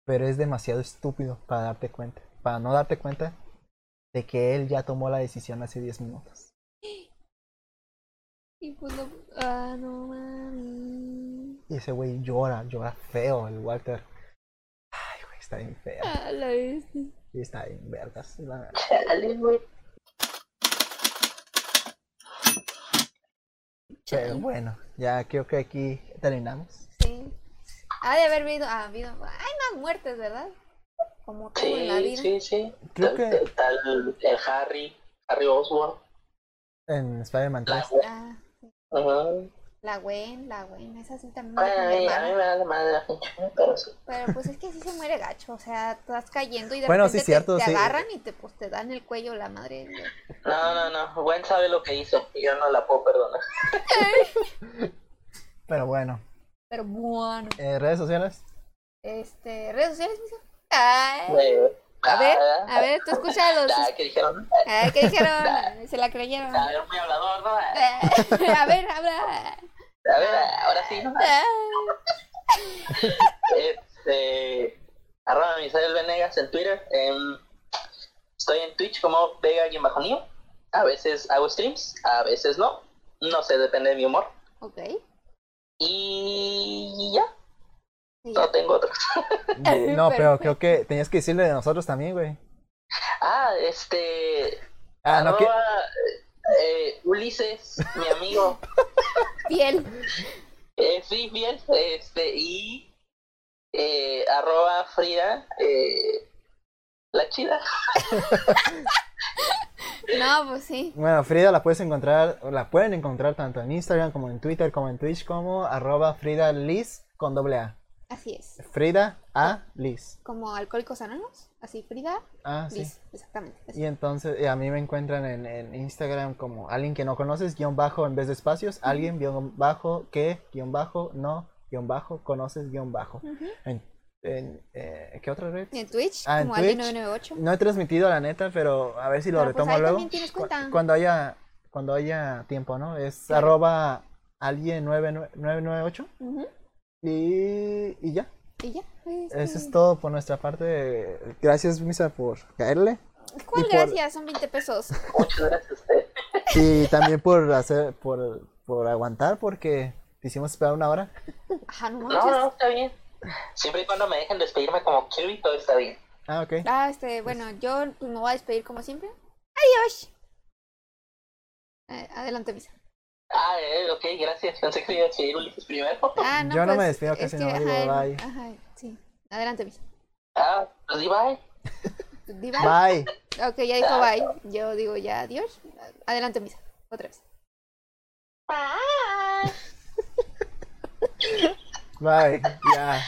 Speaker 2: Pero es demasiado estúpido para darte cuenta, para no darte cuenta de que él ya tomó la decisión hace 10 minutos.
Speaker 1: Y pues no. Ah, no mami.
Speaker 2: Y ese güey llora, llora feo, el Walter. Ay, güey, está bien feo.
Speaker 1: A la bestia.
Speaker 2: Y está bien, vergas. la-
Speaker 3: Ali, güey.
Speaker 2: Pero
Speaker 1: Chale.
Speaker 2: bueno, ya creo que aquí terminamos.
Speaker 1: Sí. Ha de haber habido, ah, habido. Hay más muertes, ¿verdad? Como todo en la
Speaker 3: Sí,
Speaker 1: vida.
Speaker 3: sí, sí.
Speaker 2: Creo
Speaker 3: Tal-
Speaker 2: que-
Speaker 3: tal- el Harry, Harry Osborn.
Speaker 2: En Spider-Man 3.
Speaker 1: Ah,
Speaker 3: Ajá.
Speaker 1: la Gwen, la Gwen, esa sí también. me
Speaker 3: Bueno, a
Speaker 1: dejó mi
Speaker 3: mí, a
Speaker 1: hermano.
Speaker 3: mí me da la madre la pinche, pero sí.
Speaker 1: Pero pues es que sí se muere gacho, o sea, estás cayendo y de
Speaker 2: Bueno, sí,
Speaker 1: repente te-
Speaker 2: cierto,
Speaker 1: te,
Speaker 2: sí.
Speaker 1: agarran y te, pues, te dan el cuello la madre.
Speaker 3: No, no, no. Gwen sabe lo que hizo y yo no la puedo perdonar.
Speaker 2: Pero bueno,
Speaker 1: Pero bueno,
Speaker 2: eh, redes sociales.
Speaker 1: este, redes sociales, mija? Ay,
Speaker 3: A
Speaker 1: a ver, a ver, tú escucha los...
Speaker 3: ¿Qué Ah, dijeron? eh,
Speaker 1: Ay, ¿Qué dijeron? Se la creyeron.
Speaker 3: A ver, muy hablador, ¿no? A
Speaker 1: A ver, habla.
Speaker 3: ver, eh, ahora sí, ¿no? Este, arroba Misael Venegas en Twitter. em, estoy en Twitch como Vega y bajo Neo. A veces hago streams, a veces no. No sé, depende de mi humor.
Speaker 1: Ok.
Speaker 3: Y ya,
Speaker 1: sí,
Speaker 3: no
Speaker 1: ya.
Speaker 3: tengo otro.
Speaker 2: No, pero creo que tenías que decirle de nosotros también, güey.
Speaker 3: Ah, este.
Speaker 2: Ah, no, que.
Speaker 3: arroba, eh, Ulises, mi amigo.
Speaker 1: Fiel.
Speaker 3: Eh, sí, bien. Este, y. eh, arroba Frida, eh, la chida.
Speaker 1: No, pues sí.
Speaker 2: Bueno, Frida la puedes encontrar, la pueden encontrar tanto en Instagram como en Twitter, como en Twitch, como arroba Frida Liz con doble A.
Speaker 1: Así es.
Speaker 2: Frida A Liz.
Speaker 1: Como Alcohólicos Anónimos. Así, Frida.
Speaker 2: Ah, sí.
Speaker 1: Liz. Exactamente. así.
Speaker 2: Y entonces y a mí me encuentran en, en Instagram como alguien que no conoces, guión bajo en vez de espacios, alguien guión bajo que, guión bajo no, guión bajo conoces, guión bajo.
Speaker 1: Ujú.
Speaker 2: En, en, eh, ¿Qué otra red?
Speaker 1: Y En Twitch,
Speaker 2: Ah, en
Speaker 1: como
Speaker 2: Twitch.
Speaker 1: alguien 998.
Speaker 2: No he transmitido la neta, pero a ver si lo
Speaker 1: Pero, pues,
Speaker 2: retomo
Speaker 1: ahí
Speaker 2: luego.
Speaker 1: también tienes
Speaker 2: Cu-
Speaker 1: cuenta.
Speaker 2: Cuando haya, cuando haya tiempo, ¿no? Es
Speaker 1: Claro.
Speaker 2: arroba alguien 998
Speaker 1: Ujú,
Speaker 2: y, y ya.
Speaker 1: Y ya. pues,
Speaker 2: Eso es
Speaker 1: mm.
Speaker 2: todo por nuestra parte. Gracias, Misa, por caerle.
Speaker 1: ¿Cuál
Speaker 2: Y por-
Speaker 1: gracias? Son 20 pesos.
Speaker 3: Muchas gracias a ustedes.
Speaker 2: Y también por hacer, por, por aguantar, porque te hicimos esperar una hora.
Speaker 1: Ajá, no
Speaker 3: No, no,
Speaker 1: manches.
Speaker 3: está bien. Siempre y cuando me dejen despedirme como Kirby, todo está bien.
Speaker 2: Ah, ok.
Speaker 1: Ah, este, bueno, yo pues, me voy a despedir como siempre. Adiós. Eh, adelante, Misa.
Speaker 3: Ah, eh, ok, gracias. Pensé que iba a despedir Ulises primero.
Speaker 1: Ah, no,
Speaker 2: Yo no me
Speaker 1: pues,
Speaker 2: despido
Speaker 1: es
Speaker 2: casi,
Speaker 1: que,
Speaker 2: no, digo,
Speaker 1: ajá,
Speaker 2: bye.
Speaker 1: Ajá, sí. Adelante, Misa.
Speaker 3: Ah, pues di bye.
Speaker 1: Di bye.
Speaker 2: Bye.
Speaker 1: Ok, ya dijo bye. Yo digo ya adiós. Adelante, Misa. Otra vez.
Speaker 3: Bye.
Speaker 2: Bye. Ya.